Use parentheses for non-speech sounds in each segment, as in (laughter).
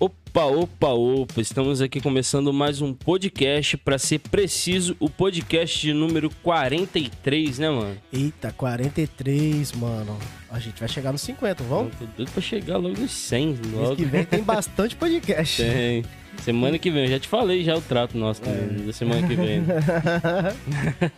Opa, opa, opa! Estamos aqui começando mais um podcast, para ser preciso, o podcast de número 43, né, mano? Eita, 43, mano. A gente vai chegar nos 50, vamos? Eu tô doido pra chegar logo nos 100, Mês logo. que vem tem bastante podcast. Tem. Semana que vem, eu já te falei já o trato nosso É. também, da semana que (laughs) vem.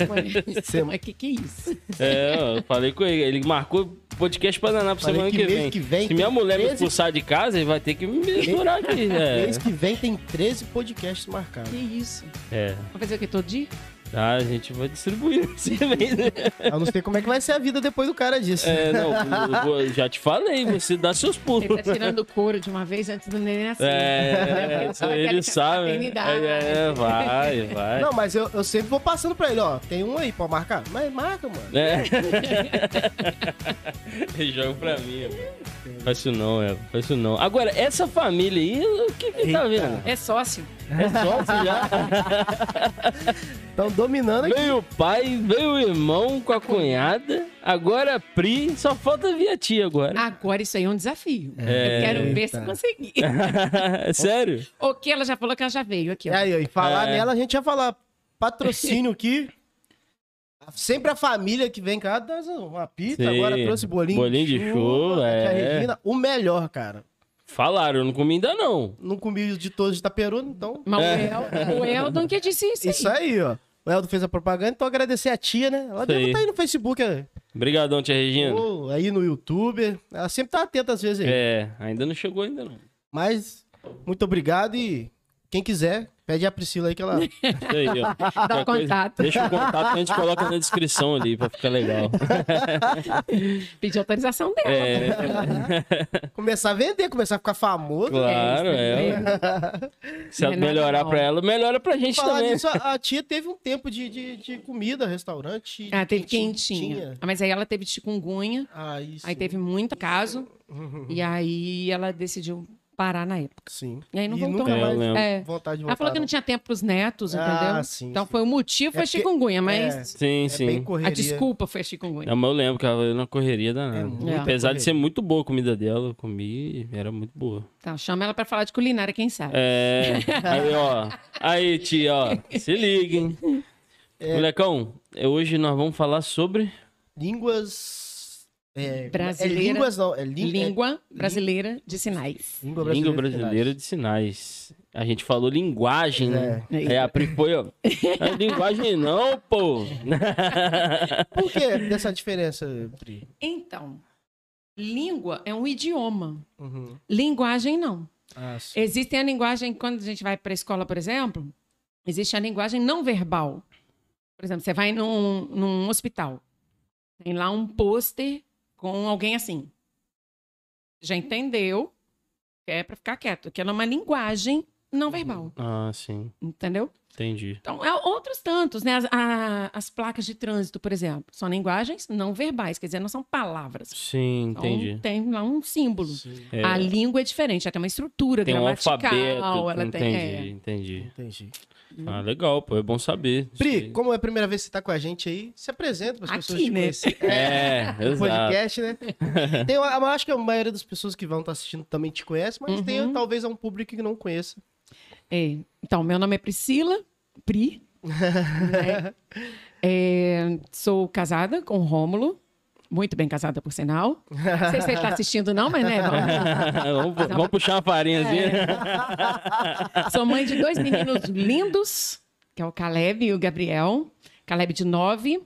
Mas, mas que que é isso? É, ó, eu falei com ele, ele marcou podcast pra danar pra Falei semana que que, mês vem. que vem Se minha tem mulher me 13. expulsar de casa, ele vai ter que me misturar (laughs) aqui, Mês é. que vem tem 13 podcasts marcados. Que isso? é. Vai fazer o que todo (laughs) dia? Tá, a gente vai distribuir (laughs) esse mês, né? Eu não sei como é que vai ser a vida depois do cara disso. É, não, eu vou- já te falei, você dá seus pulos. Ele tá tirando o couro de uma vez antes do neném (laughs) nascer. É, isso ele é, sabe. É, é, vai, vai. Não, mas eu, eu sempre vou passando pra ele, ó. Tem um aí pra marcar. Mas marca, mano. (laughs) É. Ele joga pra mim, ó. Faz isso não, é. Faz isso não. Agora, essa família aí, o que que tá vendo? É sócio. É sócio já? Estão dominando aqui. (laughs) Veio o pai, veio o irmão com a cunhada, agora a Pri, só falta vir a tia agora. Agora isso aí é um desafio. É. Eu quero ver se Eita. consegui. (laughs) Sério? O que ela já falou que ela já veio aqui, ó. Aí, ó, e falar É. nela, a gente ia falar patrocínio aqui. (laughs) Sempre a família que vem cá dá uma pita, Sim. agora trouxe bolinho, né, Bolinho de chuva, a tia é. Regina, o melhor, cara. Falaram, eu não comi ainda não. Não comi de todos de Itaperuna, então... Mas o, El, o É. Eldon que disse isso, Isso é? aí. aí, ó. O Eldo fez a propaganda, então agradecer a tia, né? Ela Isso deve aí. estar aí no Facebook, é, Obrigadão, tia Regina. ou aí no YouTube. Ela sempre tá atenta às vezes aí. É, ainda não chegou ainda não. Mas, muito obrigado e quem quiser, pede a Priscila aí (laughs) que ela... Isso aí, ó. Qualquer coisa, contato. Deixa o contato que a gente coloca na descrição ali pra ficar legal. (laughs) Pediu autorização dela. É, começar a vender, começar a ficar famoso. claro, é. isso Se ela Não é nada melhorar né? não. pra ela, melhora pra gente Falar também. nisso, a, a tia teve um tempo de, de, de comida, restaurante. Ah, teve quentinha. quentinha. Ah, Mas aí ela teve chikungunya, Ah, isso. aí teve muito caso, e aí ela decidiu parar na época. Sim. E aí não E voltou nunca É, eu mais. lembro. É. Vontade de voltar. Ela falou que não tinha tempo pros netos, Ah, entendeu? sim, então sim. foi o motivo, foi É a porque- chikungunya, mas Sim, É bem sim. correria. a desculpa foi a chikungunya. Não, mas eu lembro que ela era uma correria É danada. muito Apesar de correria. ser muito boa a comida dela, eu comi, era muito boa. Então, chama ela pra falar de culinária, quem sabe. É. (laughs) Aí, ó. Aí, tia, ó. Se liga, hein? Molecão, é, hoje nós vamos falar sobre. Línguas. É, Brasileira. É línguas, não. É lí- Língua brasileira de sinais. é língua língua brasileira de sinais. A gente falou linguagem, né? É. É, a Pri foi, ó. "Não é linguagem não, pô. (laughs) Por que dessa diferença, Pri? Então, língua é um idioma. Uhum. Linguagem não. Ah, sim. Existem a linguagem, quando a gente vai para a escola, por exemplo, existe a linguagem não verbal. Por exemplo, você vai num, num hospital, tem lá um pôster com alguém assim. Já entendeu? É para ficar quieto, que ela é uma linguagem não verbal, Ah, sim. entendeu? Entendi. Então, é outros tantos, né? As, a- as placas de trânsito, por exemplo, são linguagens não verbais, quer dizer, não são palavras. Sim, Então, entendi. tem lá um símbolo. Sim, É, A língua é diferente, ela tem uma estrutura tem um gramatical. alfabeto. ela tem, entendi, é. Hum. entendi. Entendi. Ah, legal, pô. É bom saber. isso Pri, aí. como é a primeira vez que você tá com a gente aí, se apresenta para as Aqui, pessoas te né? conhecerem. (laughs) É, no exato. podcast, (laughs) né? Tem, uma- eu acho que a maioria das pessoas que vão estar assistindo também te conhece, mas Uhum. tem talvez um público que não conheça. É, Então, meu nome é Priscila Pri. (laughs) né? É, sou casada com o Rômulo. Muito bem casada, por sinal. Não sei se ele está assistindo, não, mas né? vamos lá. (laughs) vamos, pu- vamos puxar uma farinhazinha. Sou mãe de dois meninos lindos, que é o Caleb e o Gabriel. Caleb de nove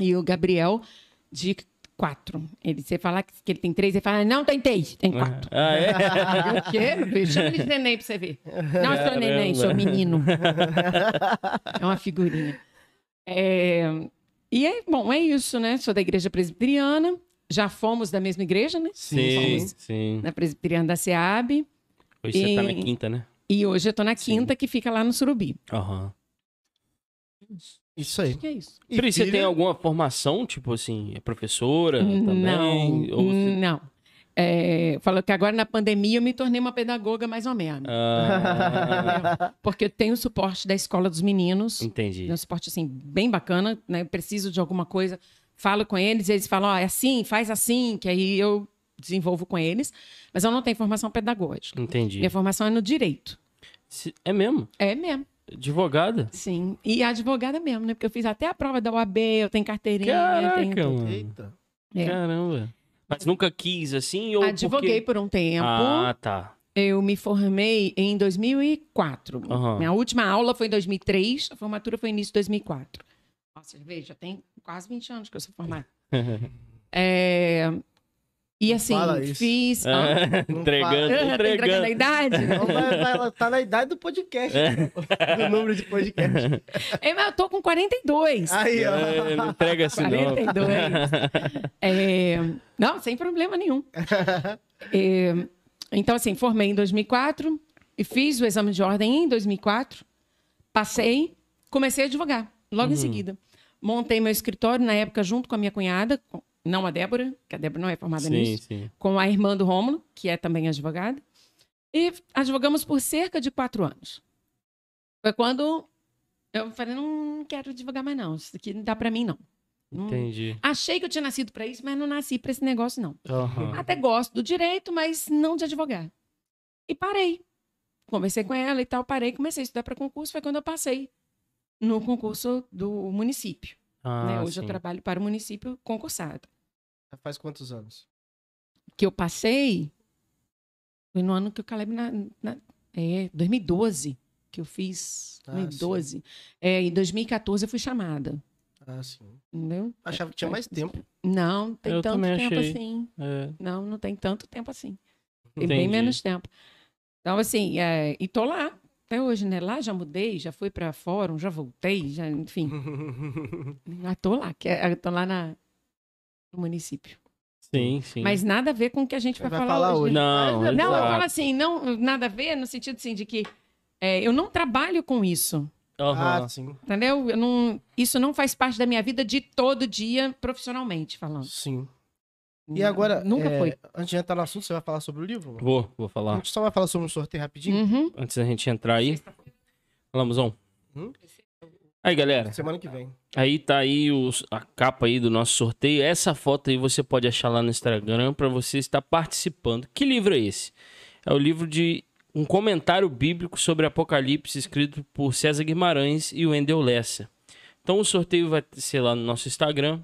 e o Gabriel de quatro. Ele, você fala que ele tem três, ele fala, não, tem três, tem (laughs) quatro. Ah, é? (laughs) Eu, o quê? Chama ele de neném pra (laughs) você ver. Não é Caramba. sou neném, sou menino. É uma figurinha. É, E é, bom, é isso, né? Sou da igreja presbiteriana. Já fomos da mesma igreja, Uhum. né? Sim, Somos sim. Da presbiteriana da SEAB. Hoje você tá na E- quinta, né? E hoje eu tô na Sim. quinta, que fica lá no Surubi. Aham. Isso aí. Uhum. Acho que é isso. E Pri, você filha- tem alguma formação, tipo assim, é professora também? Uhum. Não, Hum, Ou você- não. É, falou que agora na pandemia eu me tornei uma pedagoga mais ou menos. Ah, (laughs) Porque eu tenho o suporte da escola dos meninos. entendi. Tem um suporte, assim, bem bacana, né? Eu preciso de alguma coisa, falo com eles, eles falam, ó, é assim, faz assim, que aí eu desenvolvo com eles, mas eu não tenho formação pedagógica. Entendi. Minha formação é no direito. Se- É mesmo? É mesmo, Advogada? sim. E advogada mesmo, né? Porque eu fiz até a prova da OAB, eu tenho carteirinha. eu tenho Caraca, tudo. mano. Eita. É. Caramba. Mas nunca quis assim? Ou porque... Advoguei por um tempo. Ah, tá. Eu me formei em 2004. Aham. Minha última aula foi em 2003, a formatura foi início de 2004. Nossa, veja, já tem quase 20 anos que eu sou formada. (laughs) É, E assim, fala isso. (laughs) fiz. Ah, É, não entregando, (laughs) tá entregando a entregando. idade? (laughs) Então vai- vai- Ela tá na idade do podcast. É. Do número de podcast. (laughs) É, mas eu tô com 42. Aí, É, ó. não entrega assim, Tá não. 42. É, Não, sem problema nenhum. É, Então, assim, formei em 2004 e fiz o exame de ordem em 2004. Passei, comecei a advogar logo em seguida. Montei meu escritório na época junto com a minha cunhada, com- não a Débora, que a Débora não é formada Sim, nisso, sim. com a irmã do Rômulo, que é também advogada. E advogamos por cerca de quatro anos. Foi quando eu falei, não quero advogar mais não, isso aqui não dá pra mim não. Não- Entendi. Achei que eu tinha nascido pra isso, mas não nasci pra esse negócio não. Aham. Até gosto do direito, mas não de advogar. E parei. Conversei com ela e tal, parei, comecei a estudar para concurso, foi quando eu passei no concurso do município. Ah, né? Hoje eu sim. trabalho para o município concursado. Já Faz quantos anos? Que eu passei foi no ano que o Caleb na, na- é 2012 que eu fiz, Ah, 2012. É, em 2014 eu fui chamada, Ah, sim. entendeu? Achava que tinha mais tempo. Não, tem Eu tanto também tempo achei. assim. É, Não, não tem tanto tempo assim. Tem entendi. bem menos tempo. Então, assim, é, e tô lá até hoje, né? Lá já mudei, já fui para fórum, já voltei, já, (laughs) enfim. Ah, tô lá, que é, eu tô lá na, no município. Sim, sim. Mas nada a ver com o que a gente vai, né? Vai falar hoje. Não, Não, eu exato. falo assim, não, nada a ver no sentido assim, de que é, eu não trabalho com isso, Aham. Ah, sim. entendeu? Eu não, isso não faz parte da minha vida de todo dia, profissionalmente falando. Sim. E Não, agora. Nunca é, foi. Antes de entrar no assunto, você vai falar sobre o livro? Vou, vou A falar. gente só vai falar sobre o sorteio rapidinho. Uhum. Antes da gente entrar aí. Fala, Musão. Hum? Aí, galera. Semana que vem. Aí tá aí os- a capa aí do nosso sorteio. Essa foto aí você pode achar lá no Instagram pra você estar participando. Que livro é esse? É o livro de um comentário bíblico sobre Apocalipse escrito por César Guimarães e Wendel Lessa. Então o sorteio vai ser lá no nosso Instagram.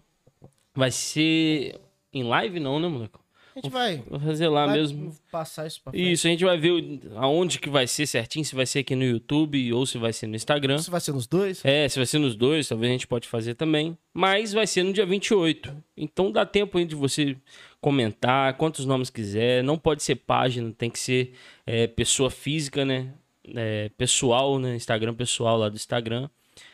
Vai ser em live não, né, moleque? A gente vai. Vou fazer lá vai mesmo. Passar isso pra frente. Isso, a gente vai ver o- aonde que vai ser certinho, se vai ser aqui no YouTube ou se vai ser no Instagram. Isso vai ser nos dois? né? É, se vai ser nos dois, talvez a gente pode fazer também. Mas vai ser no dia 28. Então dá tempo aí de você comentar quantos nomes quiser. Não pode ser página, tem que ser é, pessoa física, né? É, pessoal, né? Instagram pessoal lá do Instagram.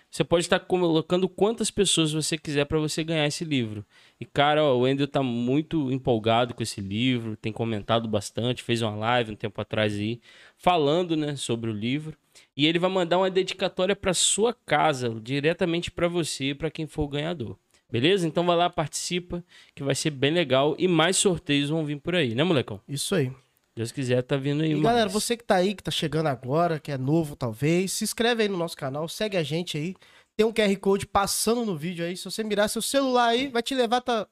Você pode estar colocando quantas pessoas você quiser para você ganhar esse livro. E, cara, ó, o Wendel tá muito empolgado com esse livro, tem comentado bastante, fez uma live um tempo atrás aí, falando, né, sobre o livro. E ele vai mandar uma dedicatória para sua casa, diretamente para você e para quem for o ganhador. Beleza? Então vai lá, participa, que vai ser bem legal. E mais sorteios vão vir por aí, né, molecão? Isso aí. Deus quiser, tá vindo aí. E mais. galera, você que tá aí, que tá chegando agora, que é novo talvez, se inscreve aí no nosso canal, segue a gente aí. Tem um QR Code passando no vídeo aí. Se você mirar seu celular aí, vai te levar a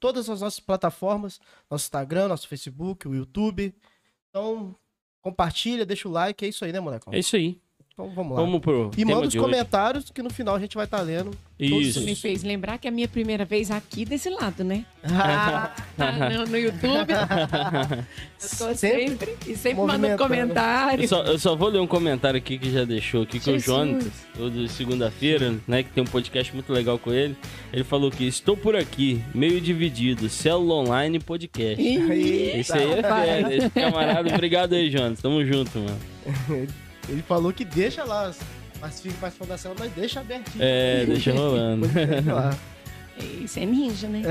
todas as nossas plataformas: nosso Instagram, nosso Facebook, o YouTube. Então, compartilha, deixa o like. É isso aí, né, molecão? É isso aí. Então vamos lá. Vamos pro. e tema manda os de hoje. comentários que no final a gente vai estar lendo. Isso. Me fez lembrar que é a minha primeira vez aqui desse lado, né? Ah, (laughs) Ah, não, no YouTube. (laughs) Eu tô sempre, e sempre mandando movimentando. Eu comentário. só, (laughs) eu só vou ler um comentário aqui que já deixou aqui, que é Jesus. o Jonathan, o de segunda-feira, né, que tem um podcast muito legal com ele, ele falou que estou por aqui, meio dividido, célula online e podcast. Eita. Esse aí é fera, esse camarada. Obrigado aí, Jonathan. Tamo junto, mano. Ele falou que deixa lá, mas fica mais fundação, mas deixa abertinho. (laughs) É, deixa rolando. Deixa lá. Isso é ninja, né?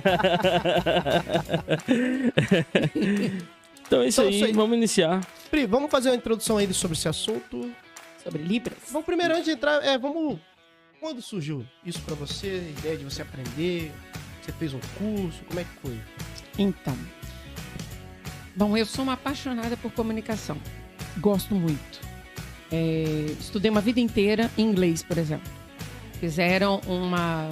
(laughs) Então é isso Então é isso aí. aí, vamos (laughs) iniciar. Pri, vamos fazer uma introdução aí sobre esse assunto. Sobre Libras. Vamos primeiro, antes de entrar, é, vamos... Quando surgiu isso pra você, a ideia de você aprender? Você fez um curso? Como é que foi? Então. Bom, eu sou uma apaixonada por comunicação. Gosto muito. É, estudei uma vida inteira em inglês, por exemplo. Fizeram uma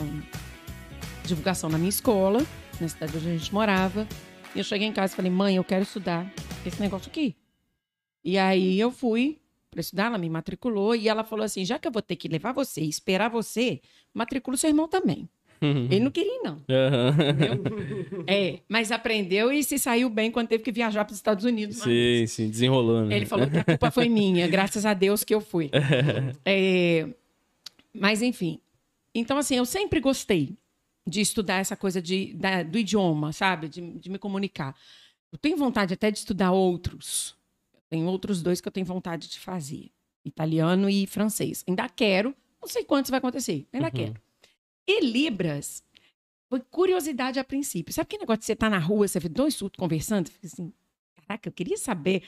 divulgação na minha escola, na cidade onde a gente morava. E eu cheguei em casa e falei, mãe, eu quero estudar esse negócio aqui. E aí eu fui para estudar, ela me matriculou e ela falou assim: já que eu vou ter que levar você e esperar você, matricula o seu irmão também. Ele não queria, ir, não. Aham. É, mas aprendeu e se saiu bem quando teve que viajar para os Estados Unidos. né? uma Sim, sim, desenrolando. né? ele falou que a culpa foi minha, graças a Deus que eu fui. É, mas, enfim. Então, assim, eu sempre gostei de estudar essa coisa de, da- do idioma, sabe? De, de me comunicar. Eu tenho vontade até de estudar outros. Tem outros dois que eu tenho vontade de fazer: italiano e francês. Ainda quero, não sei quantos vai acontecer, ainda Uhum. quero. E Libras. Foi curiosidade a princípio. Sabe aquele negócio de você estar na rua, você vê dois surtos conversando? Fica assim, caraca, eu queria saber.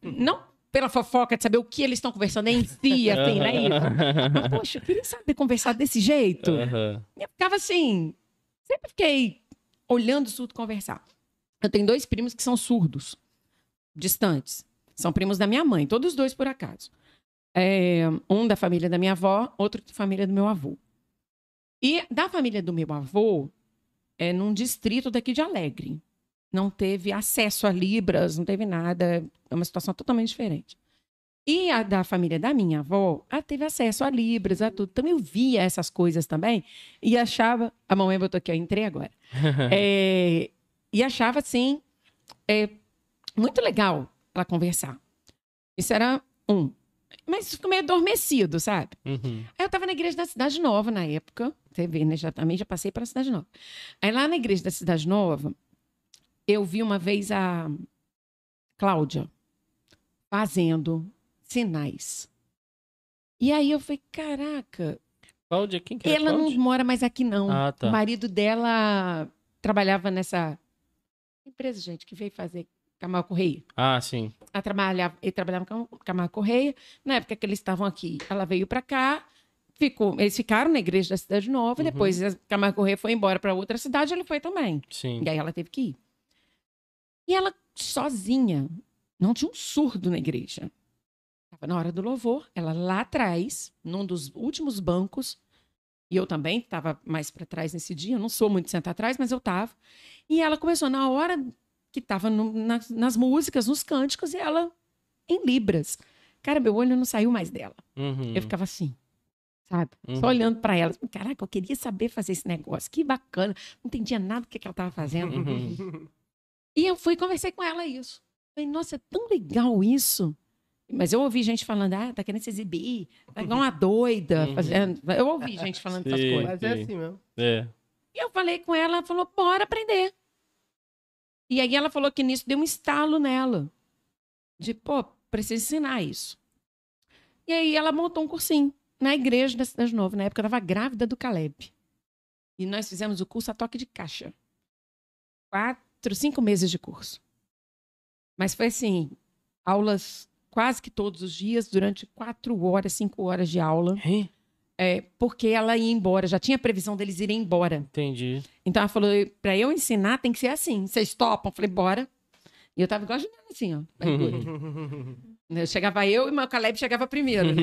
Não pela fofoca de saber o que eles estão conversando em si, assim, né? Isso. Mas, poxa, eu queria saber conversar desse jeito. Aham. E eu ficava assim, sempre fiquei olhando o surdo conversar. Eu tenho dois primos que são surdos, distantes. São primos da minha mãe, todos dois por acaso. É, um da família da minha avó, outro da família do meu avô. E da família do meu avô, é num distrito daqui de Alegre. Não teve acesso a Libras, não teve nada. É uma situação totalmente diferente. E a da família da minha avó, ela teve acesso a Libras, a tudo. Também eu via essas coisas também e achava. A mamãe botou aqui, eu entrei agora. É, e achava, assim, é, muito legal ela conversar. Isso era um. Mas ficou meio adormecido, sabe? Uhum. Aí eu tava na igreja da Cidade Nova na época. Você vê, né? Já, também já passei pela Cidade Nova. Aí lá na igreja da Cidade Nova, eu vi uma vez a Cláudia fazendo sinais. E aí eu falei, caraca, Cláudia, quem que é ela não Cláudia? mora mais aqui, não. Ah, tá. O marido dela trabalhava nessa empresa, gente, que veio fazer Camal Correia. Ah, sim. Ela trabalhava, ele trabalhava com com a Marco Correia. Na época que eles estavam aqui, ela veio para cá. Ficou, eles ficaram na igreja da Cidade Nova. Uhum. e Depois a Camargo Correia foi embora para outra cidade, ele foi também. Sim. E aí ela teve que ir. E ela sozinha, não tinha um surdo na igreja. Estava na hora do louvor, ela lá atrás, num dos últimos bancos, e eu também estava mais para trás nesse dia, eu não sou muito de sentar atrás, mas eu estava. E ela começou na hora que estava nas, nas músicas, nos cânticos, e ela em Libras. Cara, meu olho não saiu mais dela. Uhum. Eu ficava assim, sabe? Uhum. Só olhando pra ela. assim, Caraca, eu queria saber fazer esse negócio. Que bacana. Não entendia nada do que, que ela tava fazendo. Uhum. E eu fui e conversei com ela isso. Falei, nossa, é tão legal isso. Mas eu ouvi gente falando, ah, tá querendo se exibir, tá igual uma doida. Uhum. Fazendo... Eu ouvi gente falando essas Sim. coisas. Mas é Sim. assim mesmo. É. E eu falei com ela, ela falou, bora aprender. E aí ela falou que nisso deu um estalo nela. De, pô, preciso ensinar isso. E aí ela montou um cursinho na igreja da Cidade Nova. Na época eu estava grávida do Caleb. E nós fizemos o curso a toque de caixa. Quatro, cinco meses de curso. Mas foi assim, aulas quase que todos os dias, durante quatro horas, cinco horas de aula. Hein? É, porque ela ia embora, já tinha previsão deles irem embora. Entendi. Então ela falou, pra eu ensinar tem que ser assim. Vocês topam? Eu falei, bora. E eu tava igual a Juliana, assim, ó. Uhum. barriguda. Hum. Eu chegava eu e meu Caleb chegava (laughs) primeiro. né?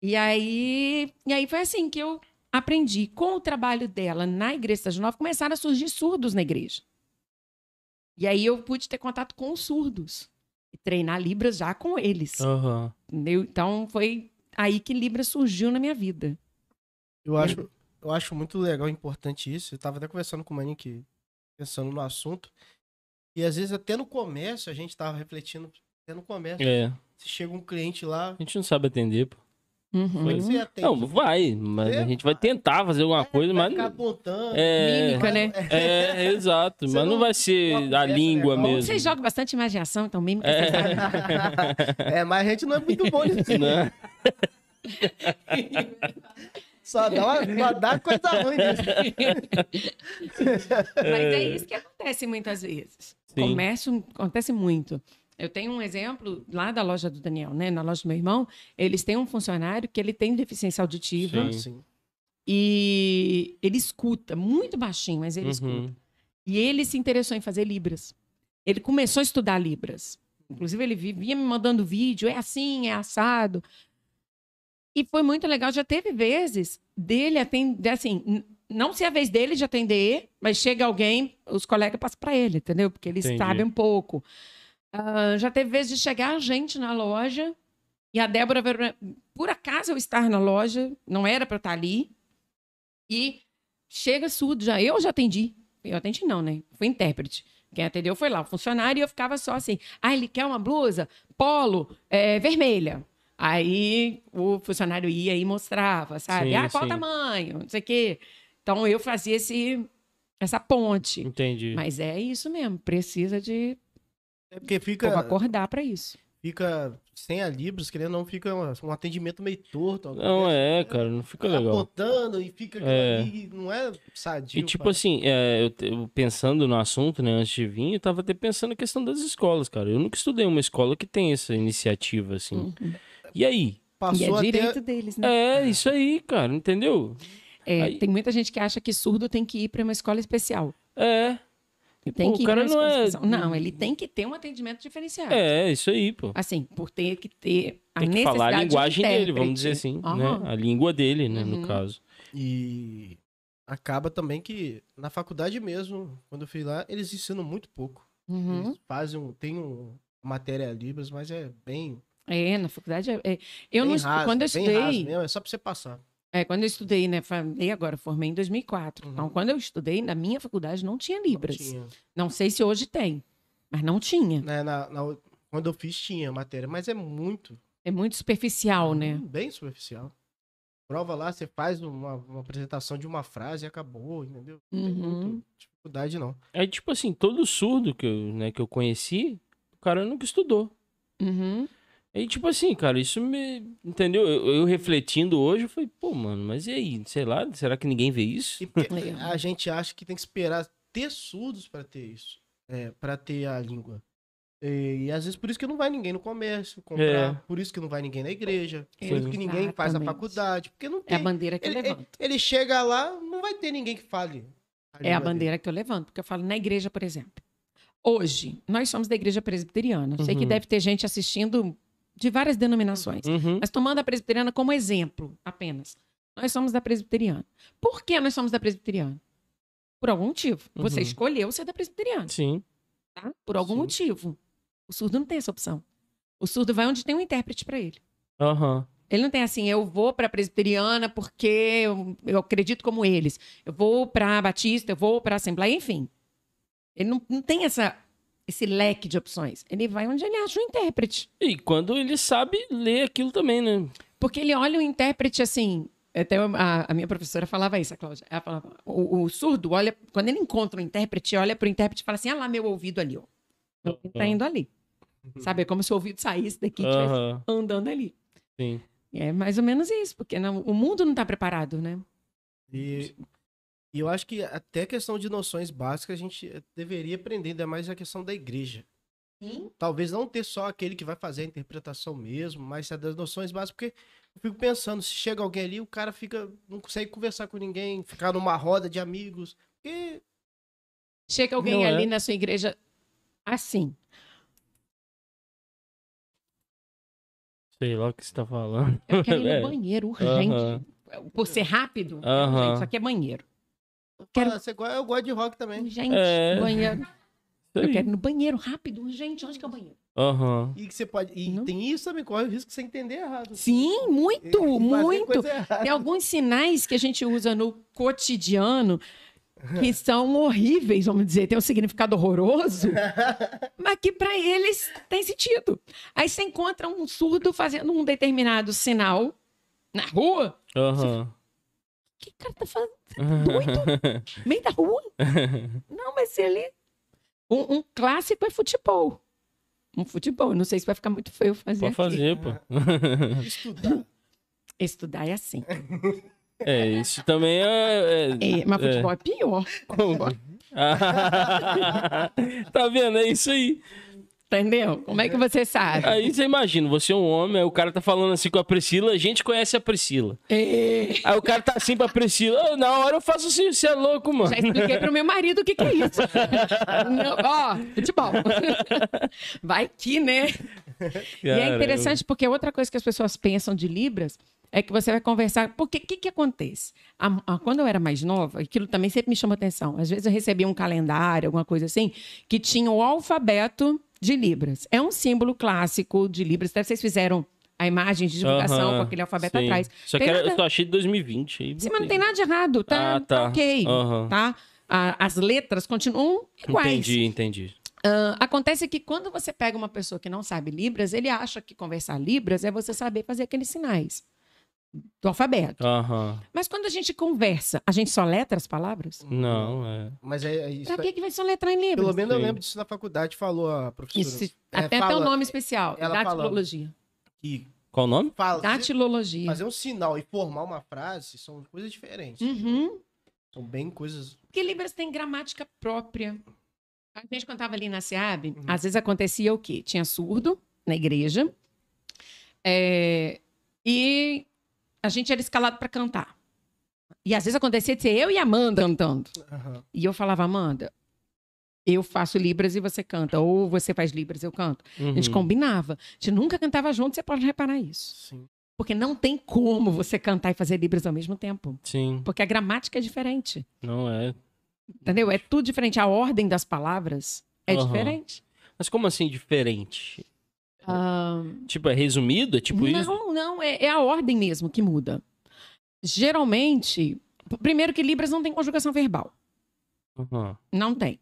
e, aí, e aí foi assim que eu aprendi. Com o trabalho dela na Igreja das Nove, começaram a surgir surdos na igreja. E aí eu pude ter contato com os surdos. E treinar Libras já com eles. Aham. entendeu? Então foi aí que Libra surgiu na minha vida. (laughs) Eu acho, eu acho muito legal e importante isso. Eu tava até conversando com o Maninho que pensando no assunto. E às vezes até no comércio, a gente tava refletindo, até no comércio. É. Se chega um cliente lá, A gente não sabe atender, pô. como é que Uhum. você atende? Não, vai. Mas Você a gente vai tentar fazer alguma coisa, É. vai mas. ficar apontando. É. Mímica, né? É, exato. Você mas não, não- vai ser uma a conversa língua legal. mesmo. Vocês jogam bastante imaginação, então mesmo que vocês sabem. é, mas a gente não é muito bom nisso. Né? Só dá, uma- só dá coisa ruim nisso. Mas é isso que acontece muitas vezes. Sim. Comércio acontece muito. Eu tenho um exemplo lá da loja do Daniel, né? Na loja do meu irmão, eles têm um funcionário que ele tem deficiência auditiva Sim. Sim. e ele escuta muito baixinho, mas ele escuta. Uhum. E ele se interessou em fazer Libras. Ele começou a estudar Libras. Inclusive, ele vi- vinha me mandando vídeo, é assim, é assado. E foi muito legal. Já teve vezes dele atender, assim, n- não ser a vez dele de atender, mas chega alguém, os colegas passam para ele, entendeu? Porque eles Entendi. sabem um pouco. Ah, já teve vezes de chegar gente na loja e a Débora, ver- por acaso eu estar na loja, não era para eu estar ali, e chega surdo já. Eu já atendi. Eu atendi não, né? Fui intérprete. Quem atendeu foi lá, o funcionário, e eu ficava só assim. Ah, ele quer uma blusa? Polo, é, vermelha. Aí o funcionário ia e mostrava, sabe? Sim, ah, qual o sim. tamanho? Não sei o quê. Então eu fazia esse, essa ponte. Entendi. Mas é isso mesmo, precisa de É porque fica, povo acordar para isso. fica sem a Libras, querendo ou não, fica um, um atendimento meio torto. Não, é, cara, não fica Tá legal. Apontando e fica aquilo É. ali, e não é sadio. E tipo cara. assim, é, eu, te- eu pensando no assunto, né, antes de vir, eu tava até pensando na questão das escolas, cara. Eu nunca estudei em uma escola que tem essa iniciativa, assim. Uhum. E aí? E é passou até direito deles, né? É, isso aí, cara, entendeu? É, Aí- Tem muita gente que acha que surdo tem que ir para uma escola especial. É. E, Tem pô, o que ir cara pra não escola é. especial. Não, ele tem que ter um atendimento diferenciado. É, isso aí, pô. Assim, por ter que ter a Tem que necessidade falar a de linguagem dele, intérprete. vamos dizer assim, Aham. né? A língua dele, né, Uhum. no caso. E acaba também que na faculdade mesmo, quando eu fui lá, eles ensinam muito pouco. Uhum. Eles fazem um, tem um matéria Libras, mas é bem. É, na faculdade. é- é. Eu bem não, raso, quando eu bem estudei, raso mesmo, é só pra você passar. é, quando eu estudei, né, falei agora, formei em 2004. Uhum. Então, quando eu estudei, na minha faculdade não tinha Não libras. Não, tinha. sei se hoje tem, mas não tinha. Né, na- na- quando eu fiz, tinha matéria, mas é muito. hum, É muito superficial, né? Bem superficial. Prova lá, você faz uma, uma apresentação de uma frase e acabou, entendeu? Não tem Uhum. muita dificuldade, não. É tipo assim, todo surdo que eu, né, que eu conheci, o cara nunca estudou. Uhum. E tipo assim, cara, isso me. Entendeu? Eu, eu refletindo hoje, eu falei, pô, mano, mas e aí? Sei lá, será que ninguém vê isso? E (laughs) porque É. a gente acha que tem que esperar ter surdos para ter isso, é, para ter a língua. E, e às vezes por isso que não vai ninguém no comércio comprar, É. por isso que não vai ninguém na igreja, por Sim. isso que ninguém faz a Exatamente. faculdade, porque não É a tem. bandeira que ele, eu ele, levanto. ele chega lá, não vai ter ninguém que fale. É a língua dele. bandeira que eu levanto, porque eu falo na igreja, por exemplo. Hoje, nós somos da igreja presbiteriana. Sei que Uhum. deve ter gente assistindo de várias denominações. Uhum. Mas tomando a presbiteriana como exemplo apenas. Nós somos da presbiteriana. Por que nós somos da presbiteriana? Por algum motivo. Você Uhum. escolheu ser da presbiteriana, Sim. tá? Por algum Sim. motivo. O surdo não tem essa opção. O surdo vai onde tem um intérprete para ele. Aham. Ele não tem assim, eu vou para presbiteriana porque eu, eu acredito como eles. Eu vou para batista, eu vou para assembleia, enfim. Ele não, não tem essa, esse leque de opções. Ele vai onde ele acha o intérprete. E quando ele sabe ler aquilo também, né? Porque ele olha o intérprete assim. Até a, a minha professora falava isso, a Cláudia. Ela falava, o, o surdo olha, quando ele encontra o intérprete, olha pro intérprete e fala assim: ah lá, meu ouvido ali, ó. Meu ouvido tá Aham. Uhum. indo ali. Sabe? É como se o ouvido saísse daqui e estivesse Aham. andando ali. Sim. E é mais ou menos isso, porque não- o mundo não tá preparado, né? E, e eu acho que até questão de noções básicas a gente eh, deveria aprender, ainda mais a questão da igreja. Sim. Talvez não ter só aquele que vai fazer a interpretação mesmo, mas é das noções básicas, porque eu fico pensando, se chega alguém ali, o cara fica, não consegue conversar com ninguém, ficar numa roda de amigos, porque Chega alguém Não é. ali na sua igreja assim. Sei lá o que você tá falando. Eu quero (laughs) ir É. no banheiro, urgente. Aham. Por ser rápido, Aham. gente, só que é banheiro. Quero- Quero... você, go- eu gosto de rock também. Gente, É. banheiro. Isso Eu aí. (laughs) quero ir no banheiro, rápido, urgente. Onde que é o banheiro? Aham. E que você pode. E Não. tem isso também, corre o risco de você entender errado. Sim, E- e muito, fazer muito. coisa errada. Tem alguns sinais que a gente usa no cotidiano (laughs) que são horríveis, vamos dizer, tem um significado horroroso, mas que para eles tem sentido. Aí você encontra um surdo fazendo um determinado sinal na rua. Aham. O que o cara tá fazendo? No meio da rua? Não, mas ele. Um, um clássico é futebol. Um futebol. Não sei se vai ficar muito feio fazer. (laughs) Pode aqui. fazer, pô. Estudar. (laughs) Estudar é assim. É, isso também é. (laughs) É, mas é. futebol é pior. tá vendo? É isso aí. Entendeu? Como é que você sabe? Aí você imagina, você é um homem, aí o cara tá falando assim com a Priscila, a gente conhece a Priscila. É. Aí o cara tá assim pra Priscila, "Ô, na hora eu faço assim, você é louco, mano. Já expliquei pro meu marido o que, que é isso. Não, ó, futebol. Vai que, é né? E é Cara, interessante porque outra coisa que as pessoas pensam de Libras é que você vai conversar. Porque o que, que acontece? A- a- quando eu era mais nova, aquilo também sempre me chamou atenção. Às vezes eu recebia um calendário, alguma coisa assim, que tinha o alfabeto de Libras. É um símbolo clássico de Libras. Até vocês fizeram a imagem de divulgação Aham, com aquele alfabeto sim. atrás. Só que Tem era, nada- eu só achei de 2020. Aí Sim, mas não tem nada de errado, tá, Ah, tá tá. ok, Aham. tá? A- as letras continuam iguais. Entendi, entendi. Ah, acontece que quando você pega uma pessoa que não sabe Libras, ele acha que conversar Libras é você saber fazer aqueles sinais do alfabeto. Ah. Aham. Mas quando a gente conversa, a gente só letra as palavras? Não, é. Mas é, é isso. Pra que, que vai só letrar em Pelo Libras? menos eu Sim. lembro disso na faculdade, falou a professora. Isso, É, até tem fala- um nome especial, ela fala- datilologia. Que Qual o nome? fala, Datilologia. fazer um sinal e formar uma frase são coisas diferentes. Uhum. São bem coisas. Porque Libras tem gramática própria. A gente cantava ali na SEAB, às vezes acontecia o quê? Tinha surdo na igreja é, e a gente era escalado para cantar. E às vezes acontecia de ser eu e a Amanda cantando. Aham. E eu falava, Amanda, eu faço Libras e você canta. Ou você faz Libras e eu canto. A gente Uhum. combinava. A gente nunca cantava junto, você pode reparar isso. Sim. Porque não tem como você cantar e fazer Libras ao mesmo tempo. Sim, Porque a gramática é diferente. não é. Entendeu? É tudo diferente. A ordem das palavras é Aham. diferente. Mas como assim diferente? Tipo, é resumido? É tipo isso? Ah. não, não. É, é a ordem mesmo que muda. Geralmente, p- primeiro que Libras não tem conjugação verbal. Aham. Não tem.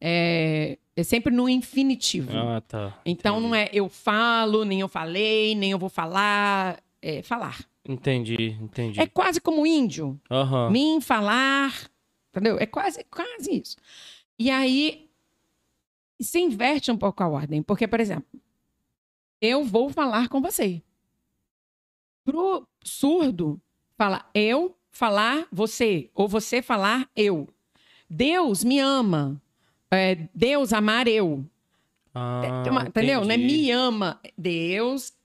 É, é sempre no infinitivo. Ah, tá. então entendi. não é eu falo, nem eu falei, nem eu vou falar. É falar. Entendi, entendi. É quase como índio. Aham. mim falar, entendeu? É quase, quase isso. E aí se inverte um pouco a ordem, porque, por exemplo, eu vou falar com você. Pro surdo, fala eu falar você, ou você falar eu. Deus me ama. É, Deus amar eu. Ah, Tem uma- entendeu? Não é entendi. me ama. Deus.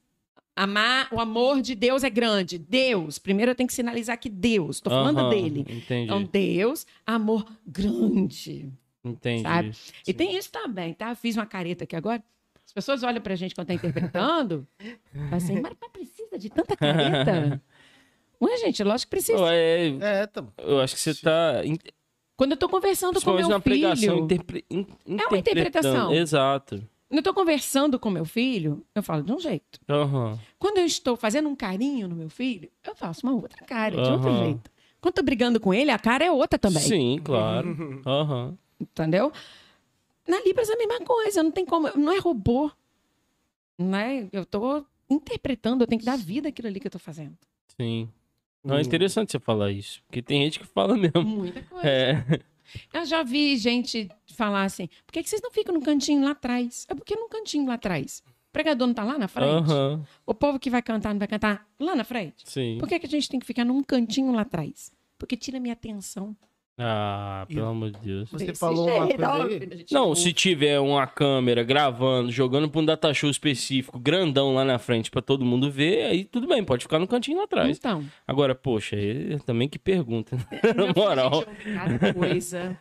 Amar, o amor de Deus é grande. Deus. Primeiro eu tenho que sinalizar que Deus. Tô falando Aham, dele. Entendi, Então, Deus, amor grande. entendi. sabe? Sim. E tem isso também, tá? Fiz uma careta aqui agora. As pessoas olham pra gente quando tá (laughs) interpretando. fala assim, mas não precisa de tanta careta? Ué, gente, lógico que precisa. Pô, é, É, tá bom. eu acho que você tá. in- Quando eu tô conversando com Principalmente meu na pregação. filho... Interpre, in- É uma interpretação. interpretando. Exato. Quando eu tô conversando com meu filho, eu falo de um jeito. Aham. Quando eu estou fazendo um carinho no meu filho, eu faço uma outra cara, de outro Aham. jeito. Quando eu tô brigando com ele, a cara é outra também. Sim, claro. Aham. Entendeu? Na Libras é a mesma coisa, não tem como, não é robô. Né? Eu tô interpretando, eu tenho que dar vida àquilo ali que eu tô fazendo. Sim. Não, é Hum. Uhum. interessante você falar isso. Porque tem gente que fala mesmo. Muita coisa. É. Eu já vi gente falar assim: por que, que vocês não ficam no cantinho lá atrás? É porque no cantinho lá atrás. O pregador não tá lá na frente? Aham. O povo que vai cantar não vai cantar lá na frente? Sim. Por que, que a gente tem que ficar num cantinho lá atrás? Porque tira minha atenção. Ah, E- pelo amor de Deus. Você Desse falou (laughs) uma jeito, coisa ó, aí? filho, a gente Não, se tiver uma câmera gravando, jogando pra um data show específico, grandão lá na frente pra todo mundo ver, aí tudo bem, pode ficar no cantinho lá atrás. Então. Agora, poxa, é- também que pergunta. (laughs) né? Na (laughs) moral. Gente, eu vi cada coisa.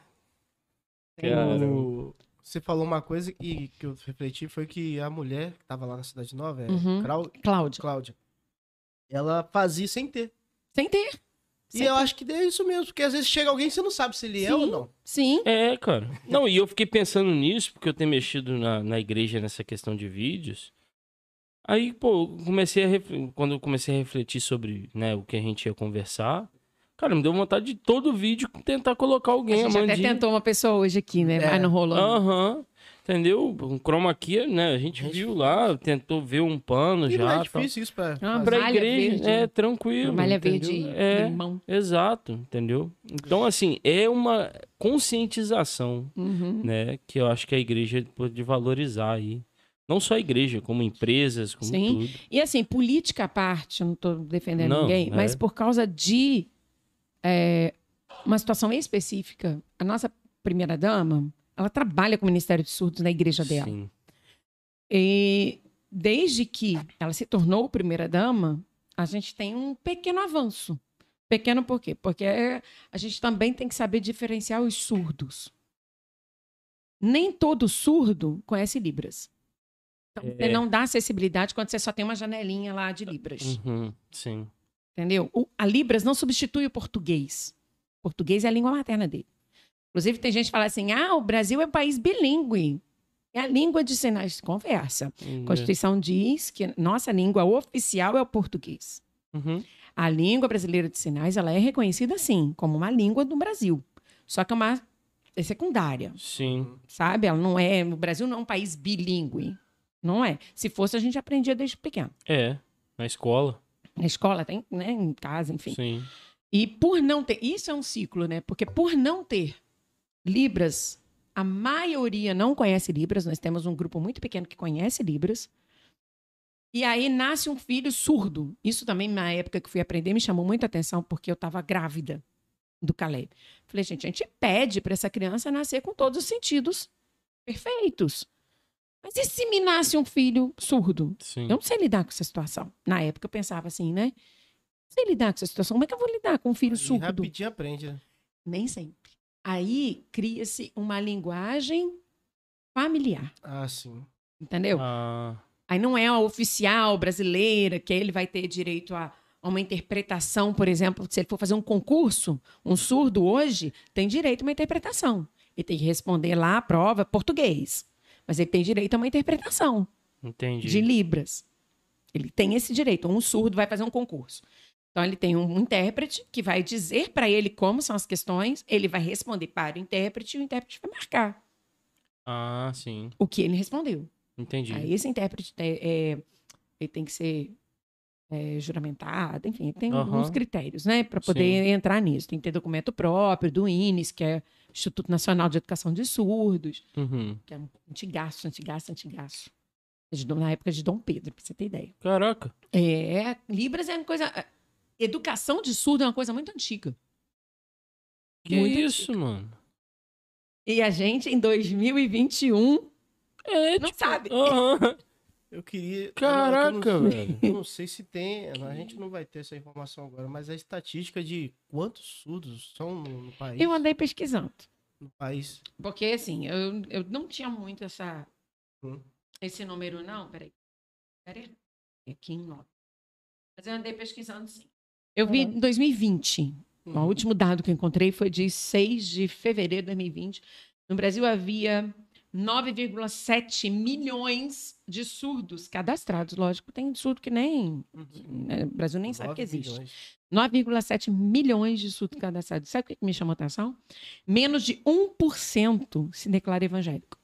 (laughs) Cara. um- O- Você falou uma coisa e que eu refleti foi que a mulher que tava lá na Cidade Nova, é Uhum. Crau- Cláudia, Cláudia, ela fazia sem ter. sem ter. E Sem eu acho que é isso mesmo, porque às vezes chega alguém e você não sabe se ele é ou Sim. não. Sim. É, cara. Não, e eu fiquei pensando nisso, porque eu tenho mexido na, na igreja nessa questão de vídeos. Aí, pô, eu comecei a refle- quando eu comecei a refletir sobre né, o que a gente ia conversar, cara, me deu vontade de todo vídeo tentar colocar A alguém. gente até Amandinha. tentou uma pessoa hoje aqui, né? É. Mas não Ah, rolou. um não. Aham. Entendeu? Um chroma key, né? A gente viu lá, tentou ver um pano E já. não é tal. difícil isso pra. Ah, fazer. Pra Malha igreja, verde. é tranquilo. Uma malha entendeu? verde É, limão. exato, entendeu? Então, assim, é uma conscientização, Uhum. né? Que eu acho que a igreja pode valorizar aí. Não só a igreja, como empresas, como Sim. tudo. E assim, política à parte, eu não estou defendendo Não, ninguém, né? mas por causa de é, uma situação específica, a nossa primeira-dama, ela trabalha com o Ministério de Surdos na igreja dela. Sim. E desde que ela se tornou primeira-dama, a gente tem um pequeno avanço. Pequeno por quê? Porque é, a gente também tem que saber diferenciar os surdos. Nem todo surdo conhece Libras. Então, É. você não dá acessibilidade quando você só tem uma janelinha lá de Libras. Uhum, sim. Entendeu? O- a Libras não substitui o português. O português é a língua materna dele. Inclusive, tem gente que fala assim: ah, o Brasil é um país bilíngue. É a língua de sinais. Conversa. É. A Constituição diz que nossa língua oficial é o português. Uhum. A língua brasileira de sinais ela é reconhecida, sim, como uma língua do Brasil. Só que é uma é secundária, Sim. sabe? Ela não é. O Brasil não é um país bilíngue. Não é. Se fosse, a gente aprendia desde pequeno. É. Na escola. Na escola, tem, né, em casa, enfim. Sim. E por não ter. Isso é um ciclo, né? Porque por não ter Libras, a maioria não conhece Libras. Nós temos um grupo muito pequeno que conhece Libras. E aí nasce um filho surdo. Isso também, na época que fui aprender, me chamou muita atenção, porque eu estava grávida do Caleb. Falei, gente, a gente pede para essa criança nascer com todos os sentidos perfeitos. Mas e se me nasce um filho surdo? Sim. Eu não sei lidar com essa situação. Na época eu pensava assim, né? Não sei lidar com essa situação. Como é que eu vou lidar com um filho E surdo? rapidinho aprende, né? Nem sempre. Aí cria-se uma linguagem familiar, Ah, sim. entendeu? Ah, Aí não é a oficial brasileira que aí ele vai ter direito a a uma interpretação, por exemplo, se ele for fazer um concurso, um surdo hoje tem direito a uma interpretação. Ele tem que responder lá a prova português, mas ele tem direito a uma interpretação entendi. de libras. Ele tem esse direito. Um surdo vai fazer um concurso. Então ele tem um intérprete que vai dizer para ele como são as questões, ele vai responder para o intérprete e o intérprete vai marcar Ah, sim. o que ele respondeu. Entendi. Aí esse intérprete é, é, ele tem que ser é, juramentado, enfim, ele tem Aham. uns critérios, né, para poder entrar nisso. Tem que ter documento próprio do INES, que é Instituto Nacional de Educação de Surdos, Uhum. que é um antigaço, antigaço, antigaço. É de- Na época de Dom Pedro, para você ter ideia. Caraca. É, Libras é uma coisa. a- Educação de surdo é uma coisa muito antiga. Que Muito isso, mano? E a gente, em 2021, É, é, não sabe. Aham. Eu queria. eu não- Caraca, eu não- velho. Eu não sei se tem, a gente não vai ter essa informação agora, mas a estatística de quantos surdos são no, no país. Eu andei pesquisando. No país. Porque, assim, eu, eu não tinha muito essa, Hum. esse número, não. Peraí. Peraí. É aqui em nota. Mas eu andei pesquisando, sim. Uhum. Eu vi em 2020. Uhum. O último dado que eu encontrei foi de 6 de fevereiro de 2020. No Brasil havia 9,7 milhões de surdos cadastrados. Lógico, tem surdo que nem. né, O Brasil nem sabe Nove que existe. milhões. 9,7 milhões de surdos cadastrados. Sabe o que que me chamou a atenção? Menos de 1% se declara evangélico.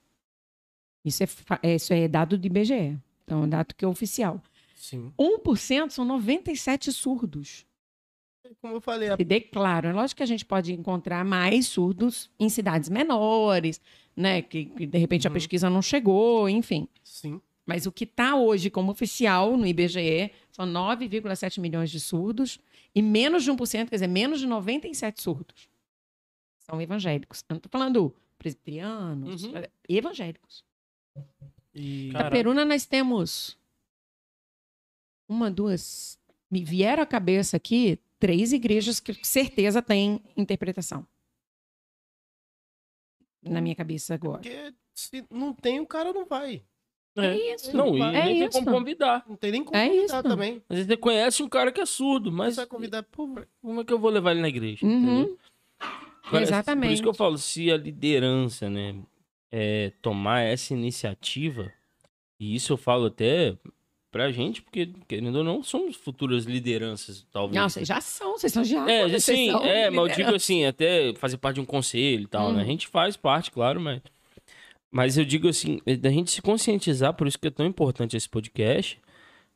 Isso é, fa- é- isso é dado do IBGE. Então, é um dado que é oficial. Sim. 1% são 97 surdos. Como eu falei, a Se declaram. É lógico que a gente pode encontrar mais surdos em cidades menores, né? Que, que, de repente a Uhum. pesquisa não chegou, enfim. Sim. Mas o que está hoje como oficial no IBGE são 9,7 milhões de surdos e menos de 1%, quer dizer, menos de 97 surdos são evangélicos. Eu não estou falando presbiterianos, Uhum. evangélicos. E Cara- Na Caraca. Peruna nós temos uma, duas... Me vieram à cabeça aqui três igrejas que com certeza têm interpretação. Na minha cabeça agora. porque se não tem, o cara não vai. É. isso. Não, e É nem tem isso. como convidar. Não tem nem como É convidar isso. também. Às vezes você conhece um cara que é surdo, Mas mas vai convidar, pô, como é que eu vou levar ele na igreja? Uhum. entendeu? Agora, Por Exatamente. isso que eu falo, se a liderança, né, é, tomar essa iniciativa, e isso eu falo até pra gente, porque, querendo ou não, somos futuras lideranças, talvez. Não, vocês já são, vocês são já. É, Ah, vocês sim, são é, mas eu liderança. digo assim, até fazer parte de um conselho e tal, né? A Hum. gente faz parte, claro, mas. Mas eu digo assim, é da gente se conscientizar, por isso que é tão importante esse podcast,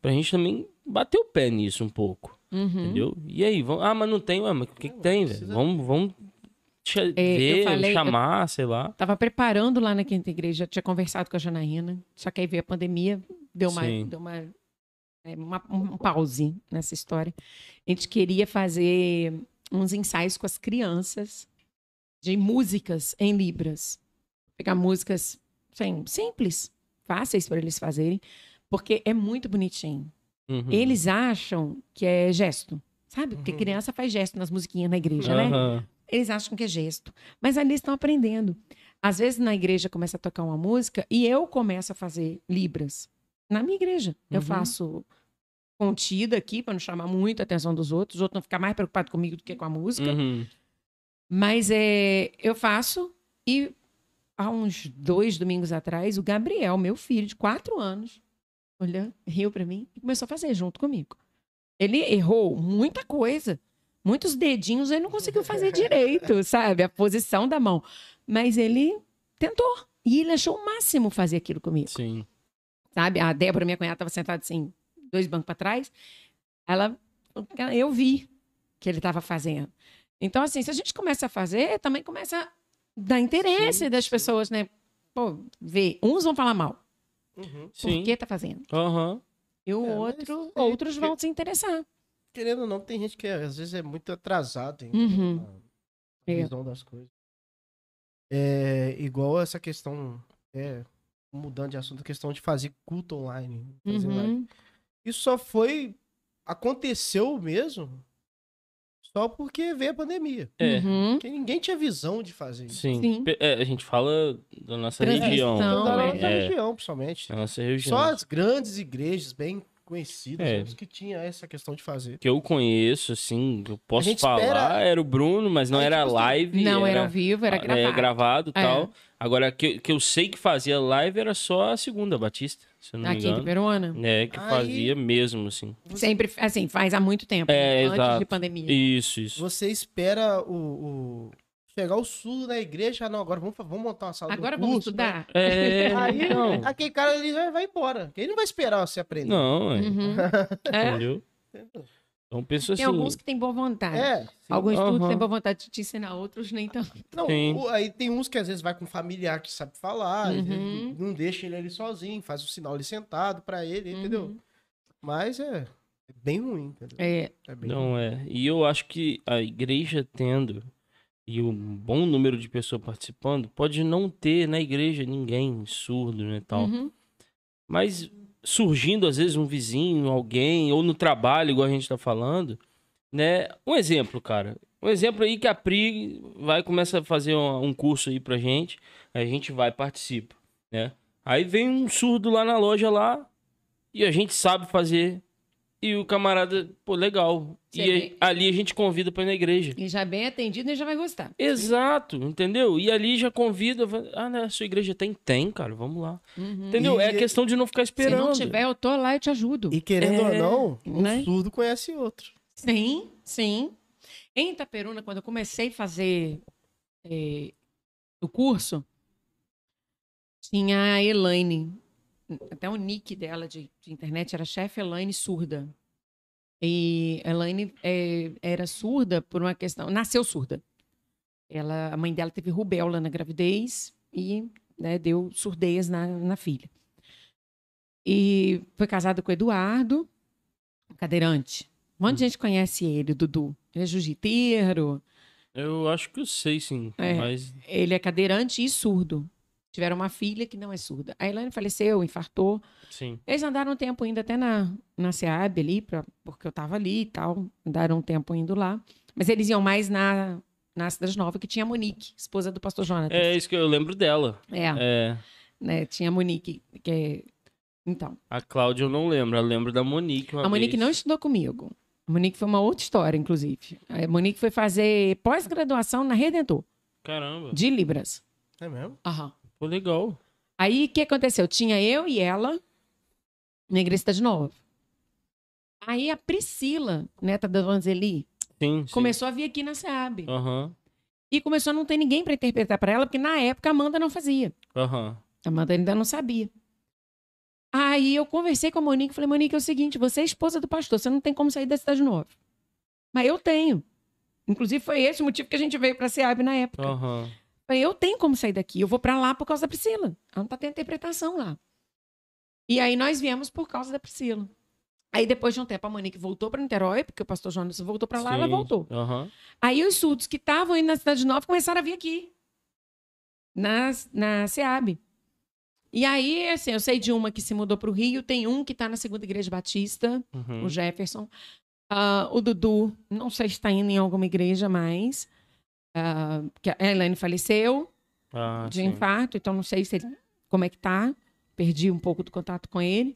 pra gente também bater o pé nisso um pouco, Uhum. entendeu? E aí, vamos, ah, mas não tem, ué, mas o que, que tem, velho? precisa- Vamos, vamos che- É, eu ver, falei- chamar, sei lá. Tava preparando lá na quinta igreja, tinha conversado com a Janaína, só que aí veio a pandemia, deu uma, Sim. deu uma, é, uma- um pause nessa história. A gente queria fazer uns ensaios com as crianças de músicas em libras, pegar músicas sim, simples, fáceis para eles fazerem, porque é muito bonitinho. Uhum. Eles acham que é gesto, sabe? Porque Uhum. criança faz gesto nas musiquinhas na igreja, né? Aham. Eles acham que é gesto. Mas ali estão aprendendo. Às vezes na igreja começa a tocar uma música e eu começo a fazer libras. Na minha igreja, eu Uhum. faço contida aqui, para não chamar muito a atenção dos outros. Os outros vão ficar mais preocupados comigo do que com a música. Uhum. Mas é, eu faço e há uns dois domingos atrás, o Gabriel, meu filho de quatro anos, olhando, riu para mim e começou a fazer junto comigo. Ele errou muita coisa, muitos dedinhos, ele não conseguiu fazer direito, sabe? A posição da mão. Mas ele tentou e ele achou o máximo fazer aquilo comigo Sim. sabe? A Débora, minha cunhada, estava sentada assim, dois bancos para trás. Ela, eu vi que ele estava fazendo. Então, assim, se a gente começa a fazer, também começa a dar interesse Sim, das pessoas, né? Pô, vê, uns vão falar mal. Sim. Por que tá fazendo? Aham. E o É, mas outro, é outros que- vão se interessar. Querendo ou não, tem gente que às vezes é muito atrasado em Uhum. na É. visão das coisas. É igual essa questão, é, mudando de assunto, a questão de fazer culto online. fazer live. Uhum. Isso só foi. Aconteceu mesmo só porque veio a pandemia. É. Uhum. Porque ninguém tinha visão de fazer isso. Sim. Sim. Pe- é, a gente fala da nossa Transição, né? região. Não, da também. nossa é, região, principalmente. da nossa região. Só as grandes igrejas bem conhecidas É. né, que tinha essa questão de fazer. que eu conheço, assim, eu posso gente falar, espera- era o Bruno, mas não Aí, era tipo assim, live. Não, era ao vivo, era é, gravado. gravado e É. tal. Agora, que, que eu sei que fazia live era só a segunda, Batista, se eu não me Aqui tá em engano. Peruana. É, que Aí- fazia mesmo, assim. Sempre, assim, faz há muito tempo. É, antes exato. de pandemia. Isso, isso. Você espera o. o- Chegar o sul na igreja, ah, não, agora vamos, fa- vamos montar uma sala Agora do vamos curso, né? estudar. É, (laughs) Aí, não. aquele cara ele vai, vai embora. Ele não vai esperar você aprender. Não, é, Uhum. É. entendeu? Então, penso assim. Tem alguns que têm boa vontade. É. Alguns aham. tudo têm boa vontade de te ensinar, outros nem tanto. Não, Sim. o- aí tem uns que às vezes vai com um familiar que sabe falar, às vezes Uhum. não deixa ele ali sozinho, faz o sinal ali sentado pra ele, entendeu? Uhum. Mas é, é bem ruim, entendeu? É, É bem ruim. Não é. E eu acho que a igreja tendo e um bom número de pessoas participando, pode não ter na igreja ninguém surdo, né, tal. uhum. Mas surgindo às vezes um vizinho, alguém ou no trabalho, igual a gente tá falando, né? Um exemplo, cara. Um exemplo aí que a Pri vai começa a fazer um um curso aí pra gente, a gente vai e participa, né? Aí vem um surdo lá na loja lá e a gente sabe fazer e o camarada, pô, legal. Você e aí- vê. ali a gente convida pra ir na igreja. E já é bem atendido, ele já vai gostar. Exato, entendeu? E ali já convida, fala, ah, né, sua igreja tem? Tem, cara, vamos lá. Uhum. Entendeu? E- É questão de não ficar Se esperando. não tiver, eu tô lá e te ajudo. E querendo É, ou não, um né? surdo conhece outro. Sim, sim. Em Itaperuna, quando eu comecei a fazer eh, o curso, tinha a Elaine. Até o nick dela de, de internet era chefe Elaine surda. E a Elaine eh, era surda por uma questão. Nasceu surda. Ela, a mãe dela teve rubéola na gravidez e né, deu surdez na, na filha. E foi casada com o Eduardo, cadeirante. Um monte de gente conhece ele, o Dudu. Ele é jiu-jiteiro, Eu acho que eu sei, sim. É. Mas. ele é cadeirante e surdo. Tiveram uma filha que não é surda. A Elaine faleceu, infartou. Sim. Eles andaram um tempo indo até na, na SEAB ali, pra- porque eu tava ali e tal. Andaram um tempo indo lá. Mas eles iam mais na, na Cidade Nova, que tinha a Monique, esposa do pastor Jonathan. É isso que eu lembro dela. É, É. né? Tinha a Monique, que é... Então, A Cláudia eu não lembro. Eu lembro da Monique. Uma a Monique não vez. estudou comigo. A Monique foi uma outra história, inclusive. A Monique foi fazer pós-graduação na Redentor, Caramba. de Libras. É mesmo? Aham. Pô, legal. Aí o que aconteceu? Tinha eu e ela na igreja de novo. Aí a Priscila, neta da Vanzeli, Sim. sim. começou a vir aqui na SEAB. Aham. E começou a não ter ninguém para interpretar para ela, porque na época a Amanda não fazia. Aham. A Amanda ainda não sabia. Aí eu conversei com a Monique e falei: Monique, é o seguinte, você é esposa do pastor, você não tem como sair da Cidade Nova. Mas eu tenho. Inclusive, foi esse o motivo que a gente veio para a SEAB na época. Aham. Falei, Eu tenho como sair daqui, eu vou pra lá por causa da Priscila. Ela não tá tendo interpretação lá. E aí nós viemos por causa da Priscila. Aí depois de um tempo a Monique voltou pra Niterói, porque o pastor Jonas voltou pra lá, ela Sim. voltou. Aham. Aí os surdos que estavam indo na Cidade Nova começaram a vir aqui. Na, na SEAB. E aí, assim, eu sei de uma que se mudou pro Rio, tem um que tá na segunda igreja batista, Uhum. o Jefferson. Ah, o Dudu, não sei se está indo em alguma igreja mais. Ah, que a Elaine faleceu Ah, de sim. infarto, então não sei se ele- como é que tá. Perdi um pouco do contato com ele.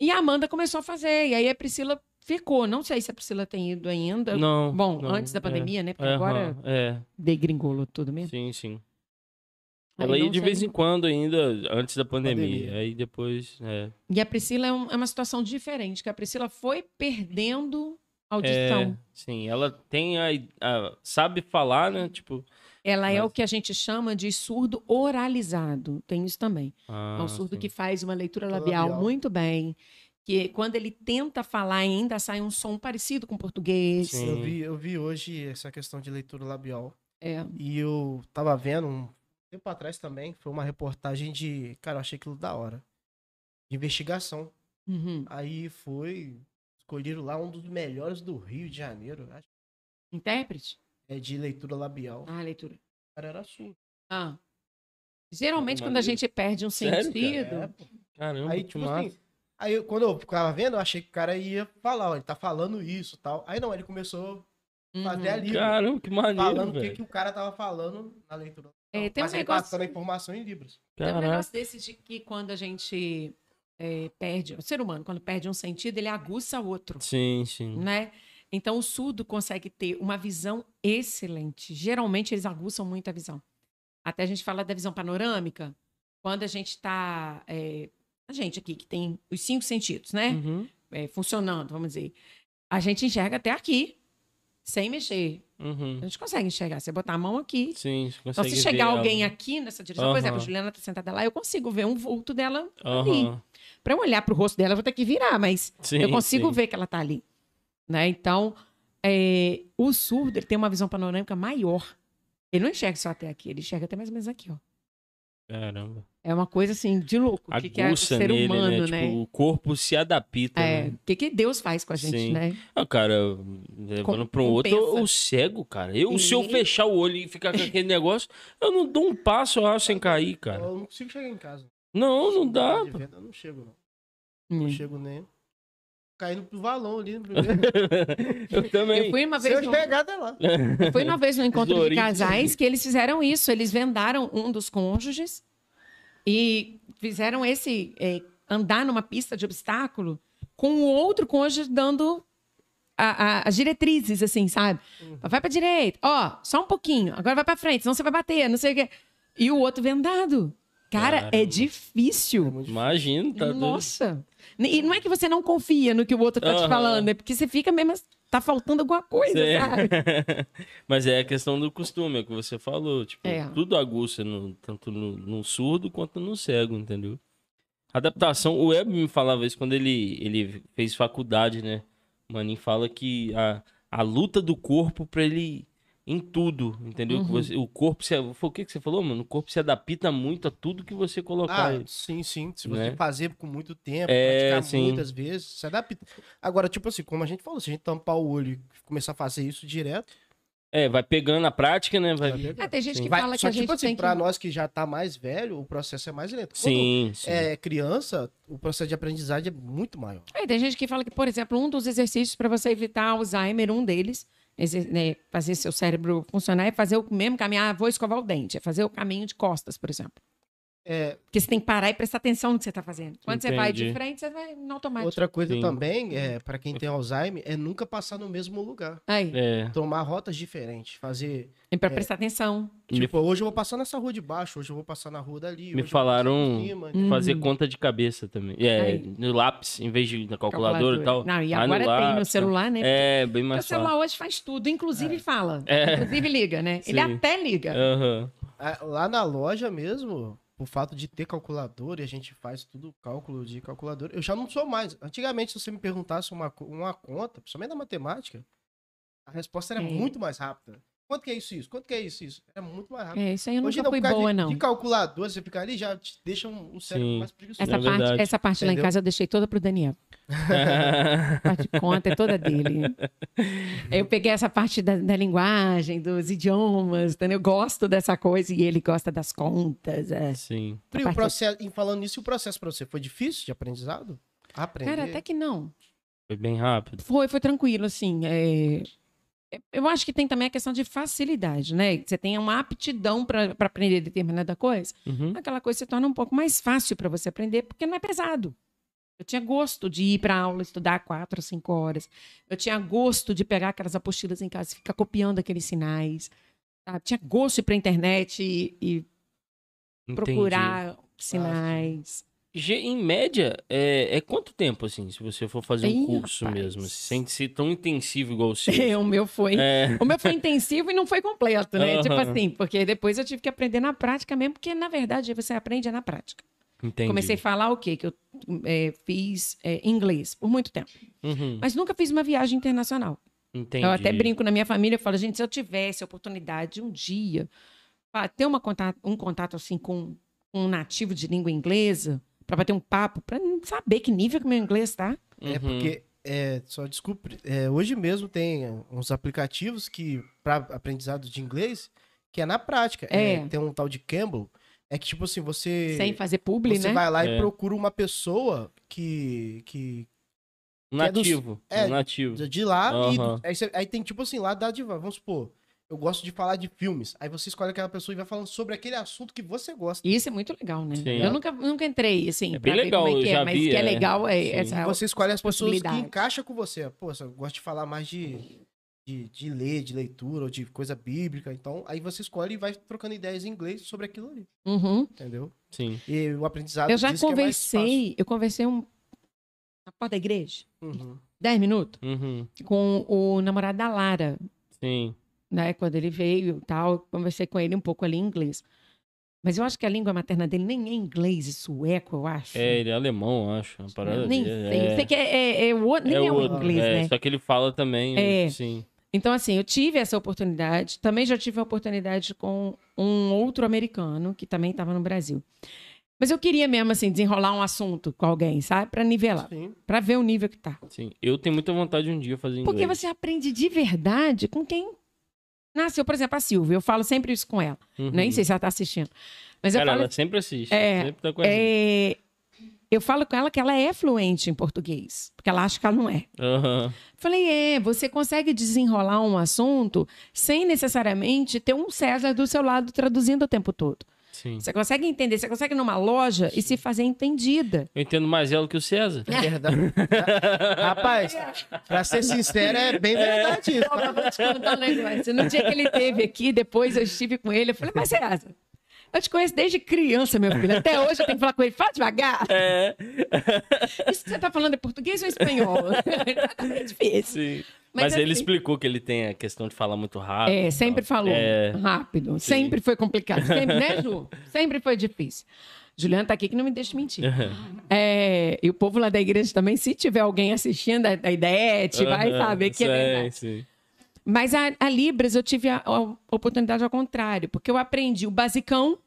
E a Amanda começou a fazer. E aí a Priscila ficou. Não sei se a Priscila tem ido ainda. Não. Bom, não, antes da é. pandemia, né? Porque Aham, agora É, degringolou tudo mesmo. sim, sim. Aí Ela ia não de sei. vez em quando ainda, antes da pandemia. Pandemia. Aí depois, é. E a Priscila é, um- é uma situação diferente, que a Priscila foi perdendo audição. É, sim, ela tem a, a- sabe falar, né? Tipo, Ela é Mas- o que a gente chama de surdo oralizado. Tem isso também. ah, é um surdo sim. que faz uma leitura Labial. labial, muito bem. Que quando ele tenta falar ainda, sai um som parecido com português. Sim. Eu vi, eu vi hoje essa questão de leitura labial. É. E eu tava vendo um tempo atrás também, foi uma reportagem de. Cara, eu achei aquilo da hora. De investigação. Uhum. Aí foi. Escolheram lá um dos melhores do Rio de Janeiro, acho. Intérprete? É de leitura labial. O Ah, leitura. cara era surdo. Ah. Geralmente, Que quando a maneiro. gente perde um Sério, cara? sentido. É, Caramba, Aí, que tipo massa. assim, aí eu- quando eu ficava vendo, eu achei que o cara ia falar, ó, ele tá falando isso e tal. Aí não, ele começou a Uhum. fazer a Libra, Caramba, que maneiro, falando o que, velho. que o cara tava falando na leitura. É, tem um Mas ele negócio- passando a informação em Libras. Tem um Caraca. negócio desse de que quando a gente é, perde, o ser humano, quando perde um sentido, ele aguça o outro, Sim, sim. né? Então, o surdo consegue ter uma visão excelente. Geralmente, eles aguçam muito a visão. Até a gente fala da visão panorâmica, quando a gente está... a gente aqui, que tem os cinco sentidos, né? Uhum, É, funcionando, vamos dizer. A gente enxerga até aqui, sem mexer. uhum. A gente consegue enxergar. Você botar a mão aqui, Sim, você então, consegue se chegar ver alguém ela. aqui nessa direção, por exemplo, a Aham. Juliana tá sentada lá, eu consigo ver um vulto dela ali. Aham. Pra eu olhar pro rosto dela, eu vou ter que virar, mas Sim, eu consigo sim. ver que ela tá ali. Né? Então, é, o surdo ele tem uma visão panorâmica maior. Ele não enxerga só até aqui, ele enxerga até mais ou menos aqui, ó. Caramba. É uma coisa assim de louco, o que, que é o Aguça ser nele, humano, né? né? Tipo, o corpo se adapta, É, né? o que, que Deus faz com a gente, Sim. né? Ah, cara, levando Com- pra um outro, eu, compensa. eu cego, cara. Eu, Se eu Sim. fechar o olho e ficar com aquele negócio, eu não dou um passo eu acho, sem cair, cara. Eu não consigo chegar em casa. Não, não dá. De pô. venda, eu não chego, não. Não Hum. chego nem. Caindo pro valão (laughs) ali. Eu também. Eu fui uma Se vez eu num- tá pegar, até lá. (laughs) Eu fui uma vez no encontro de Zorinho. casais que eles fizeram isso. Eles vendaram um dos cônjuges e fizeram esse é, andar numa pista de obstáculo com o outro cônjuge dando a- a- as diretrizes, assim, sabe? Uhum. Vai pra direita, ó, só um pouquinho, agora vai pra frente, senão você vai bater, não sei o quê. E o outro vendado. Cara, é Caramba. É difícil. Imagina, tá doido. Nossa. E não é que você não confia no que o outro tá te Aham. falando, é porque você fica mesmo. Tá faltando alguma coisa, Cê- é. sabe? (laughs) Mas é a questão do costume, é o que você falou. Tipo, É. tudo aguça, no- tanto no, no surdo quanto no cego, entendeu? Adaptação, o Web me falava isso quando ele, ele fez faculdade, né? O Maninho fala que a, a luta do corpo pra ele em tudo, entendeu? Que Uhum. você- o corpo se. Foi o que, que você falou, mano? O corpo se adapta muito a tudo que você colocar. Ah, sim, sim. Se você Né? fazer com muito tempo, É, praticar sim. muitas vezes, se adapta. Agora, tipo assim, como a gente falou, se a gente tampar o olho e começar a fazer isso direto, É, vai pegando a prática, né? Vai... vai pegar. Ah, tem gente Sim. que Vai- fala que só a que, gente tipo assim, tem que... pra nós que já tá mais velho, o processo é mais lento. Quando Sim, sim. é criança, o processo de aprendizagem é muito maior. É, tem gente que fala que, por exemplo, um dos exercícios para você evitar Alzheimer, um deles, exer- né, fazer seu cérebro funcionar, é fazer o mesmo caminho. Ah, vou escovar o dente. É fazer o caminho de costas, por exemplo. É, Porque você tem que parar e prestar atenção no que você está fazendo. Quando você vai de Entendi. frente, você vai no automático. outra coisa Sim. também, é, para quem tem Alzheimer, é nunca passar no mesmo lugar. Aí, É. Tomar rotas diferentes, fazer. é para prestar atenção. Me- Tipo, hoje eu vou passar nessa rua de baixo, hoje eu vou passar na rua dali. Me hoje eu vou passar falaram- por cima, Hum. Fazer conta de cabeça também. É, Aí. no lápis, em vez de na calculadora e tal. Não, e vai agora tem no lápis, celular, né? É, bem Porque mais o fácil. celular hoje faz tudo, inclusive fala. É. Inclusive liga, né? Ele Sim. até liga. Aham. (laughs) Ah, Lá na loja mesmo, o fato de ter calculador e a gente faz tudo cálculo de calculador, eu já não sou mais. Antigamente, se você me perguntasse uma, co- uma conta, principalmente na matemática, a resposta era É. muito mais rápida. Quanto que é isso isso? Quanto que é isso isso? Era muito mais rápido. É, isso aí eu nunca não, fui por causa boa, de, não. De calculador, você ficar ali, já te deixa um, um cérebro Sim. mais preguiçoso. É Essa parte, verdade. essa parte lá em Entendeu? casa eu deixei toda pro Daniel. parte de conta é toda dele. Eu peguei essa parte da, da linguagem, dos idiomas, entendeu? Eu gosto dessa coisa e ele gosta das contas. é. Sim. Pri, o parte- processo, em falando nisso, e o processo pra você foi difícil de aprendizado? Aprender. Cara, até que não. Foi bem rápido. Foi, foi tranquilo, assim. é. Eu acho que tem também a questão de facilidade, né? Você tem uma aptidão para aprender determinada coisa. Uhum. Aquela coisa se torna um pouco mais fácil para você aprender, porque não é pesado. Eu tinha gosto de ir para aula, estudar quatro, cinco horas. Eu tinha gosto de pegar aquelas apostilas em casa e ficar copiando aqueles sinais. sabe? Tinha gosto de ir para internet e, e Entendi. procurar sinais. Gê, Em média, é, é quanto tempo, assim, se você for fazer um Ih, curso rapaz. mesmo? assim, Sem ser tão intensivo igual o seu. (laughs) o meu foi. É, O meu foi intensivo e não foi completo, né? Tipo Aham. assim, porque depois eu tive que aprender na prática mesmo, porque na verdade você aprende é na prática. entendi. Comecei a falar o quê? Que eu é, fiz é, inglês por muito tempo. Uhum, Mas nunca fiz uma viagem internacional. entendi. Eu até brinco na minha família, eu falo, gente, se eu tivesse a oportunidade de um dia pá, ter uma contato, um contato assim com um nativo de língua inglesa, para bater um papo, para saber que nível que meu inglês tá. É Uhum. porque, é, só desculpe, é, hoje mesmo tem é, uns aplicativos que, para aprendizado de inglês, que é na prática. É. tem um tal de Campbell, é que tipo assim, você, Sem fazer publi, você né? vai lá É. e procura uma pessoa que, que Um que é dos- Nativo. é, um nativo. de lá e do- Aham. aí, você- aí tem tipo assim, lá dá de vamos supor, eu gosto de falar de filmes. Aí você escolhe aquela pessoa e vai falando sobre aquele assunto que você gosta. E Isso é muito legal, né? Sim. eu nunca, nunca entrei, assim, É é bem ver legal, como é que eu é, já mas vi, que é é. legal é Sim. essa... E você escolhe as pessoas que possibilidades. encaixam com você. Pô, eu gosto de falar mais de, de, de ler, de leitura, ou de coisa bíblica. Então, aí você escolhe e vai trocando ideias em inglês sobre aquilo ali, Uhum. entendeu? Sim. E o aprendizado Eu já disso que é mais fácil. conversei, eu conversei um... na porta da igreja, Uhum. 10 minutos, Uhum. com o namorado da Lara, Sim. né, quando ele veio e tal, eu conversei com ele um pouco ali em inglês. Mas eu acho que a língua materna dele nem é inglês, é sueco, eu acho. Né, É, ele é alemão, eu acho. Uma parada nem dele, sei. é. Sei que é, é- é o outro- nem é, o outro, inglês, é, né? Só que ele fala também. É. Sim. Então, assim, eu tive essa oportunidade. Também já tive a oportunidade com um outro americano que também estava no Brasil. Mas eu queria mesmo, assim, desenrolar um assunto com alguém, sabe? Pra nivelar, Sim. pra ver o nível que tá. Sim. Eu tenho muita vontade de um dia fazer inglês. Porque você aprende de verdade com quem nasceu. Por exemplo, a Silvia. Eu falo sempre isso com ela. Uhum. Nem sei se ela tá assistindo. Mas eu Cara, falo ela sempre assiste. É, Sempre tá com a gente. É, eu falo com ela que ela é fluente em português, porque ela acha que ela não é. Aham. Falei, é, você consegue desenrolar um assunto sem necessariamente ter um César do seu lado traduzindo o tempo todo. Sim. Você consegue entender, você consegue ir numa loja e se fazer entendida. Eu entendo mais ela que o César. É verdade. (laughs) Rapaz, pra ser sincero, é bem verdade (laughs) isso. Não, mas vou te contar um negócio. No dia que ele teve aqui, depois eu estive com ele, eu falei, mas César, eu te conheço desde criança, meu filho. Até hoje eu tenho que falar com ele, fala devagar. É. Isso que você tá falando é português ou espanhol? (laughs) é (laughs) difícil. Sim. Mas, Mas ele assim- explicou que ele tem a questão de falar muito rápido. É, sempre falou Ah, É. rápido. Sempre foi complicado. Sempre, né, Ju? Sempre foi difícil. Juliana tá aqui que não me deixa mentir. É, e o povo lá da igreja também, se tiver alguém assistindo a, a IDET, vai Aham, saber que sei, é verdade. sim. Mas a, a Libras eu tive a, a oportunidade ao contrário, porque eu aprendi o basicão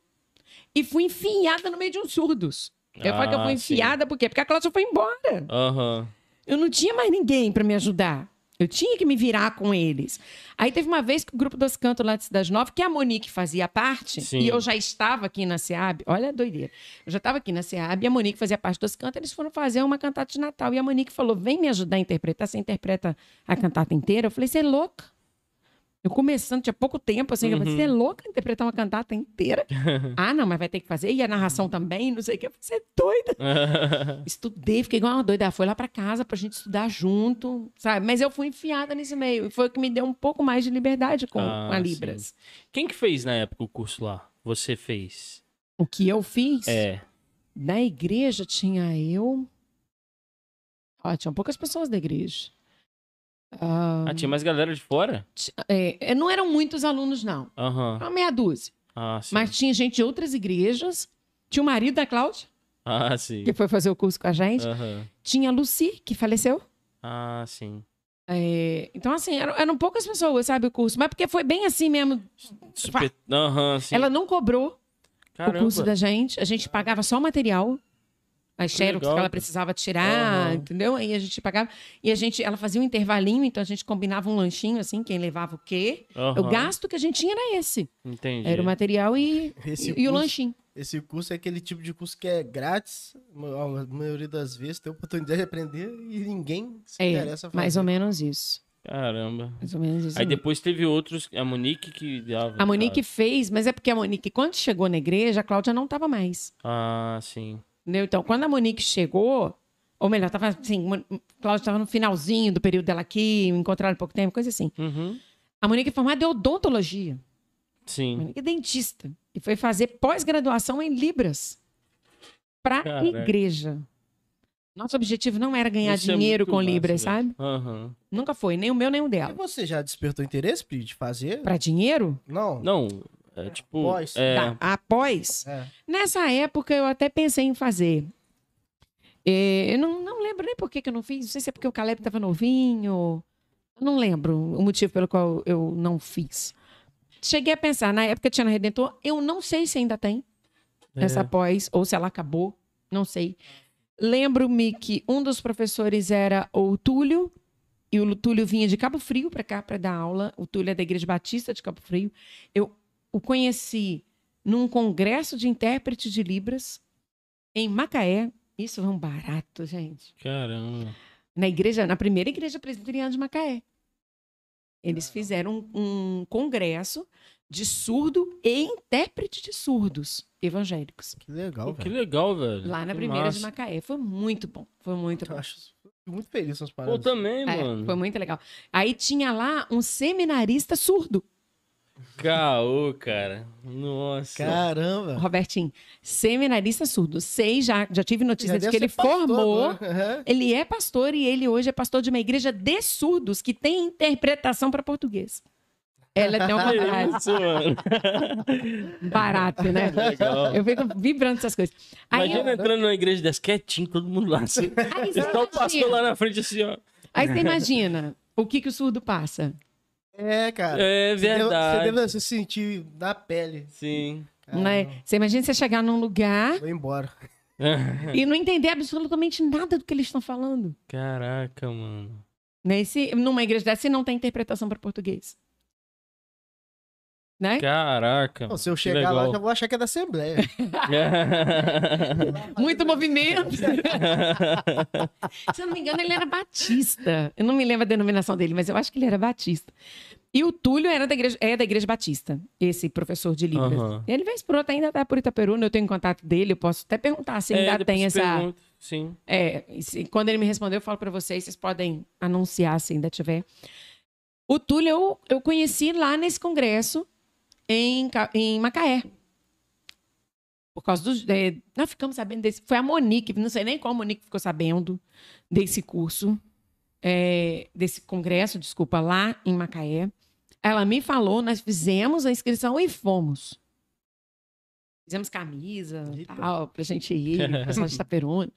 e fui enfiada no meio de uns surdos. Eu falo que eu Ah, fui sim. enfiada por quê? Porque a Cláudia foi embora. Aham. (laughs) Eu não tinha mais ninguém pra me ajudar. Eu tinha que me virar com eles. Aí teve uma vez que o grupo dos cantos lá de Cidade Nova, que a Monique fazia parte, Sim. e eu já estava aqui na SEAB, olha a doideira. Eu já estava aqui na SEAB e a Monique fazia parte dos cantos, eles foram fazer uma cantata de Natal. E a Monique falou: vem me ajudar a interpretar, você interpreta a cantata inteira. Eu falei, você é louca? Eu começando, tinha pouco tempo, assim, eu falei, você é louca interpretar uma cantata inteira? ah, não, mas vai ter que fazer, e a narração também, não sei o que. Eu falei, você é doida. Estudei, fiquei igual uma doida. Ela Foi lá pra casa pra gente estudar junto, sabe? Mas eu fui enfiada nesse meio. E foi o que me deu um pouco mais de liberdade com, Ah, com a Libras. Quem que fez na época o curso lá? Você fez? O que eu fiz, É. na igreja tinha eu... Ó, tinham poucas pessoas da igreja. Ah, Ah, tinha mais galera de fora? ti- é, é, não eram muitos alunos, não. Aham. Era uma meia dúzia. Ah, sim. Mas tinha gente de outras igrejas. Tinha o marido da Cláudia, Ah, sim. Ah. que foi fazer o curso com a gente. Aham. Tinha a Lucy, que faleceu. Ah, sim. É, então, assim, eram, eram poucas pessoas, sabe, o curso. Mas porque foi bem assim mesmo. Super... Aham, sim. Ela não cobrou Caramba. o curso da gente. A gente pagava só o material. As Que xerox legal. que ela precisava tirar, Aham. entendeu? Aí a gente pagava. E a gente, ela fazia um intervalinho, então a gente combinava um lanchinho, assim, quem levava o quê. Aham, O gasto que a gente tinha era esse. Entendi. Era o material e, Esse e, e o curso- lanchinho. Esse curso é aquele tipo de curso que é grátis, a maioria das vezes tem oportunidade de aprender e ninguém se É, interessa a fazer. mais ou menos isso. Caramba. Mais ou menos isso. Aí mesmo. depois Ah. teve outros, a Monique que dava. A Monique fez, mas é porque a Monique, quando chegou na igreja, a Cláudia não estava mais. Ah, sim. Entendeu? Então, quando a Monique chegou, Ou melhor, tava assim, uma- Cláudia estava no finalzinho do período dela aqui, encontraram há pouco tempo, coisa assim. Uhum. A Monique é formada em odontologia. A Sim. Monique é dentista. E foi fazer pós-graduação em Libras para a Caraca. igreja. Nosso objetivo não era ganhar Isso é dinheiro muito com massa, Libras, velho. sabe? Aham. Nunca foi, nem o meu, nem o E dela. você já despertou interesse, Pri, de fazer? Para dinheiro? Não. Não, é tipo. Pós. é, Tá, após. É. Nessa época, eu até pensei em fazer. É, eu não, não lembro nem por que, que eu não fiz. Não sei se é porque o Caleb estava novinho. Eu não lembro o motivo pelo qual eu não fiz. Cheguei a pensar, na época tinha na Redentor, eu não sei se ainda tem é, essa pós, ou se ela acabou, não sei. Lembro-me que um dos professores era o Túlio, e o Túlio vinha de Cabo Frio para cá para dar aula. O Túlio é da Igreja Batista de Cabo Frio. Eu o conheci num congresso de intérprete de Libras em Macaé. Isso é um barato, gente. Caramba. Na igreja, na primeira igreja presbiteriana de Macaé. Eles fizeram um, um congresso de surdo e intérprete de surdos evangélicos. Que legal, que velho. legal, velho. Lá na Que primeira de massa. Macaé. Foi muito bom. Foi muito Eu bom. acho muito feliz essas Pô, paradas. também, É, mano. foi muito legal. Aí tinha lá um seminarista surdo, Caô, cara. Nossa. o Caramba. Robertinho. Seminarista surdo. Sei já, já tive Já notícia de deve que ele ser pastor formou. agora. Aham. Ele é pastor e ele hoje é pastor de uma igreja de surdos que tem interpretação para português. Ela (laughs) tem Que uma isso, mano. barata, né? Legal. Eu fico vibrando essas coisas. Aí, Imagina entrando numa igreja dessa quietinho, todo mundo lá assim. aí, você Está o pastor imagina, lá na frente assim, ó. aí você imagina o que, que o surdo passa. É, cara. É Você deve- Você verdade. deve se sentir na pele. Sim. Caramba. né? Você imagina você chegar num lugar Vou embora. É. e não entender absolutamente nada do que eles estão falando. (laughs) Caraca, mano. Né? E se- numa igreja dessa, se não tem interpretação para português. Né? Caraca. Não, mano. se eu Que chegar lá, legal. já vou achar que é da Assembleia. (laughs) (laughs) Muito é movimento. Se eu não me engano, ele era batista. Eu não me lembro a denominação dele, mas eu acho que ele era batista. E o Túlio era da igreja, é da igreja batista, esse professor de Libras. Aham. Ele vez por outra ainda está por Itaperuna, eu tenho contato dele, eu posso até perguntar se É, ainda depois tem você essa... pergunta. Sim. É, e se- quando ele me respondeu, eu falo pra vocês, vocês podem anunciar se ainda tiver. O Túlio eu, eu conheci lá nesse congresso em, Ca- em Macaé. Por causa dos. É, nós ficamos sabendo desse. Foi a Monique, não sei nem qual Monique ficou sabendo desse curso, é, desse congresso, desculpa, lá em Macaé. Ela me falou, nós fizemos a inscrição e fomos. Fizemos camisa, Eita. tal, pra gente ir, o pessoal de Itaperuna.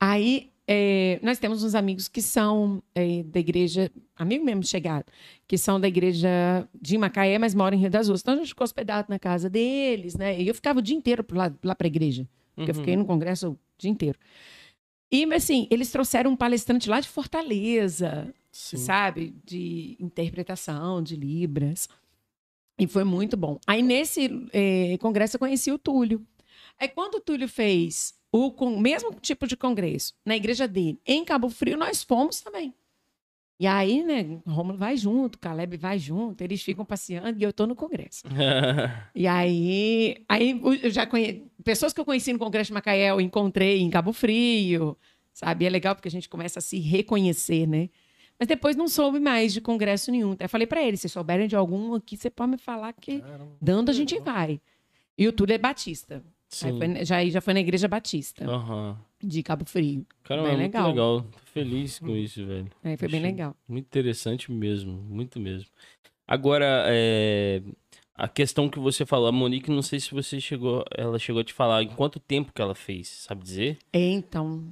Aí, é, nós temos uns amigos que são é, da igreja, amigo mesmo chegado, que são da igreja de Macaé, mas moram em Rio das Ostras. Então, a gente ficou hospedado na casa deles, né? E eu ficava o dia inteiro pro lado- lá pra igreja, porque Uhum. eu fiquei no congresso o dia inteiro. E, mas, assim, eles trouxeram um palestrante lá de Fortaleza, sabe? De interpretação, de Libras. E foi muito bom. Aí, nesse eh, congresso, eu conheci o Túlio. Aí, quando o Túlio fez o con- mesmo tipo de congresso na igreja dele, em Cabo Frio, nós fomos também. E aí, né, o Rômulo vai junto, o Caleb vai junto, eles ficam passeando e eu tô no congresso. E aí, aí o- eu já conhe... pessoas que eu conheci no Congresso de Macaé, eu encontrei em Cabo Frio, sabe? É legal porque a gente começa a se reconhecer, né? Mas depois não soube mais de congresso nenhum. Até falei pra ele, se souberem de algum aqui, você pode me falar que Caramba. dando a gente vai. E o Túlio é batista. Aí (laughs) Sim. Ah. foi- já, aí já foi na igreja batista Aham. de Cabo Frio. Cara, Bem é muito legal. Uhum. legal. Tô feliz com isso, velho. Aí foi bem Achei- legal. Muito interessante mesmo, muito mesmo. Agora, é, a questão que você falou, a Monique, não sei se você chegou, ela chegou a te falar em quanto tempo que ela fez, sabe dizer? Então,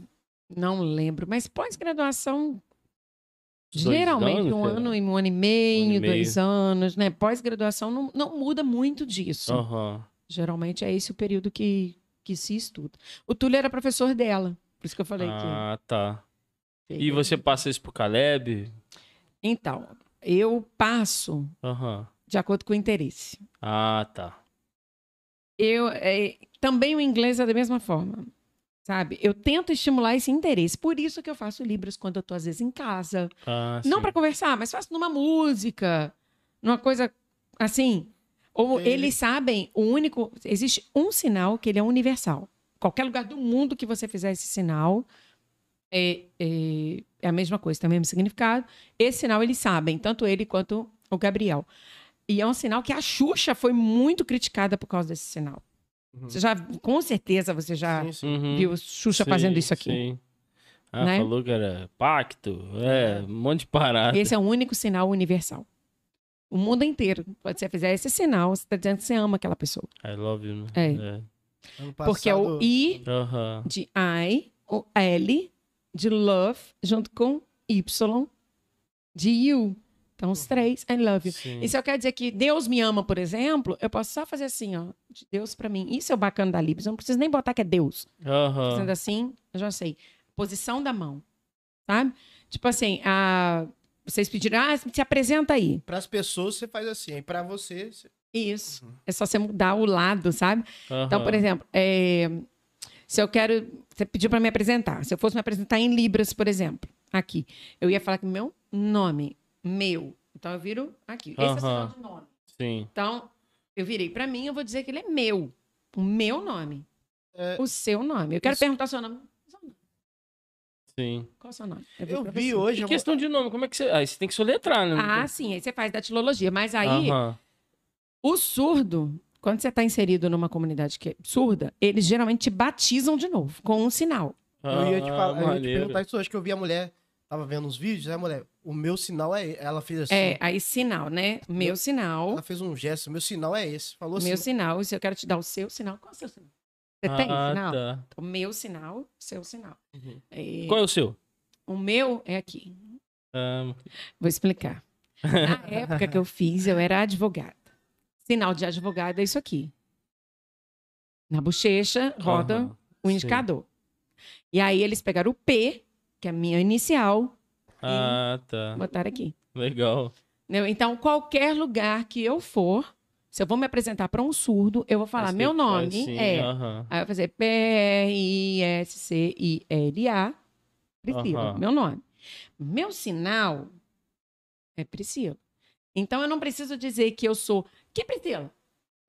não lembro. Mas pós-graduação, Dois geralmente anos, um sei lá. ano e um ano e meio, Um ano e meio. dois anos, né? Pós-graduação não, não muda muito disso. Aham. Geralmente é esse o período que, que se estuda. O Túlio era professor dela, por isso que eu falei Ah, tá. que. E você passa isso pro Caleb? Então, eu passo Aham. de acordo com o interesse. Ah, tá. Eu eh, também o inglês é da mesma forma, sabe? Eu tento estimular esse interesse. Por isso que eu faço libras quando eu tô às vezes em casa, Ah, não sim. para conversar, mas faço numa música, numa coisa assim. Ou Entendi. eles sabem, o único existe um sinal que ele é universal. Qualquer lugar do mundo que você fizer esse sinal, é, é- é a mesma coisa, tem o mesmo significado. Esse sinal eles sabem, tanto ele quanto o Gabriel. E é um sinal que a Xuxa foi muito criticada por causa desse sinal. Você já, com certeza, você já Sim, sim. Uhum. viu Xuxa Sim, fazendo isso aqui. sim. Ah, Né? falou que era pacto, é, um monte de parada. Esse é o único sinal universal. O mundo inteiro. Quando você fizer esse sinal, você está dizendo que você ama aquela pessoa. I love you, né? É. É. Ano Porque é o passado- I Aham. de I, o L de love, junto com Y de you. Então, os três, I love you. Sim. Isso eu quero dizer que Deus me ama, por exemplo, eu posso só fazer assim, ó, de Deus pra mim. Isso é o bacana da Libras, eu não preciso nem botar que é Deus. Ah. Aham. Fazendo assim, eu já sei. Posição da mão, sabe? Tipo assim, a... vocês pediram, ah, se apresenta aí. Pras pessoas você faz assim, e pra você. você- Isso. Uhum. É só você mudar o lado, sabe? Então, aham. por exemplo, é, se eu quero. Você pediu para me apresentar. Se eu fosse me apresentar em Libras, por exemplo, aqui, eu ia falar que meu nome, meu. Então eu viro aqui. Esse é o sinal Aham. de nome. Sim. Então, eu virei para mim, eu vou dizer que ele é meu. O meu nome. É. O seu nome. Eu quero Isso. perguntar seu nome. Sim. Qual é o seu nome? Eu pra vi você. hoje. E uma- questão de nome, como é que você. Ah, você tem que soletrar, né? Ah, sim, aí você faz datilologia. Mas aí, Aham. O surdo, quando você está inserido numa comunidade que é surda, eles geralmente te batizam de novo, com um sinal. Eu ia te, Ah, falar, eu ia te maneiro. perguntar isso hoje, que eu vi a mulher, tava vendo uns vídeos, né, mulher? O meu sinal é. Ela fez assim. É, aí sinal, né? Meu sinal, Ela fez um gesto, meu sinal é esse. Falou meu assim. sinal, se eu quero te dar o seu sinal, qual é o seu sinal? Você tem Ah, sinal? tá. Então, meu sinal, seu sinal. Uhum. É, Qual é o seu? o meu é aqui. Ah, Vou explicar. (laughs) Na época que eu fiz, eu era advogada. Sinal de advogado é isso aqui. Na bochecha, roda aham. o Sim. indicador. E aí eles pegaram o P, que é a minha inicial, Ah, tá. botaram aqui. Legal. Entendeu? Então, qualquer lugar que eu for, se eu vou me apresentar para um surdo, eu vou falar Você meu faz nome. assim, é. aham. Aí eu vou fazer P-R-I-S-C-I-L-A. Priscila, Aham. meu nome. Meu sinal é Priscila. Então eu não preciso dizer que eu sou. Que Priscila?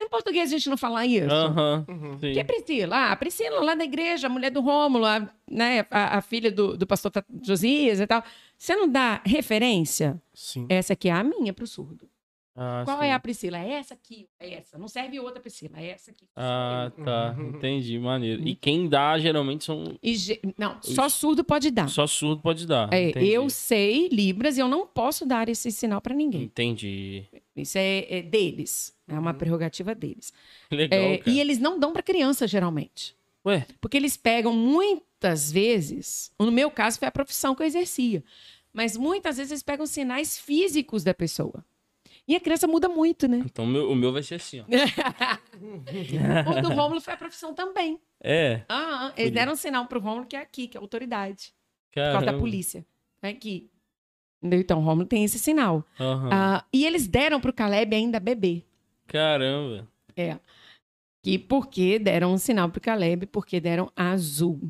Em português a gente não fala isso. Aham. Uhum. Sim. Que é Priscila? Ah, Priscila lá da igreja, a mulher do Rômulo, a, né, a, a filha do, do pastor Ta- Josias e tal. Você não dá referência? Sim. Essa aqui é a minha pro surdo. Ah, Qual sim. é a Priscila? É essa aqui, é essa. Não serve outra Priscila, é essa aqui. Ah, tá. Uhum. Entendi, maneiro. E quem dá, geralmente, são. E ge- não, só surdo pode dar. Só surdo pode dar. É, entendi. eu sei Libras e eu não posso dar esse sinal pra ninguém. Entendi. (laughs) Isso é, é deles. É uma prerrogativa deles. Hum. Legal, É, cara. e eles não dão pra criança, geralmente. Ué, Porque eles pegam muitas vezes, no meu caso foi a profissão que eu exercia, mas muitas vezes eles pegam sinais físicos da pessoa. E a criança muda muito, né? então meu- o meu vai ser assim, ó. (laughs) o do Rômulo foi a profissão também. É, Ah, ah, eles Podia. deram um sinal pro Rômulo que é aqui, que é autoridade, por cara. causa da polícia. É aqui. Entendeu? Então, o Rômulo tem esse sinal. Ah, e eles deram pro Caleb ainda bebê. Caramba. É. E por que deram um sinal pro Caleb? Porque deram azul,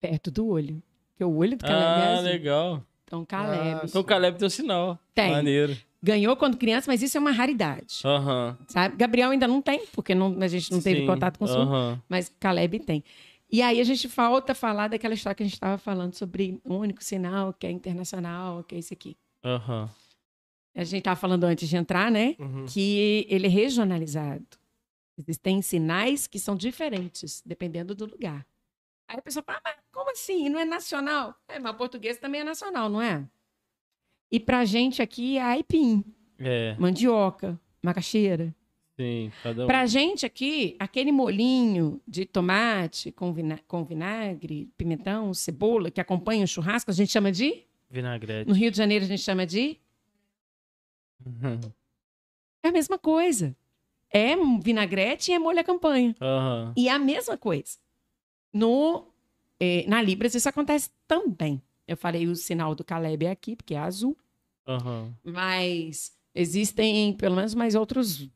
perto do olho. Porque o olho do Caleb é Ah, azul. legal. Então, Caleb. Ah, Então o Caleb tem um sinal. Tem. Maneiro. Ganhou quando criança, mas isso é uma raridade. Aham. Sabe? Gabriel ainda não tem, porque não- a gente não teve Sim, contato com o surdo, aham. mas Caleb tem. E aí a gente falta falar daquela história que a gente estava falando sobre um único sinal, que é internacional, que é isso aqui. Aham. A gente estava falando antes de entrar, né? Uhum. Que ele é regionalizado. Existem sinais que são diferentes, dependendo do lugar. Aí a pessoa fala, mas como assim? Não é nacional? É, mas o português também é nacional, não é? E pra gente aqui é aipim. É, mandioca, macaxeira. sim. Cada um. Pra gente aqui, aquele molinho de tomate com, vina- com vinagre, pimentão, cebola, que acompanha o churrasco, a gente chama de? Vinagrete. No Rio de Janeiro a gente chama de? Aham. É a mesma coisa. É um vinagrete e é molho à campanha. Aham. E é a mesma coisa. No, eh, na Libras isso acontece também. Eu falei o sinal do Caleb é aqui, porque é azul. Aham. Mas existem pelo menos mais outros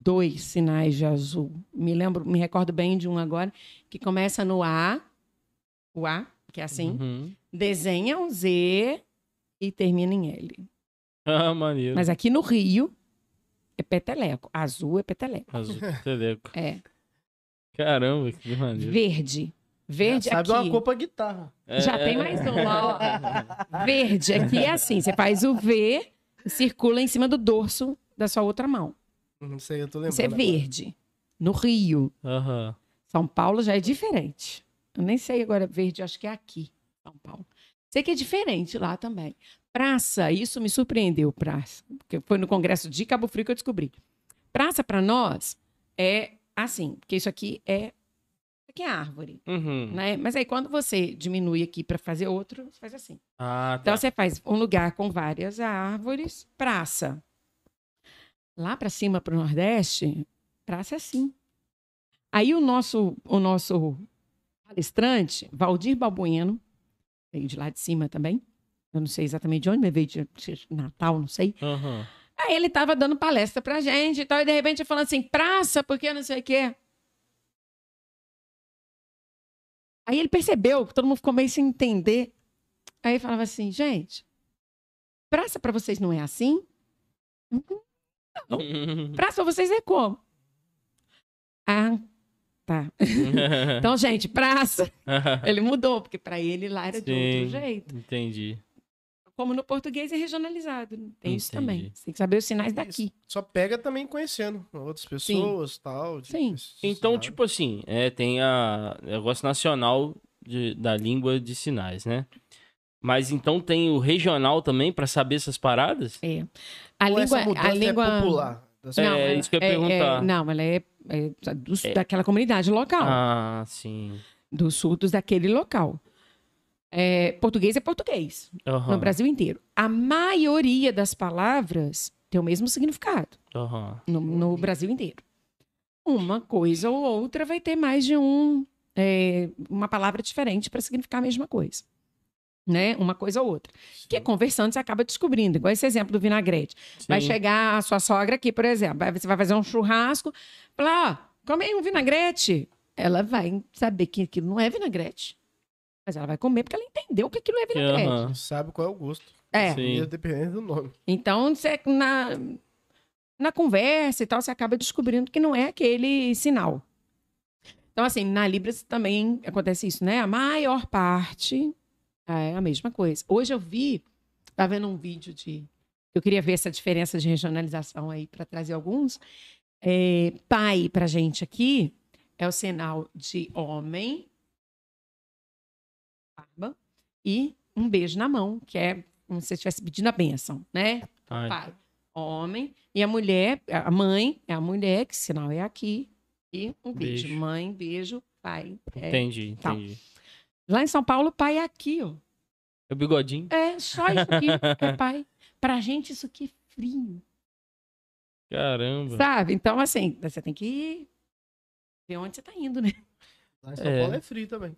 dois sinais de azul. Me lembro, me recordo bem de um agora, que começa no A, o A, que é assim, Uhum. desenha um Z e termina em L. Ah, maneiro. Mas aqui no Rio é peteleco. Azul é peteleco. Azul, teleco. É. Caramba, que maneiro. Verde. Verde Sabe aqui. uma cor pra guitarra. Já É, tem mais um lá, ó. Verde aqui é assim: você faz o V e circula em cima do dorso da sua outra mão. Não sei, Uhum, eu tô lembrando. Isso é agora. verde. No Rio. Aham. São Paulo já é diferente. Eu nem sei agora, verde, acho que é aqui, São Paulo. Sei que é diferente lá também. Praça, isso me surpreendeu, praça. Porque foi no congresso de Cabo Frio que eu descobri. Praça, para nós, é assim, porque isso aqui é. Isso aqui é árvore, Uhum. né? Mas aí, quando você diminui aqui para fazer outro, você faz assim. Ah, Então tá. você faz um lugar com várias árvores, praça. Lá para cima para o Nordeste, praça é assim. Aí o nosso o nosso palestrante, Valdir Balbueno, veio de lá de cima também. Eu não sei exatamente de onde, mas veio de de Natal, não sei. Aham. Aí ele tava dando palestra pra gente e tal, e de repente falando assim, praça, porque não sei o quê. Aí ele percebeu que todo mundo ficou meio sem entender. Aí ele falava assim, gente, praça pra vocês não é assim? (laughs) Uhum. Praça pra vocês é como? Ah, tá. É. Então, gente, (laughs) praça. Ele mudou, porque pra ele lá era de Sim. outro jeito. Entendi. Como no português é regionalizado. Tem isso também. Entendi. Você tem que saber os sinais daqui. Só pega também conhecendo outras pessoas e tal. de- Sim. esses Então, sinais. tipo assim, é, tem a é negócio nacional de- da língua de sinais, né? Mas então tem o regional também pra saber essas paradas? É. A Ou língua, essa mudança a língua é popular. Das- É, isso que eu ia perguntar. não, ela é, é do- daquela comunidade local, Ah, sim. dos surdos daquele local. É, português é português, Aham. no Brasil inteiro. A maioria das palavras tem o mesmo significado Aham. no, no Brasil inteiro. Uma coisa ou outra vai ter mais de um, é, uma palavra diferente para significar a mesma coisa. Né? Uma coisa ou outra. Que conversando você acaba descobrindo. Igual esse exemplo do vinagrete. Vai Sim. chegar a sua sogra aqui, por exemplo. vai- Você vai fazer um churrasco. Fala, ó, come aí um vinagrete. Ela vai saber que aquilo não é vinagrete. Mas ela vai comer porque ela entendeu que aquilo é vinagrete. Aham. Sabe qual é o gosto. É. Sim. E Dependendo do nome. Então, você, na, na conversa e tal, você acaba descobrindo que não é aquele sinal. Então, assim, na Libras também acontece isso, né? A maior parte é a mesma coisa. Hoje eu vi, estava vendo um vídeo de. Eu queria ver essa diferença de regionalização aí para trazer alguns. É, pai, pra gente aqui, é o sinal de homem, barba, e um beijo na mão, que é como se você estivesse pedindo a bênção, né? Ai. pai, homem, e a mulher, a mãe é a mulher, que sinal é aqui, e um beijo. Beijo. Mãe, beijo, pai. é. Entendi, Tá. entendi. Lá em São Paulo, pai é aqui, ó. É o bigodinho? É, só isso aqui é pai. Pra gente, isso aqui é frio, Caramba. sabe? Então, assim, você tem que ver onde você tá indo, né? Lá em São É. Paulo é frio também.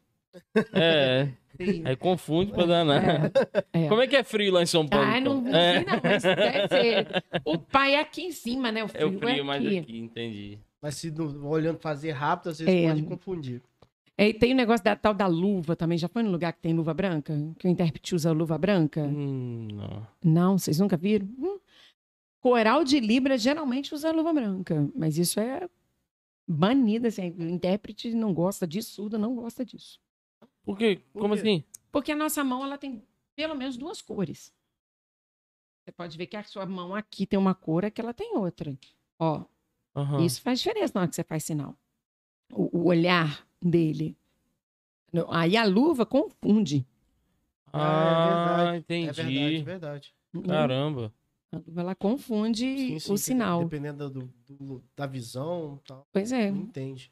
É, aí confunde pra danar. (laughs) É. Como é que é frio lá em São Paulo? Ah, então? não vi, é. não, mas deve ser. O pai é aqui em cima, né? O frio, É o frio é mais aqui. aqui, entendi. Mas se não- olhando fazer rápido, às vezes É. pode confundir. É, e tem o negócio da tal da luva também. Já foi no lugar que tem luva branca? Que o intérprete usa luva É. branca? Hum, não. Não, vocês nunca viram? Hum. Coral de Libra geralmente usa luva branca, mas isso é banido, assim. O intérprete não gosta disso, surdo não gosta disso. Por quê? Por Como quê? assim? Porque a nossa mão, ela tem pelo menos duas cores. Você pode ver que a sua mão aqui tem uma cor, aqui ela tem outra. Ó, Aham. isso faz diferença na hora que você faz sinal. O, o olhar dele. Não, Aí a luva confunde. Ah, É entendi. É verdade, é verdade. Caramba. A luva, Né? ela confunde Sim, sim, o dep- sinal. Dependendo do, do- da visão e tal. Pois é. Não entende.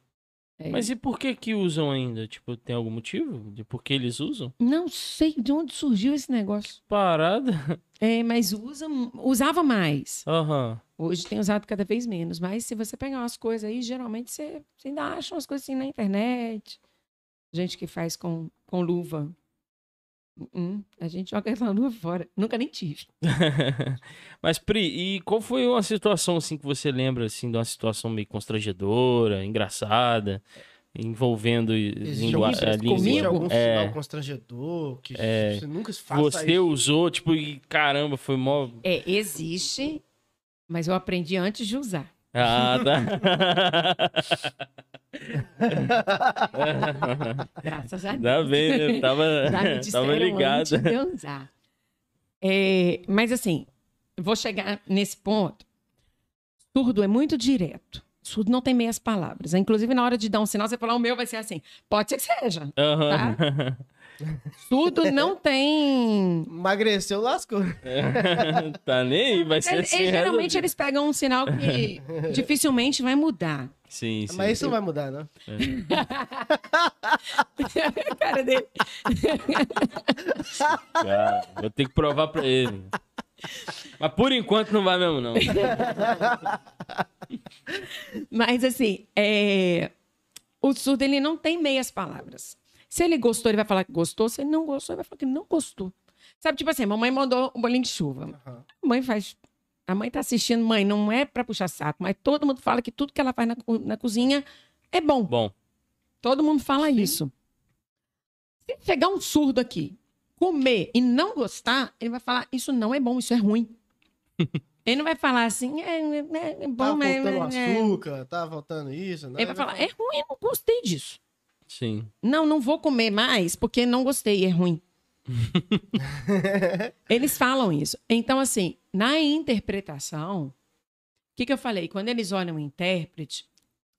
é. Mas e por que que usam ainda? Tipo, tem algum motivo de por que eles usam? Não sei de onde surgiu esse negócio. Parada? (laughs) É, mas usa, usava mais. Aham. (laughs) Hoje tem usado cada vez menos. Mas se você pegar umas coisas aí, geralmente você, você ainda acha umas coisas assim na internet. Gente que faz com, com luva. Uhum, a gente joga essa luva fora. Nunca nem tive. Mas, Pri, e qual foi uma situação, assim, que você lembra, assim, de uma situação meio constrangedora, engraçada, envolvendo e- Existe língua, a algum, existe língua? comigo? algum É, sinal constrangedor que você nunca se faça você é isso. usou, tipo, e caramba, foi mó... É, existe, mas eu aprendi antes de usar. Ah, (laughs) tá. (laughs) Graças (laughs) a Deus. Ainda bem, né? Eu Tava, (laughs) (laughs) Já me disseram tava antes ligado. de eu usar. É, mas assim, vou chegar nesse ponto. Surdo é muito direto. Surdo não tem meias palavras. Inclusive, na hora de dar um sinal, você falar, o meu vai ser assim. Pode ser que seja. Aham. (laughs) Surdo não tem. Emagreceu, lascou. É (laughs) tá nem aí, vai ser Eles- assim. eles, resto- geralmente eles pegam um sinal que (laughs) dificilmente vai mudar. (laughs) Sim, sim. Mas isso não vai mudar, não. Cara dele. Cara, Tá. vou ter que provar pra ele. Mas por enquanto não vai mesmo, (laughs) não. Mas assim, é, o surdo ele não tem meias palavras. Se ele gostou, ele vai falar que gostou. Se ele não gostou, ele vai falar que não gostou. Sabe, tipo assim, mamãe mandou um bolinho de chuva. Aham. A mãe faz. A mãe tá assistindo, mãe, não é pra puxar saco, mas todo mundo fala que tudo que ela faz na, co- na cozinha é bom. Bom, Todo mundo fala isso. Se chegar um surdo aqui, comer e não gostar, ele vai falar: Isso não é bom, isso é ruim. ele não vai falar assim, é, é, é bom, Tá mas. faltando é- açúcar, tá faltando isso. né? ele vai falar, é ruim, eu não gostei disso. sim. Não, não vou comer mais porque não gostei, é (laughs) ruim. eles falam isso. Então, assim, na interpretação, o que, que eu falei? Quando eles olham o intérprete,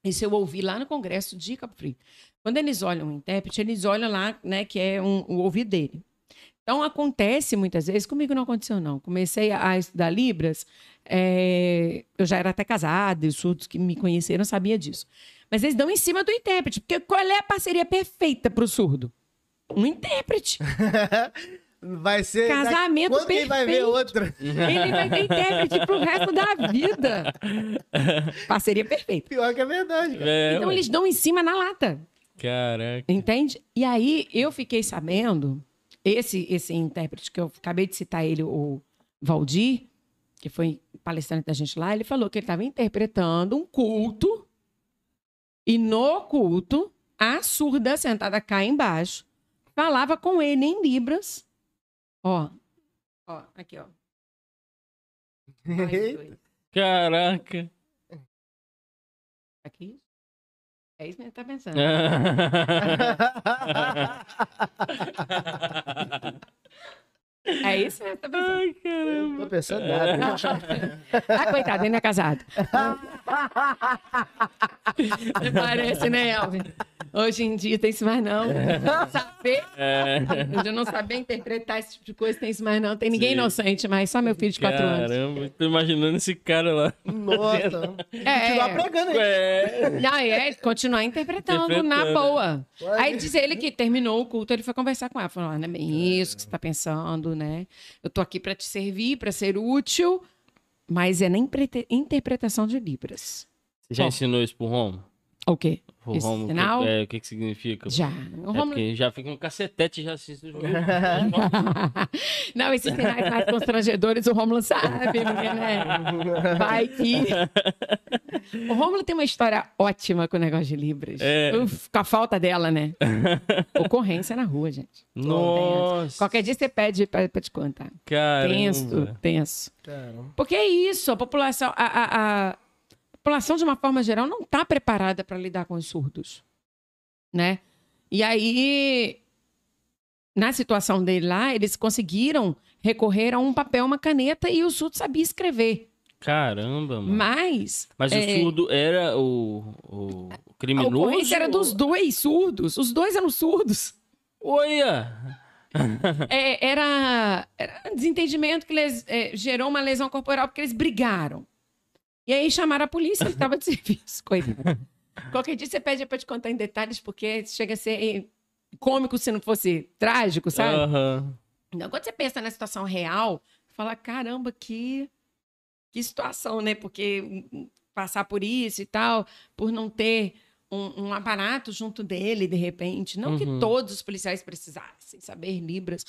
isso eu ouvi lá no congresso de Cabo Frio. Quando eles olham o intérprete, eles olham lá, né, que é um- o ouvido dele. Então, acontece muitas vezes, comigo não aconteceu, não. Comecei a estudar Libras, é, eu já era até casada, e os surdos que me conheceram sabiam disso. Mas eles dão em cima do intérprete, porque qual é a parceria perfeita para o surdo? Um (laughs) intérprete. (laughs) Vai ser. Casamento Quando que vai ver perfeito. (laughs) outra? Ele vai ter intérprete pro resto da (laughs) vida. Parceria perfeita. Pior que é verdade. cara. É, Então ué. eles dão em cima na lata. Caraca. Entende? E aí eu fiquei sabendo, esse esse intérprete que eu acabei de citar ele, o Valdir, que foi palestrante da gente lá, ele falou que ele estava interpretando um culto e no culto a surda sentada cá embaixo falava com ele em libras. Ó. Ó, aqui, ó. Mais dois. Caraca. (laughs) Aqui. É isso mesmo que tá pensando. (laughs) É isso mesmo que tá pensando. Ai, caramba. Não tô pensando nada. Ah, coitado, ele não é casado. Parece, né, Elvin? Hoje em dia tem isso mais não. Saber, É. hoje eu não saber interpretar esse tipo de coisa tem isso mais não. Tem ninguém Sim. inocente, mas só meu filho de quatro anos. Caramba, tô imaginando esse cara (laughs) lá. Nossa. Continuar É, pregando aí. É. não, é continuar interpretando, na Interpretando. boa. Ué. Aí diz ele que terminou o culto, ele foi conversar com ela, falou, ah, não é bem isso que você tá pensando, né? Eu tô aqui para te servir, para ser útil, mas é na interpreta- interpretação de libras. Você já Bom. ensinou isso pro Romo? O quê? Pro Esse Romo, sinal? Que, é, o que que significa? Já. É O Romulo- porque já fica um cacetete já assim. (laughs) Não, esses sinais mais constrangedores o Rômulo sabe, porque, (laughs) né? Vai que. O Rômulo tem uma história ótima com o negócio de Libras. É. Uf, com a falta (laughs) dela, né? Ocorrência na rua, gente. Nossa. Qualquer dia você pede pra, pra te contar. Caramba. Tenso, tenso. Caramba. Porque é isso, a população. A, a- a população, de uma forma geral, não está preparada para lidar com os surdos. Né? E aí, na situação dele lá, eles conseguiram recorrer a um papel, uma caneta, e o surdo sabia escrever. Caramba, mano. Mas. Hum. Mas é, o surdo é era o, o o a criminoso? ocorrência era dos dois surdos. Os dois eram surdos. Olha! É, era, era um desentendimento que les- é, gerou uma lesão corporal porque eles brigaram. E aí chamaram a polícia, ele estava de (laughs) serviço, coitado. Qualquer dia você pede pra te contar em detalhes, porque chega a ser eh, cômico se não fosse trágico, sabe? Aham. Então, quando você pensa na situação real, fala, caramba, que, que situação, né? Porque hum, passar por isso e tal, por não ter um, um aparato junto dele, de repente. Não que Uhum. todos os policiais precisassem saber Libras,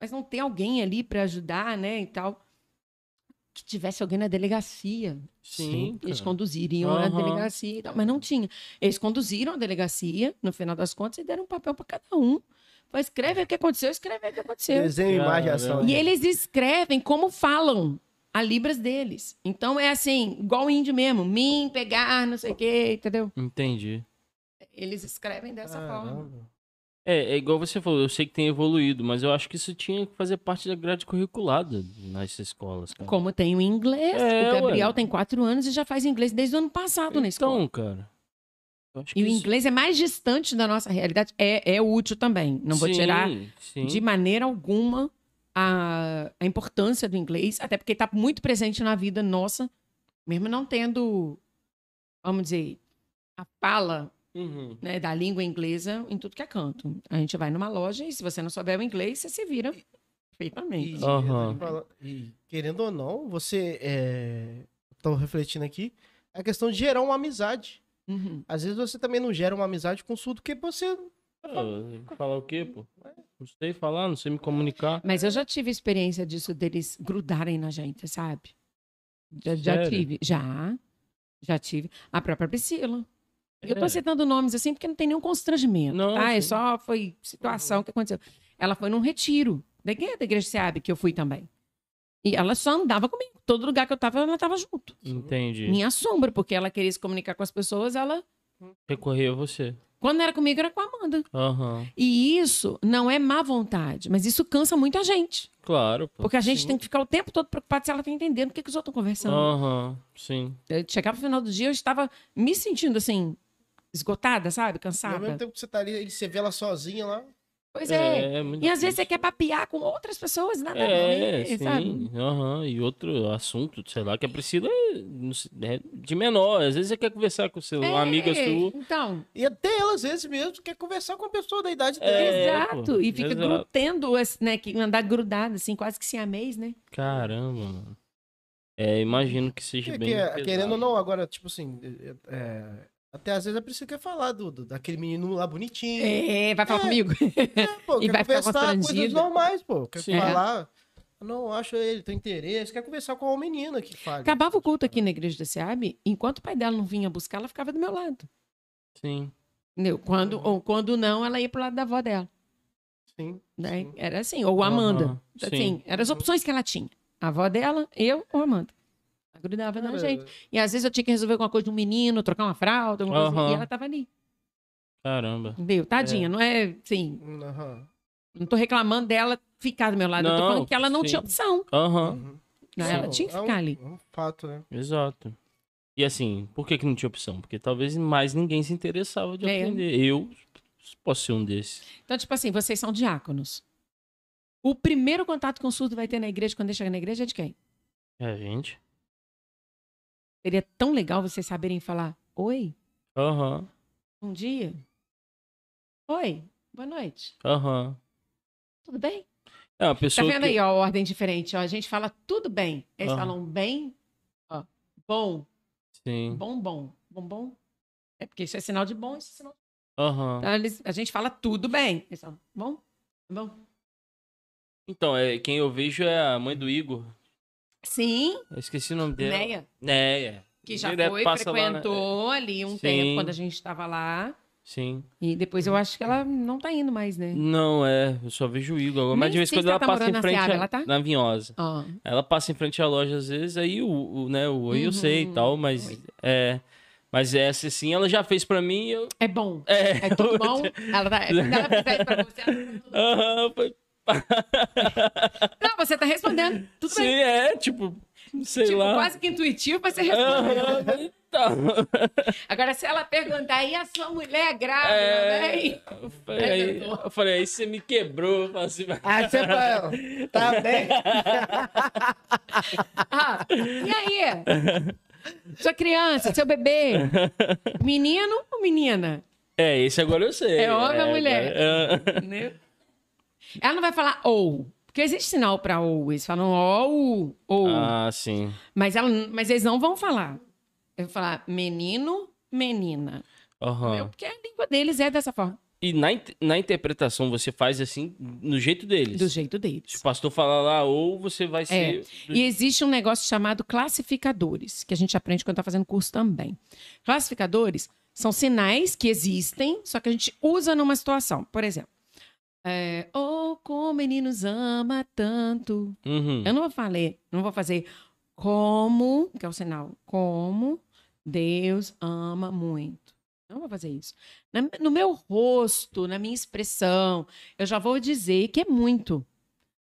mas não ter alguém ali para ajudar, né, e tal. Que tivesse alguém na delegacia. Sim. Eles cara. conduziriam a Aham. delegacia e tal, mas não tinha. Eles conduziram a delegacia, no final das contas, e deram um papel para cada um. Falou, escreve o que aconteceu, escreve o que aconteceu. Desenho, imagem, Caramba. ação. E eles escrevem como falam. a Libras deles. Então é assim, igual o índio mesmo, mim, pegar, não sei o quê, entendeu? Entendi. Eles escrevem dessa forma. Caramba. É, é igual você falou, eu sei que tem evoluído, mas eu acho que isso tinha que fazer parte da grade curriculada nas escolas, cara. Como tem o inglês, É, o Gabriel ué. tem quatro anos e já faz inglês desde o ano passado na escola. Então, cara. eu acho E o isso- inglês é mais distante da nossa realidade, é, é útil também. Não vou Sim, tirar sim. de maneira alguma a, a importância do inglês, até porque está muito presente na vida nossa, mesmo não tendo, vamos dizer, a fala Uhum. né, da língua inglesa em tudo que é canto. A gente vai numa loja e se você não souber o inglês, você se vira E, perfeitamente. Aham. eu tô falando- e, querendo ou não, você. É, tô refletindo aqui. A questão de gerar uma amizade. Uhum. Às vezes você também não gera uma amizade com o surdo, porque você. Ah, falar o quê, pô? Não sei falar, não sei me comunicar. Mas eu já tive experiência disso deles grudarem na gente, sabe? Já, já Sério? tive. Já. Já tive. A própria Priscila. Eu tô É. citando nomes assim porque não tem nenhum constrangimento, Não, tá? É sim. só foi situação que aconteceu. Ela foi num retiro da igreja, da igreja Seab, que eu fui também. E ela só andava comigo. Todo lugar que eu tava, ela tava junto. Entendi. Minha sombra, porque ela queria se comunicar com as pessoas, ela... Recorrer a você. Quando era comigo, era com a Amanda. Aham. E isso não é má vontade, mas isso cansa muito a gente. Claro, pô. Porque é assim. a gente Sim. tem que ficar o tempo todo preocupado se ela tá entendendo o que, que os outros estão conversando. Aham, sim. Eu chegava no final do dia, eu estava me sentindo assim, esgotada, sabe? e Ao Cansada. mesmo tempo que você tá ali, aí você vê ela sozinha lá. Pois é. muito E às vezes difícil. você quer papear com outras pessoas, nada a É, ver, sim. sabe? aham, E outro assunto, sei lá, que a Priscila é não sei, é de menor. Às vezes você quer conversar com seu, uma amiga É, sua. Então, E até ela, às vezes mesmo, quer conversar com a pessoa da idade dela. É, exato. pô, e fica exato. grutendo, assim, né? Que andar grudado, assim, quase que se amês, né? Caramba, mano. É, imagino que seja Que- bem. que- pesado. querendo ou não, agora, tipo assim. é- é, até às vezes a Priscila quer falar do, do- daquele menino lá bonitinho. É, vai falar É. comigo. (laughs) É, pô, E quer vai ficar conversar coisas constrangida. normais, pô. Quer Sim. falar. Não acho ele, tem interesse. Quer conversar com a menina que fala. Acabava o culto aqui na igreja da SEAB, enquanto o pai dela não vinha buscar, ela ficava do meu lado. Sim. Entendeu? Quando, Uhum. ou quando não, ela ia pro lado da avó dela. Sim. né? Sim. Era assim, ou a Amanda. Aham, Assim, sim. Uhum. eram as opções que ela tinha. A avó dela, eu ou a Amanda. É. Ela grudava na É, gente. E às vezes eu tinha que resolver alguma coisa de um menino, trocar uma fralda, alguma coisa assim, Aham. e ela tava ali. Caramba. Entendeu? Tadinha, não é assim, Aham. não tô reclamando dela ficar do meu lado, eu tô Não, falando que ela não sim. tinha opção. Aham, Uhum. né? Sim. Ela tinha que É um- ficar ali. é um fato, né? exato. E assim, por que, que não tinha opção? Porque talvez mais ninguém se interessava de É. aprender. Eu posso ser um desses. Então, tipo assim, vocês são diáconos. O primeiro contato com o surdo vai ter na igreja, quando ele chega na igreja, é de quem? É, gente. Seria tão legal vocês saberem falar: Oi, Aham, bom Um dia. Oi, boa noite. aham. Tudo bem? É uma Tá pessoa. vendo que... Ah. aí, ó, a ordem diferente. Ó, a gente fala tudo bem. Eles Aham. falam bem, ó, bom, Sim. bom, bom, bom, bom. É porque isso é sinal de bom, isso é sinal de Aham. Então, eles- a gente fala tudo bem. Eles falam, bom, tá bom. Então, é, quem eu vejo é a mãe do Igor. Sim, Eu esqueci o nome dela. Neia, Neia. que já Direto foi, passa lá, né? frequentou ali um Sim. tempo quando a gente estava lá. Sim. E depois eu acho que ela não tá indo mais, né? Não, é. Eu só vejo o Igor. Agora. Mas Nem de vez em sei quando se ela ela tá passa morando em na frente. Seara, à- ela tá? Na Vinhosa. Ó, Ela passa em frente à loja às vezes, aí o, o, né, o oi eu sei Hum. e tal, mas é. Mas essa assim, ela já fez pra mim e eu. é bom. É. É (laughs) tudo bom. Ela tá, se ela fizer isso pra você, ela tá tudo bom. Aham, foi- (laughs) Não, você tá respondendo. Tudo Sim, bem. é, tipo, sei tipo, lá. quase que intuitivo, mas você responde. Aham, mas tá. (laughs) Agora, se ela perguntar, e a sua mulher é grávida, É. né? Eu falei, aí, eu falei, aí você me quebrou. Eu falei assim, mas- Ah, (laughs) você fala, tá bem. Ah, e aí? Sua criança, seu bebê. Menino ou menina? (laughs) É, esse agora é, eu sei. É homem ou mulher? agora- Entendeu? Ela não vai falar ou. Porque existe sinal pra ou. Eles falam ou, ou. Ah, sim. Mas, ela, mas eles não vão falar. Eu vou falar menino, menina. Aham. Entendeu? Porque a língua deles é dessa forma. E na, in- na interpretação você faz assim, no jeito deles. Do jeito deles. Se o pastor falar lá, ou você vai ser. do- E existe um negócio chamado classificadores, que a gente aprende quando está fazendo curso também. Classificadores são sinais que existem, só que a gente usa numa situação. Por exemplo, é, oh, como meninos ama tanto. Uhum. Eu não vou falar, não vou fazer, Como, que é o sinal, como Deus ama muito. Não vou fazer isso. Na- no meu rosto, na minha expressão, eu já vou dizer que é muito.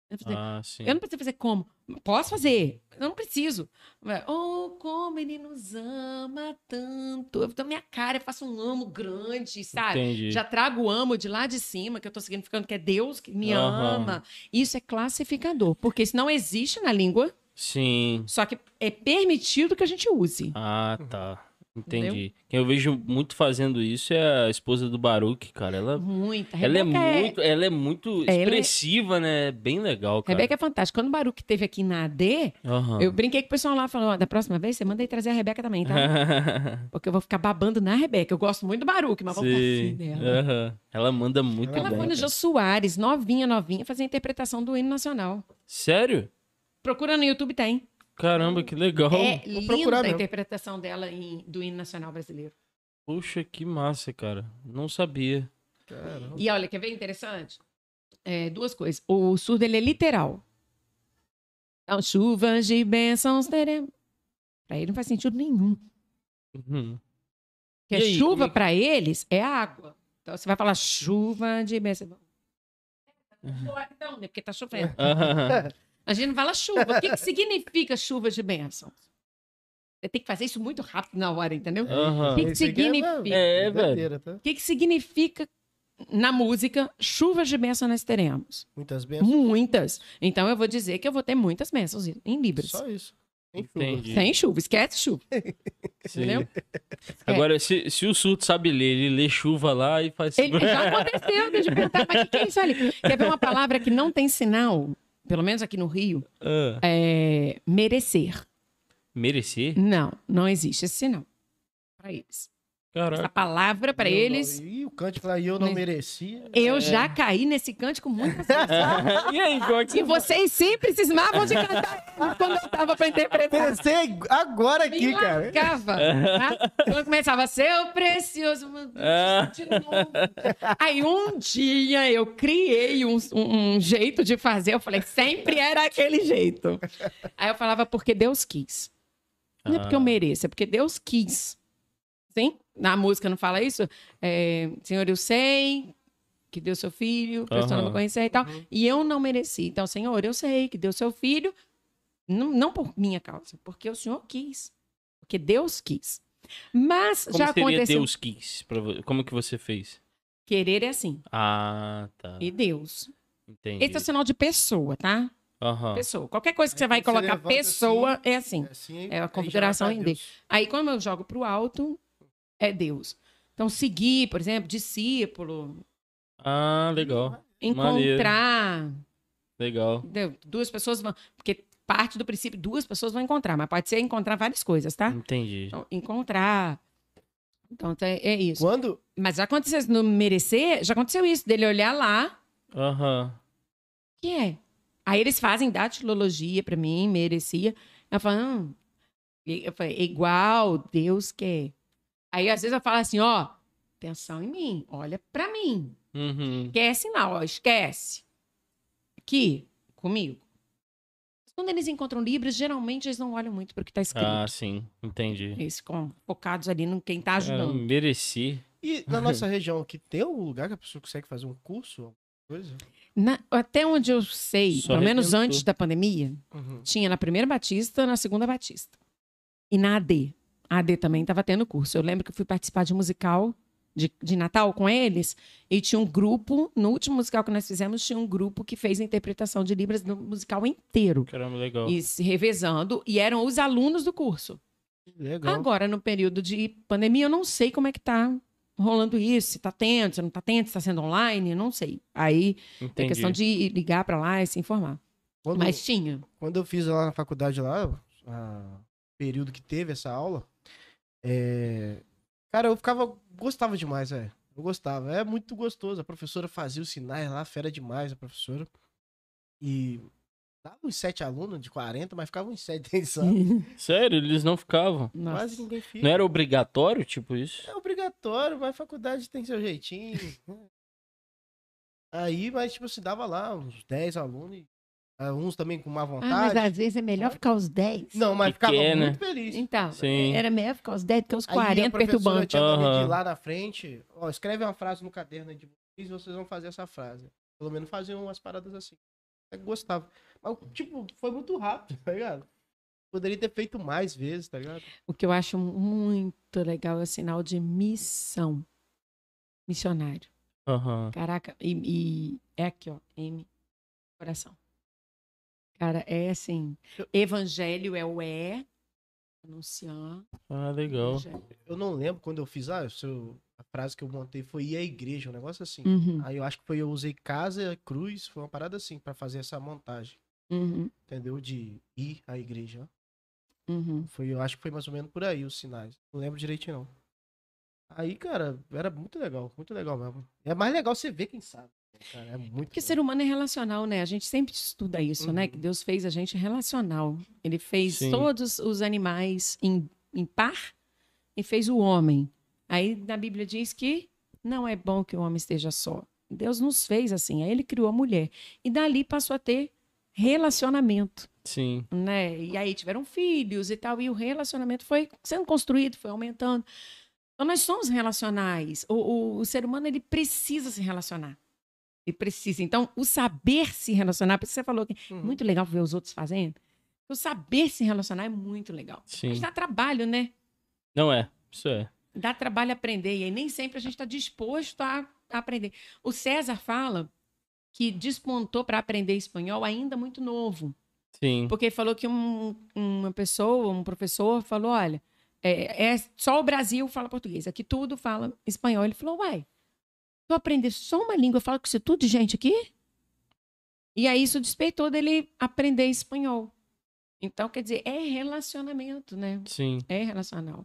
Eu vou dizer, Ah, sim. eu não preciso fazer como. Posso fazer. Eu não preciso. Mas, Oh, como ele nos ama tanto. Eu dou minha cara, eu faço um amo grande, sabe? Entendi. Já trago o amo de lá de cima, que eu tô significando que é Deus que me Aham. ama. Isso é classificador, porque isso não existe na língua, Sim. só que é permitido que a gente use. Ah, tá. Entendi. Quem eu vejo muito fazendo isso é a esposa do Baruque, cara. Ela, Muita. ela é Rebeca muito, ela é muito ela é- expressiva, né? Bem legal, cara. Ah. Rebeca é fantástica. Quando o Baruque teve aqui na AD, Aham. eu brinquei com o pessoal lá, falando, ó, da próxima vez você manda aí trazer a Rebeca também, (laughs) tá? Porque eu vou ficar babando na Rebeca. Eu gosto muito do Baruque, mas vou ficar assim Sim. é. dela. Aham. Ela manda muito Ela Ela bem. foi no cara. Jô Soares, novinha, novinha, fazer a interpretação do hino nacional. Sério? Procura no YouTube, tem. Caramba, que legal. é vou linda procurar a mesmo. interpretação dela em- do hino nacional brasileiro. Puxa, que massa, cara. Não sabia. Caramba. E olha, quer ver interessante? É, duas coisas. O surdo, ele é literal. Então, chuvas de bênçãos teremos. Pra ele não faz sentido nenhum. Uhum. Porque E aí, como chuva, é que- pra eles, é água. Então, você vai falar chuva de bênçãos. Uhum. Não, né? Porque tá chovendo. Aham. A gente não fala chuva. O que, que significa chuva de bênçãos? Você tem que fazer isso muito rápido na hora, entendeu? Aham. O que, que Esse aqui é- significa? É, velho. Doideira, tá? O que, que significa na música chuvas de bênçãos nós teremos? Muitas bênçãos. Muitas. Então eu vou dizer que eu vou ter muitas bênçãos em Libras. Só isso. Tem chuva. Entendi. Sem chuva, esquece chuva. Sim. Entendeu? (laughs) Agora, se, se o surto sabe ler, ele lê chuva lá e faz. Ele, já aconteceu, deixa eu perguntar, mas o que, que é isso ali? Quer ver uma palavra que não tem sinal, pelo menos aqui no Rio? (laughs) Ah, É merecer. merecer? Não, não existe esse sinal para eles. Essa Caraca. palavra para Eu não- eles E o Kant fala, e eu não Mas- merecia. Eu já caí nesse cântico muitas vezes. (laughs) e aí, como é que E vocês sempre cismavam de cantar ele quando eu tava pra interpretar. Pensei agora Me aqui, cara. largava. Tá? Quando começava, seu precioso. meu Deus, Ah. de novo. Aí um dia eu criei um, um- um jeito de fazer. Eu falei, sempre era aquele jeito. Aí eu falava, porque Deus quis. Não é porque eu Ah. mereço, é porque Deus quis. Sim? Na música não fala isso? É, Senhor, eu sei que deu seu filho, para uhum. não me Aham. conhecer e tal. E eu não mereci. Então, Senhor, eu sei que deu seu filho, não, não por minha causa, porque o Senhor quis. Porque Deus quis. Mas Como já seria aconteceu. Deus quis? pra vo- Como que você fez? Querer é assim. Ah, tá. E Deus. Entendi. Ah. Esse é o sinal de pessoa, tá? Então, Aham. Pessoa. Qualquer coisa que você vai quando você colocar levanta pessoa é assim. assim, É aí a já configuração vai pra em Deus. Aí, quando eu jogo pro alto, é Deus. Então, seguir, por exemplo, discípulo, Ah, Uhum. legal. encontrar. Legal. entendeu? Duas pessoas vão. Porque parte do princípio, duas pessoas vão encontrar, mas pode ser encontrar várias coisas, tá? Entendi. Então, encontrar. Então, tá- é isso. Quando. Mas já aconteceu no merecer, já aconteceu isso, dele olhar lá, Aham. que é. Aí eles fazem datilologia pra mim, merecia. Eu falo, hum. E eu falei, é igual, Deus quer. Aí às vezes eu falo assim, ó, atenção em mim, olha pra mim. Uhum. Esquece não, ó, esquece. Aqui, comigo. Mas Quando eles encontram livros, geralmente eles não olham muito pro que tá escrito. Ah, sim. É, Entendi. Eles ficam focados ali no quem Cara, tá ajudando. mereci. E na nossa região aqui, tem algum lugar que a pessoa consegue fazer um curso? alguma Coisa? Na- até onde eu sei, Só pelo menos arrebentou. antes da pandemia, Uhum. tinha na primeira Batista, na segunda Batista. E na AD. A AD também estava tendo curso. Eu lembro que eu fui participar de um musical de, de Natal com eles. E tinha um grupo, no último musical que nós fizemos, tinha um grupo que fez a interpretação de Libras no musical inteiro. Caramba, legal. E se revezando. E eram os alunos do curso. Legal. Agora, no período de pandemia, eu não sei como é que tá rolando isso. Se tá tendo, se não tá tendo, se tá sendo online, eu não sei. Aí é Entendi. questão de ligar para lá e se informar. quando, Mas tinha. quando eu fiz lá na faculdade, lá, o período que teve essa aula, é, cara, eu ficava. Gostava demais, é. Eu gostava. É muito gostoso. A professora fazia os sinais lá, fera demais a professora. E. Dava uns sete alunos de 40, mas ficava uns sete dentro, sabe? Sério, eles não ficavam. Nossa. Quase ninguém fica. Não era obrigatório, tipo isso? É obrigatório, mas a faculdade tem seu né? assim, jeitinho. Aí, mas, tipo, se dava lá uns 10 alunos e Ah, Uns também com má vontade. Ah, mas às vezes é melhor ficar os 10. Não, mas ficava Pequena. muito feliz. Então, Sim. Era melhor ficar os 10 do que os Aí a 40 professora perturbantes. tinha mania de ir Aham. lá na frente, ó, escreve uma frase no caderno aí de vocês, vocês vão fazer essa frase. Pelo menos faziam umas paradas assim. Até que gostava. Mas, tipo, foi muito rápido, (laughs) tá ligado? Poderia ter feito mais vezes, tá ligado? o que eu acho muito legal é o sinal de missão. Missionário. Aham. Caraca, e, e é aqui, ó. M, coração. Cara, é assim. Evangelho é o E, anunciar. Ah, legal. evangelho. Eu não lembro quando eu fiz, ah, se eu- a frase que eu montei foi ir à igreja, um negócio assim. Uhum, Aí eu acho que foi eu usei casa, cruz, foi uma parada assim pra fazer essa montagem, uhum, entendeu? De ir à igreja. uhum. Foi, eu acho que foi mais ou menos por aí os sinais. Não lembro direitinho, não. Aí, cara, era muito legal, muito legal mesmo. É mais legal você ver quem sabe. Cara, é muito Porque legal. ser humano é relacional, né? A gente sempre estuda isso, né? Uhum. Que Deus fez a gente relacional. Ele fez Sim. todos os animais em, em par e fez o homem. Aí na Bíblia diz que não é bom que o homem esteja só. Deus nos fez assim. Aí ele criou a mulher. E dali passou a ter relacionamento, Sim. né? E aí tiveram filhos e tal. E o relacionamento foi sendo construído, foi aumentando. Então nós somos relacionais. O, o- o ser humano ele precisa se relacionar. Ele precisa. Então o saber se relacionar, porque você falou que é Uhum. muito legal ver os outros fazendo. O saber se relacionar é muito legal. Sim. Mas dá trabalho, né? Não é. Isso é. Dá trabalho aprender. E aí nem sempre a gente está disposto a, a aprender. O César fala que despontou para aprender espanhol ainda muito novo. Sim. Porque ele falou que um- uma pessoa, um professor, falou: olha, é, é só o Brasil fala português, aqui tudo fala espanhol. Ele falou: uai, se eu aprender só uma língua, eu falo com isso tudo de gente aqui? E aí isso despeitou dele aprender espanhol. Então, quer dizer, é relacionamento, né? Sim. É relacional.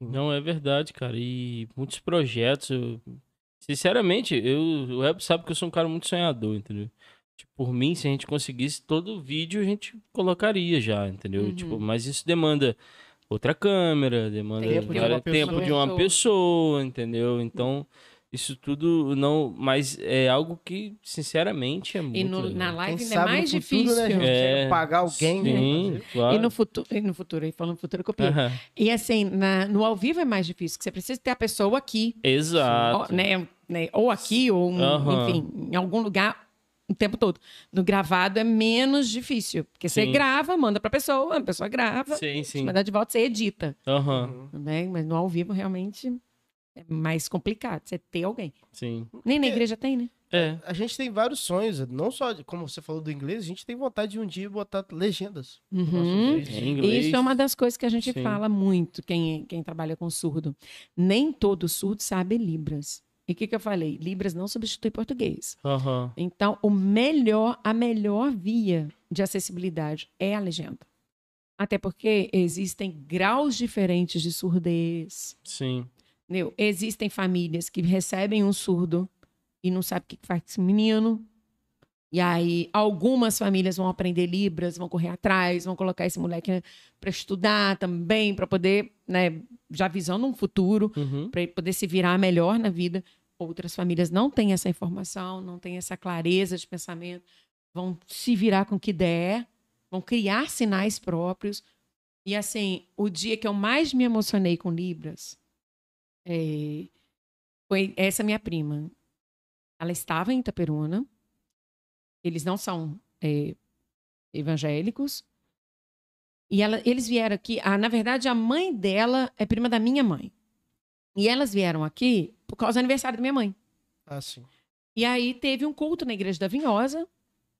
Não, é verdade, cara. E muitos projetos. eu- Sinceramente, eu, o Web sabe que eu sou um cara muito sonhador, entendeu? Tipo, por mim, se a gente conseguisse todo o vídeo, a gente colocaria já, entendeu? Uhum. Tipo, mas isso demanda outra câmera, demanda Tempo de uma várias- pessoa. tempo de uma pessoa, entendeu? Então, isso tudo não. Mas é algo que, sinceramente, é muito. E no- legal. na live Quem ainda é sabe no mais futuro, difícil. né, gente? É, Pagar alguém, né, Sim, fazer. claro. E no futuro, e no futuro, ele falou no futuro, eu copiei. Aham. E assim, na- no ao vivo é mais difícil, que você precisa ter a pessoa aqui. Exato. Ou, né, né, ou aqui, ou um- Aham. enfim, em algum lugar o tempo todo. No gravado é menos difícil, porque você Sim. grava, manda pra pessoa, a pessoa grava, Sim, te sim. manda de volta, você edita. Aham, Uhum. Né? Mas no ao vivo realmente é mais complicado, você ter alguém. sim. Nem na É. igreja tem, né? É. A gente tem vários sonhos, não só, de- como você falou do inglês, a gente tem vontade de um dia botar legendas. no nosso Uhum. inglês. Em inglês. Isso é uma das coisas que a gente Sim. fala muito, quem, quem trabalha com surdo. Nem todo surdo sabe Libras. E o que, que eu falei? Libras não substitui português. Aham. Então, o melhor, a melhor via de acessibilidade é a legenda. Até porque existem graus diferentes de surdez. Sim. entendeu? Existem famílias que recebem um surdo e não sabe o que que faz com esse menino. E aí, algumas famílias vão aprender Libras, vão correr atrás, vão colocar esse moleque para estudar também, para poder, né, já visando um futuro Uhum. para ele poder se virar melhor na vida. Outras famílias não têm essa informação, não têm essa clareza de pensamento, vão se virar com o que der, vão criar sinais próprios. E assim, o dia que eu mais me emocionei com Libras eh, foi essa minha prima. Ela estava em Itaperuna, eles não são eh, evangélicos. E ela- eles vieram aqui. ah, na verdade, a mãe dela é prima da minha mãe. E elas vieram aqui por causa do aniversário da minha mãe. Ah, sim. E aí teve um culto na igreja da Vinhosa.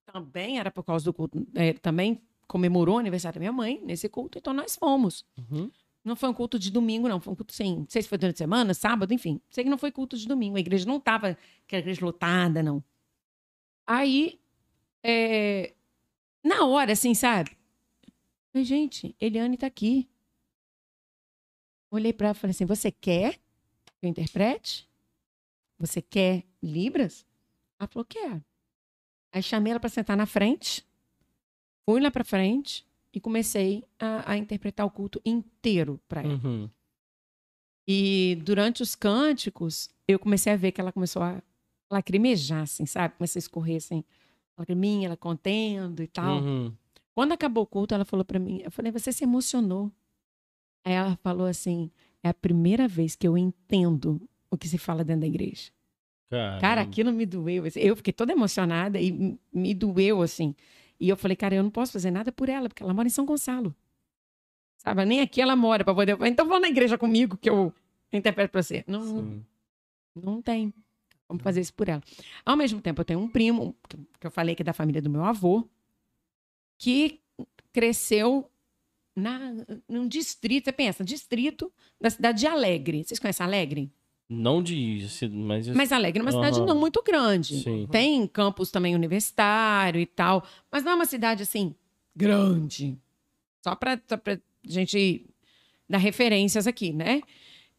Também era por causa do culto. é, também comemorou o aniversário da minha mãe nesse culto. Então nós fomos. Uhum. Não foi um culto de domingo, não. Foi um culto sem. Não sei se foi durante a semana, sábado, enfim. Sei que não foi culto de domingo. A igreja não estava aquela igreja lotada, não. Aí, é, na hora, assim, sabe? Falei, gente, Eliane tá aqui. Olhei pra ela e falei assim: você quer que eu interprete? Você quer Libras? Ela falou: quero. Aí chamei ela pra sentar na frente, fui lá pra frente e comecei a, a interpretar o culto inteiro pra ela. Uhum. E durante os cânticos, eu comecei a ver que ela começou a lacrimejar, assim, sabe? Começou a escorrer, assim, pra mim, ela contendo e tal. Uhum. Quando acabou o culto, ela falou pra mim, eu falei, você se emocionou. Aí ela falou assim, é a primeira vez que eu entendo o que se fala dentro da igreja. Cara, Caramba. aquilo me doeu. assim, Eu fiquei toda emocionada e m- me doeu, assim. E eu falei, cara, eu não posso fazer nada por ela, porque ela mora em São Gonçalo. Sabe? Nem aqui ela mora pra poder. Então vão na igreja comigo que eu interpreto pra você. Não, não- Sim. não tem. Vamos fazer isso por ela. Ao mesmo tempo, eu tenho um primo, que- que eu falei que é da família do meu avô, que cresceu na, num distrito, você pensa, distrito da cidade de Alegre. Vocês conhecem Alegre? Não de... se- Mas... Mas é, Alegre é uma cidade Aham. não muito grande. Sim. Tem campus também universitário e tal, mas não é uma cidade assim grande. Só para só pra gente dar referências aqui, né?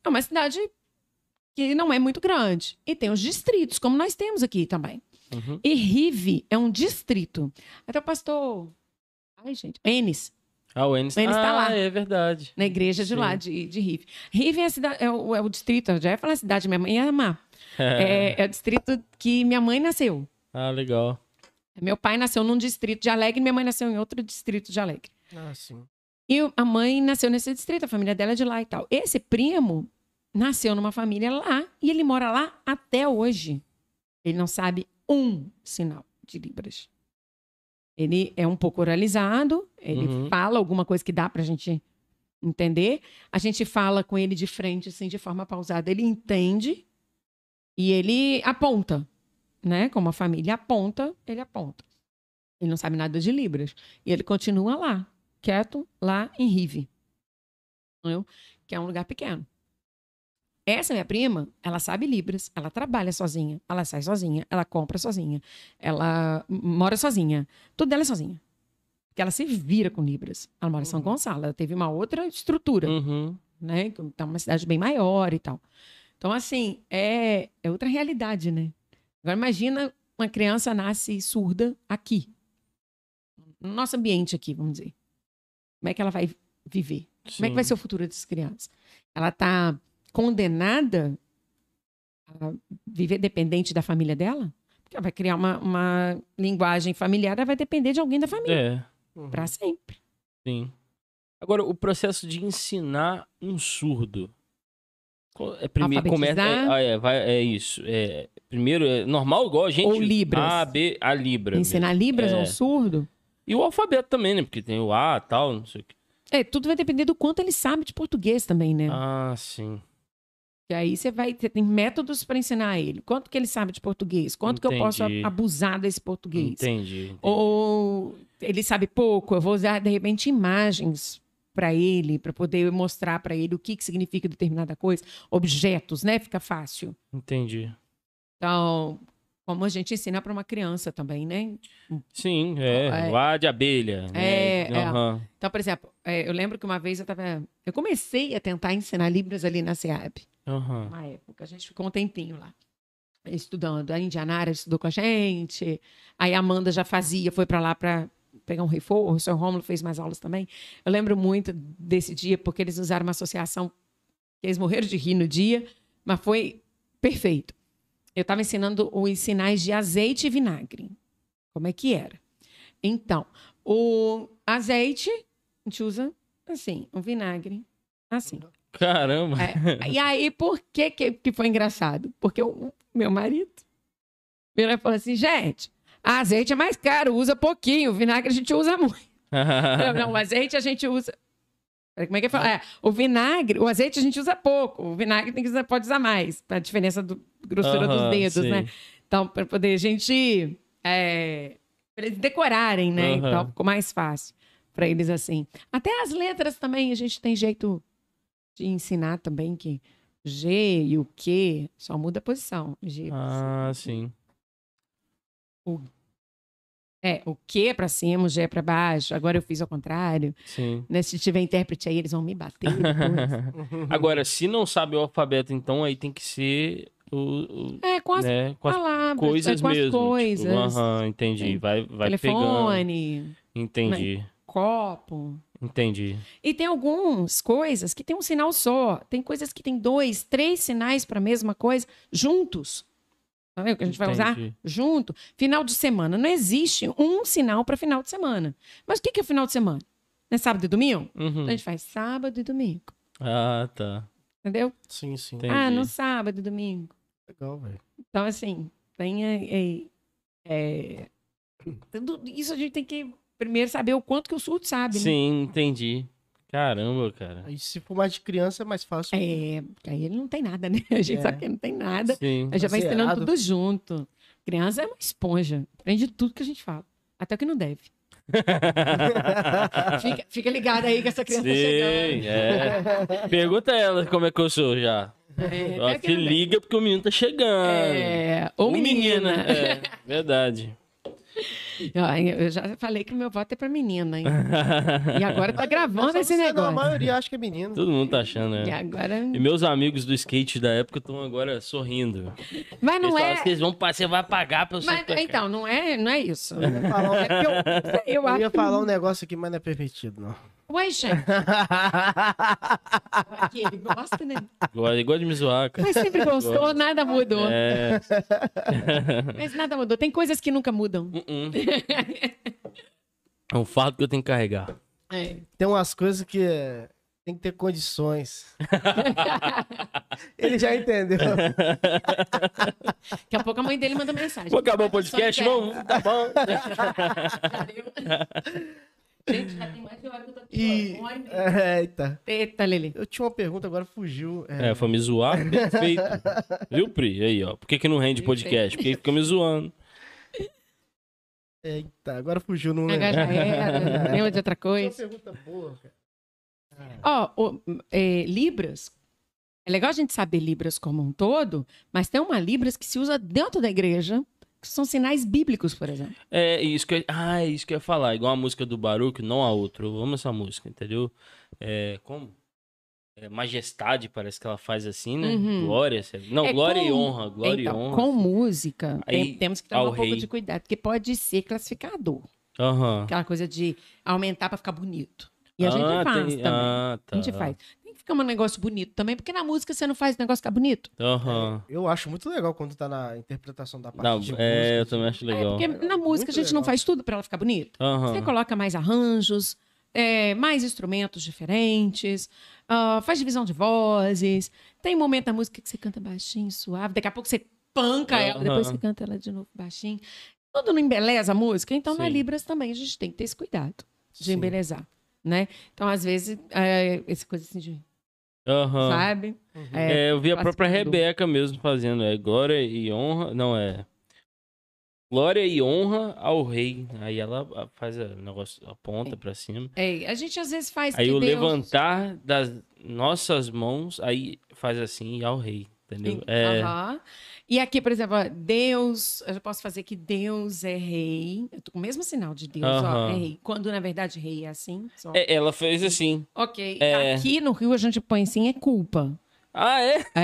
É uma cidade que não é muito grande e tem os distritos, como nós temos aqui também. Uhum. E Rive é um distrito. Até o pastor Ai, gente, Enes, Ah, o Enes... O Enes ah, tá lá. é verdade. (laughs) na igreja de Sim. lá de, de Rive. Rive é, a cida- é o, é o distrito, eu já ia falar cidade, minha mãe ia amar. É, é o distrito que minha mãe nasceu. Ah, legal. Meu pai nasceu num distrito de Alegre, minha mãe nasceu em outro distrito de Alegre. Ah, sim. E a mãe nasceu nesse distrito, a família dela é de lá e tal. Esse primo nasceu numa família lá e ele mora lá até hoje. Ele não sabe um sinal de Libras. Ele é um pouco oralizado, ele Uhum. fala alguma coisa que dá pra gente entender. A gente fala com ele de frente, assim, de forma pausada. Ele entende e ele aponta, né? Como a família aponta, ele aponta. Ele não sabe nada de Libras. E ele continua lá, quieto, lá em Rive, entendeu? que é um lugar pequeno. Essa minha prima, ela sabe Libras, ela trabalha sozinha, ela sai sozinha, ela compra sozinha, ela m- mora sozinha. Tudo dela é sozinha. Porque ela se vira com Libras. Ela mora em São Uhum. Gonçalo, ela teve uma outra estrutura Uhum. né? Que Tá uma cidade bem maior e tal. Então, assim, é, é outra realidade, né? Agora, imagina uma criança nasce surda aqui. No nosso ambiente aqui, vamos dizer. Como é que ela vai viver? Como é que vai Sim. ser o futuro dessas crianças? Ela tá condenada a viver dependente da família dela? Porque ela vai criar uma, uma linguagem familiar, ela vai depender de alguém da família. É. Uhum. Pra sempre. Sim. Agora, o processo de ensinar um surdo. Co- É, primeiro começa. É, Alfabetizar. ah, é, vai- é isso. É, primeiro, é normal, igual a gente. Ou Libras. A, B, a Libra. mesmo. Ensinar Libras É. ao surdo? E o alfabeto também, né? Porque tem o A tal, não sei o que. É, tudo vai depender do quanto ele sabe de português também, né? Ah, sim. E aí você vai, você tem métodos para ensinar ele. Quanto que ele sabe de português? Quanto que eu posso Entendi. a- abusar desse português? Entendi. entendi. Ou ele sabe pouco, eu vou usar de repente imagens para ele, para poder mostrar para ele o que, que significa determinada coisa, objetos, né? Fica fácil. Entendi. Então, como a gente ensina para uma criança também, né? Sim, é. É. O A de abelha. né? É, é. Aham. Então, por exemplo, é, eu lembro que uma vez eu tava, eu comecei a tentar ensinar Libras ali na SEAB. Aham. uma época. A gente ficou um tempinho lá estudando. A Indianara estudou com a gente. Aí a Amanda já fazia, foi para lá para pegar um reforço. O seu Rômulo fez mais aulas também. Eu lembro muito desse dia, porque eles usaram uma associação que eles morreram de rir no dia, mas foi perfeito. Eu estava ensinando os sinais de azeite e vinagre. Como é que era? Então, o azeite, a gente usa assim, o vinagre, assim. Caramba. É, e aí, por que, que que foi engraçado? Porque o meu marido virou e falou assim, gente, azeite é mais caro, usa pouquinho, vinagre a gente usa muito. Não, não, o azeite a gente usa... Peraí, Como é que ele falou? É, o vinagre, o azeite a gente usa pouco, o vinagre tem que usar, pode usar mais, a diferença do grossura dos Aham, dedos, sim. né? Então, para poder a gente... É, pra eles decorarem, né? Aham. Então, ficou mais fácil para eles, assim. Até as letras também, a gente tem jeito de ensinar também que G e o Q só muda a posição. G Ah, sim. é o Q é pra cima, o G é pra baixo. Agora eu fiz ao contrário. (laughs) Sim. Né? Se tiver intérprete aí, eles vão me (laughs) bater. depois. Uhum. Agora, se não sabe o alfabeto, então aí tem que ser o, o- é com as né, com as palavras, coisas é, com mesmo. as tipo, coisas. aham, entendi. Tem Vai, vai pegando. telefone, né? Entendi. copo. Entendi. E tem algumas coisas que tem um sinal só. Tem coisas que tem dois, três sinais pra mesma coisa juntos. Tá vendo? Que a gente vai usar Entendi. junto. Final de semana. Não existe um sinal para final de semana. Mas o que que é o final de semana? Não é sábado e domingo? Uhum. Então a gente faz sábado e domingo. Ah, tá. Entendeu? Sim, sim. Entendi. Ah, no sábado e domingo. Legal, velho. Então, assim, tem. é, é, é, tudo isso a gente tem que primeiro saber o quanto que o surdo sabe, né? Sim, entendi. Caramba, cara. Aí se for mais de criança é mais fácil. É, porque aí ele não tem nada, né? A gente É. sabe que ele não tem nada. Sim. Aí já vai Fazer ensinando errado. tudo junto. Criança é uma esponja. Aprende tudo que a gente fala. Até o que não deve. (laughs) Fica, fica ligado aí que essa criança tá chegando. Sim, é. Pergunta a ela como é que eu sou já. É, Ó, até o que não deve. liga porque o menino tá chegando. É, ou menina. É, (laughs) verdade. Ó, Eu já falei que meu voto é pra menina, hein? E agora tá gravando Só esse você Não, a negócio. maioria acha que é menino. Todo mundo tá achando, E né? agora. E meus amigos do skate da época estão agora sorrindo. Mas Eles não falam, assim, é. "Vocês vão pa- você vai pagar pra você. Mas, tocar." então, não é, não é isso. Eu ia falar um- (laughs) É porque eu, eu Eu acho. ia falar um negócio aqui, mas não é permitido, não. Ué, gente, que ele gosta, né? Igual, igual de me zoar, cara. Mas sempre gostou, nada mudou. É. Mas nada mudou. Tem coisas que nunca mudam. Uh-uh. É um fardo que eu tenho que carregar. É. (laughs) Tem umas coisas que é, tem que ter (laughs) condições. Ele já entendeu. Daqui a pouco a mãe dele manda mensagem. Vou acabar o é. podcast, vamos? Tá bom. (laughs) Gente, já tem mais de hora que eu tô aqui. E. eh, Uma hora e meia. Eita. Eita, Lili. Eu tinha uma pergunta, agora fugiu. É, É, foi me zoar, perfeito. Viu, Pri? Aí, ó. Por que, que não rende podcast? Porque fica me zoando. Eh, Eita, agora fugiu, não Agora lembro. (laughs) já era. Lembra de outra Tinha uma coisa? pergunta boa, cara. Ó, o- é, Libras. É legal a gente saber Libras como um todo, mas tem uma Libras que se usa dentro da igreja, que são sinais bíblicos, por exemplo. É isso que eu, ah, é isso que eu ia falar. Igual a música do Baruch, não a outra. Eu amo essa música, entendeu? É, como? É, majestade, parece que ela faz assim, né? Uhum. Glória. sei lá. Não, É, glória e com- honra. Glória então, e honra. com música, tem- Aí, temos que tomar ao um pouco rei. de cuidado, porque pode ser classificador. Aham. Aquela coisa de aumentar pra ficar bonito. E a gente Ah, faz tem- também. Ah, tá. A gente faz. Tem que ficar um negócio bonito também, porque na música você não faz um negócio ficar bonito. É. Aham. Eu acho muito legal quando tá na interpretação da parte Não, de é, eu música. também acho É, legal. porque na música a gente não legal. faz tudo pra ela ficar bonita. Aham. Você coloca mais arranjos, é, mais instrumentos diferentes, ah, faz divisão de vozes. Tem momento da música que você canta baixinho, suave. Daqui a pouco você panca ela, Aham. depois você canta ela de novo baixinho. Tudo não embeleza a música. Então, na Sim. Libras também a gente tem que ter esse cuidado de Sim. embelezar, né? Então, às vezes, é, essa coisa assim de... Aham. Sabe? Uhum. É, É, eu vi a clássico própria do- Rebeca mesmo fazendo. É glória e honra. Não, é. Glória e honra ao rei. Aí ela a- faz o negócio, aponta pra cima. É, a gente às vezes faz Aí que um o Deus- levantar das nossas mãos, aí faz assim e ao rei. Entendeu? Sim, É. aham. E aqui, por exemplo, ó, Deus, eu posso fazer que Deus é rei. Eu tô com o mesmo sinal de Deus, ó, Aham. é rei. Quando na verdade rei é assim. só. É, ela fez assim. Ok. É. Aqui no Rio a gente põe assim é culpa. Ah, é? (laughs)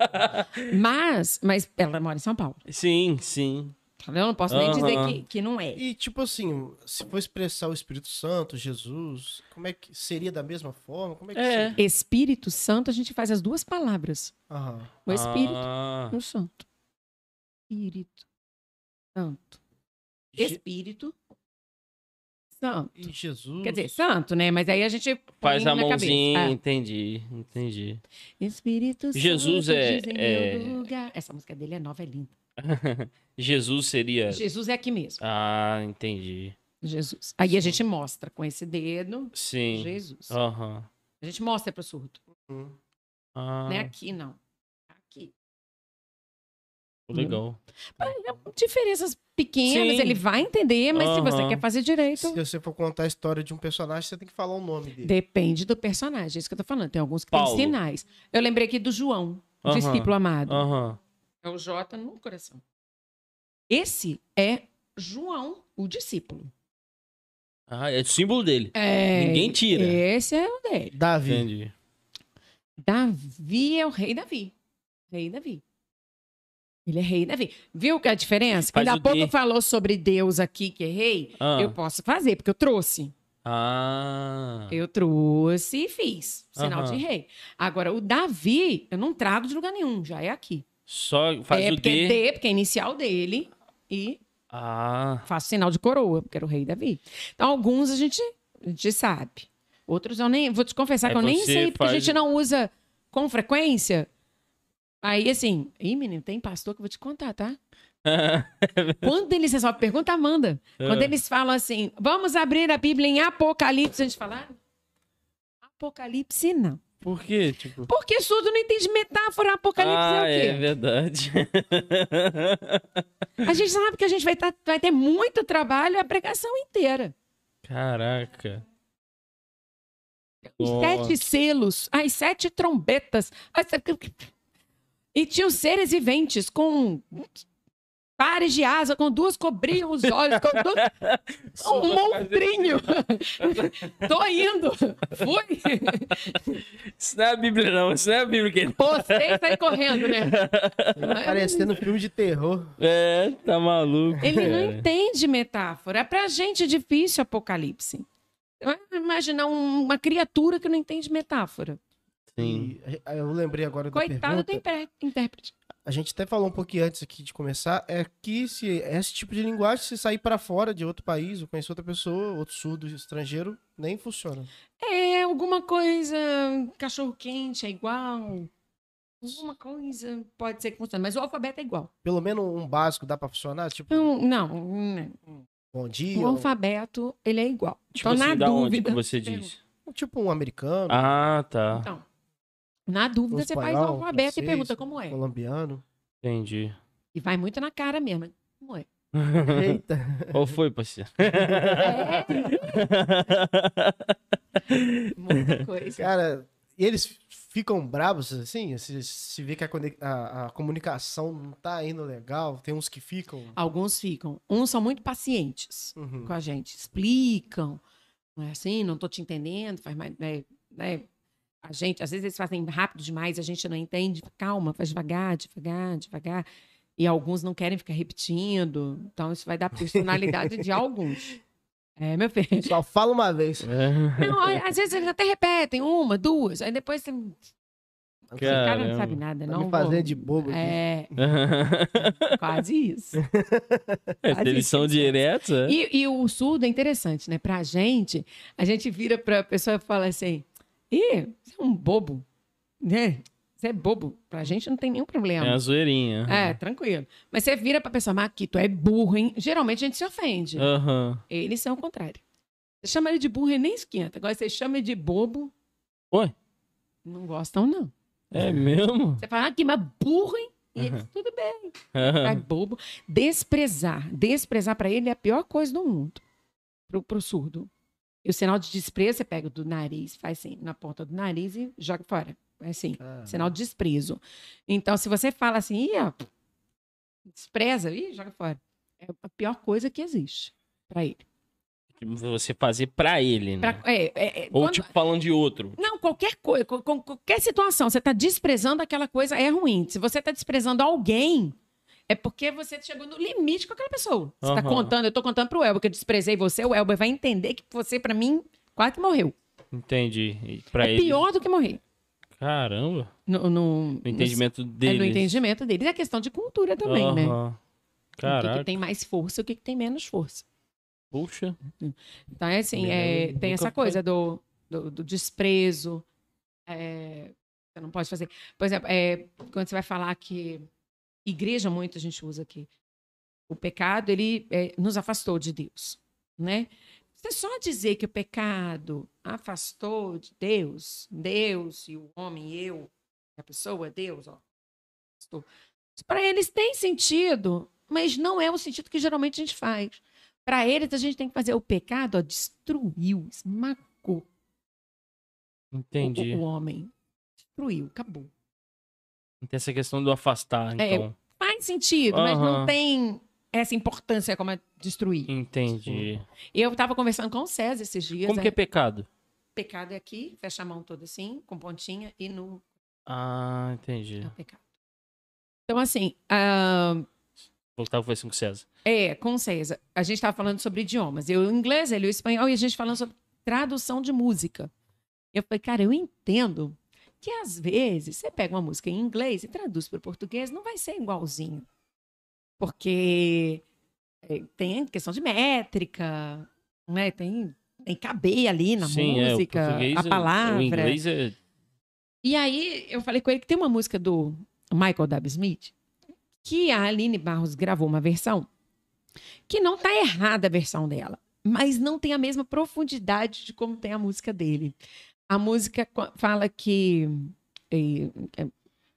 É. mas, mas ela mora em São Paulo. Sim, sim. tá vendo? Eu não posso nem dizer Aham. que, que não é. E tipo assim, se for expressar o Espírito Santo, Jesus, como é que seria da mesma forma? Como é que É. seria? Espírito Santo, a gente faz as duas palavras. Aham. O Espírito Ah, e o Santo. Espírito Santo. Je- Espírito Santo. E Jesus. Quer dizer, santo, né? Mas aí a gente põe Uhum. faz a na mãozinha, cabeça. entendi, entendi. Ah, Espírito Santo. Jesus é- diz em é- meu lugar. Essa música dele é nova, é linda. Jesus seria. Jesus é aqui mesmo. Ah, entendi. Jesus. Aí a gente mostra com esse dedo. Sim. Ah. Jesus. Aham. A gente mostra pro surdo. Hum. Ah, Não é aqui, não. Aqui. legal. Diferenças pequenas, Sim. ele vai entender, mas se você Aham. quer fazer direito. Se você for contar a história de um personagem, você tem que falar o nome dele. Depende do personagem, é isso que eu tô falando. Tem alguns que Paulo. têm sinais. Eu lembrei aqui do João, o Aham. discípulo amado. Aham. É o J no coração. Esse é João, o discípulo. Ah, é o símbolo dele. É, Ninguém tira. Esse é o dele. Davi. Entendi. Davi é o rei Davi. Rei Davi. Ele é rei Davi. Viu que é a diferença? Que Faz ainda há o pouco D. falou sobre Deus aqui, que é rei. Ah. Eu posso fazer, porque eu trouxe. Ah. Eu trouxe e fiz. Sinal Aham. de rei. Agora, o Davi, eu não trago de lugar nenhum, já é aqui. Só faz é, o porque D. é D, porque é inicial dele. E Ah, faço sinal de coroa, porque era o rei Davi. Então, alguns a gente, a gente sabe. Outros eu nem. Vou te confessar Aí que eu nem você sei, porque a faz- gente não usa com frequência. Aí, assim, ih, menino, tem pastor que eu vou te contar, (laughs) tá? Quando eles resolvem, pergunta a Amanda. (laughs) Quando É. eles falam assim, vamos abrir a Bíblia em Apocalipse, a gente fala, "Ah, Apocalipse não. (laughs) por quê? Tipo... Porque surdo não entende metáfora, Apocalipse ah, é o quê? é verdade. é. A gente sabe que a gente vai, tá- vai ter muito trabalho a pregação inteira. (laughs) Caraca. Os Nossa. sete selos, as sete trombetas. as- E tinham seres viventes com pares de asa, com duas cobriam os olhos, com duas- um monstrinho. Tô indo. Fui. Isso não é a Bíblia, não. Isso não é a Bíblia que. Você sai correndo, né? Parecendo é filme de terror. É, tá maluco. Ele não cara. entende metáfora. Pra gente é difícil apocalipse. Imaginar um- uma criatura que não entende metáfora. Sim. E a- eu lembrei agora da Coitado pergunta. do impre- intérprete. A gente até falou um pouquinho antes aqui de começar, é que se esse tipo de linguagem, se sair para fora de outro país, ou conhecer outra pessoa, outro surdo estrangeiro, nem funciona. É alguma coisa. Cachorro quente é igual. Alguma coisa pode ser que funcione, mas o alfabeto é igual. Pelo menos um básico dá para funcionar, tipo, Não, não, né. bom dia, O alfabeto ele é igual. Tipo então, assim, na da onde dúvida. que você diz? ou tipo um americano, Ah, tá. Então, na dúvida, um você faz o espanhol, alfabeto e francês, pergunta como Ah. é. colombiano. (laughs) Entendi. E vai muito na cara mesmo. (laughs) Como é? Eita, Ou foi, parceiro? (laughs) (laughs) É, muita coisa. cara, e eles ficam bravos assim, se, se vê que a, conex- a- a comunicação não tá indo legal, tem uns que ficam. Alguns ficam. Uns são muito pacientes. Uhum. com a gente, explicam, não é assim, não tô te entendendo, faz mais, né, né? A gente, às vezes eles fazem rápido demais, a gente não entende, calma, faz devagar, devagar, devagar. E alguns não querem ficar repetindo, então isso vai dar personalidade (laughs) de alguns. É, meu filho. Só fala uma vez. É, Não, a- às vezes eles até repetem uma, duas, aí depois você, esse cara não sabe nada, Tá não. me fazendo vou- de bobo aqui. É, Caramba. quase isso. Se Eles são diretos, é? E, e o surdo é interessante, né? Pra gente, a gente vira pra pessoa e fala assim: Ih, você é um bobo, né? Você é bobo. Pra gente não tem nenhum É problema. uma zoeirinha. É, tranquilo. Mas você vira pra pessoa, Maqui, tu é burro, hein? Geralmente a gente se ofende. Ah. Aham. Eles são o contrário. Você chama ele de burro e nem esquenta. Agora você chama ele de bobo. Ué? Não gostam, não. É mesmo? Você fala, ah, que mas burro, hein? E eles, tudo bem. É Aham. bobo. Desprezar. Desprezar pra ele é a pior coisa do mundo. Pro, pro surdo. E o sinal de desprezo, você pega do nariz, faz assim, na ponta do nariz e joga fora. É assim. Ah. Sinal de desprezo. Então, se você fala assim, Ih, ó, despreza, ih, joga fora. É a pior coisa que existe pra ele. Você fazer pra ele, né? Pra- é, é, é, Ou quando- tipo falando de outro. Não, qualquer coisa, co- com- qualquer situação, você está desprezando aquela coisa, é ruim. Se você está desprezando alguém, é porque você chegou no limite com aquela pessoa. Você está Aham. contando, eu estou contando pro Elber que eu desprezei você, o Elber vai entender que você, para mim, quase que morreu. Entendi. E pra é ele. pior do que morrer. Caramba. No, no- No entendimento é, dele. no entendimento deles. É questão de cultura também, né? O que que, Caraca. tem mais força e o que, que tem menos força. Puxa. Então, é assim, é, Eu tem nunca essa coisa do, do, do desprezo. é, você não pode fazer. Por exemplo, é, quando você vai falar que igreja muito a gente usa aqui. O pecado, ele é, nos afastou de Deus, né? Você só dizer que o pecado afastou de Deus, Deus e o homem, eu, a pessoa, Deus, ó. Para eles tem sentido, mas não é o sentido que geralmente a gente faz. Para eles, a gente tem que fazer o pecado, ó, destruiu, esmagou Entendi. o, o homem. Destruiu, acabou. Tem essa questão do afastar, É, então. Faz sentido, mas Aham. não tem essa importância como é destruir. Entendi. Eu estava conversando com o César esses dias. Como que é é, pecado? pecado é aqui, fecha a mão toda assim, com pontinha, e no Ah, entendi. é o pecado. Então, assim, ah, Voltava conversando com o César. é, com o César, a gente estava falando sobre idiomas. Eu o inglês, ele o espanhol, e a gente falando sobre tradução de música. Eu falei, cara, eu entendo que às vezes você pega uma música em inglês e traduz para o português, não vai ser igualzinho. Porque eh, tem questão de métrica, né? tem, tem caber ali na Sim, é, o música, português é- a palavra. O inglês é E aí eu falei com ele que tem uma música do Michael W. Smith que a Aline Barros gravou uma versão que não tá errada a versão dela, mas não tem a mesma profundidade de como tem a música dele. A música co- fala que eh, é,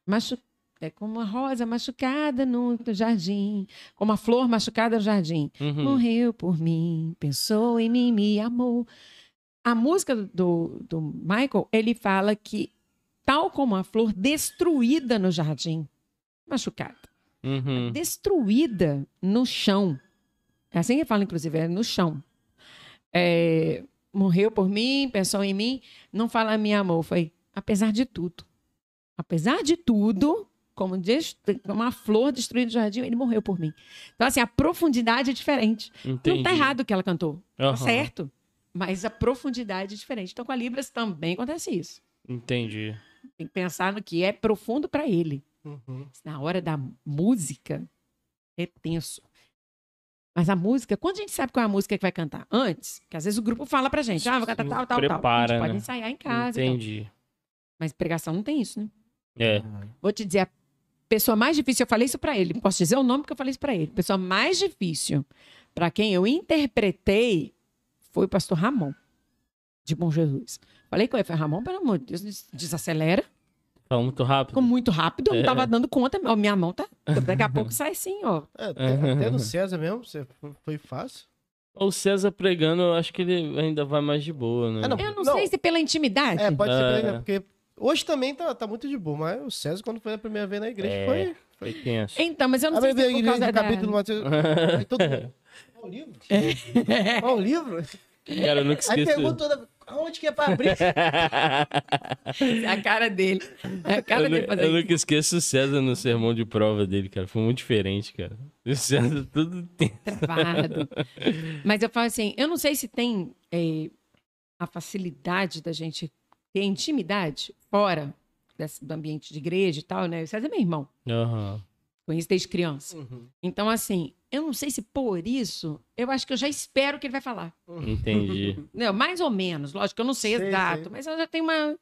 machu- é como uma rosa machucada no jardim, como a flor machucada no jardim uhum. morreu por mim, pensou em mim, me amou. A música do, do Michael, ele fala que, tal como a flor destruída no jardim, machucada, uhum. destruída no chão, é assim que ele fala, inclusive, é no chão. É, morreu por mim, pensou em mim, não fala me amou, foi apesar de tudo. Apesar de tudo, como, des- como a flor destruída no jardim, ele morreu por mim. Então, assim, a profundidade é diferente. Não tá Entendi. errado o que ela cantou. Tá Aham, certo. Mas a profundidade é diferente. Então, com a Libras também acontece isso. Entendi. Tem que pensar no que é profundo para ele. Uhum. Na hora da música, é tenso. Mas a música, quando a gente sabe qual é a música que vai cantar? Antes, que às vezes o grupo fala pra gente, ah, vou cantar Sim, tal, tal, tal. A prepara, gente pode né? ensaiar em casa. e tal. Entendi. Mas pregação não tem isso, né? É. Vou te dizer, a pessoa mais difícil, eu falei isso pra ele, posso dizer o nome que eu falei isso pra ele. A pessoa mais difícil pra quem eu interpretei foi o pastor Ramon, de Bom Jesus. Falei com ele, falei, Ramon, pelo amor de Deus, des- desacelera. Fala muito rápido. Ficou muito rápido, eu não É. tava dando conta, ó, minha mão tá. Daqui a pouco sai sim, ó. É, até, até no César mesmo, você foi- foi fácil. O César pregando, eu acho que ele ainda vai mais de boa, né? Ah, não. Eu não, sei se pela intimidade. É, pode ser É. que ele- porque hoje também tá, tá muito de boa, mas o César, quando foi a primeira vez na igreja, É. foi. Foi tenso. Então, mas eu não A sei se primeira é por igreja causa do da... capítulo do Mateus. (laughs) Aí todo mundo. Qual o livro? (laughs) Qual o livro? Cara, eu nunca Aí esqueço. (laughs) pergunta toda. Aonde que é pra abrir? (laughs) a cara dele. A cara eu, nu- dele fazer eu isso. nunca esqueço o César no sermão de prova dele, cara. Foi muito diferente, cara. O César tudo tem. travado. Mas eu falo assim, eu não sei se tem eh, a facilidade da gente ter intimidade fora desse, do ambiente de igreja e tal, né? O César é meu irmão, Aham. conheço desde criança. Uhum. Então, assim, eu não sei se por isso, eu acho que eu já espero o que ele vai falar. Entendi. Não, mais ou menos, lógico, que eu não sei, Sei, exato, sei. mas eu já tenho uma,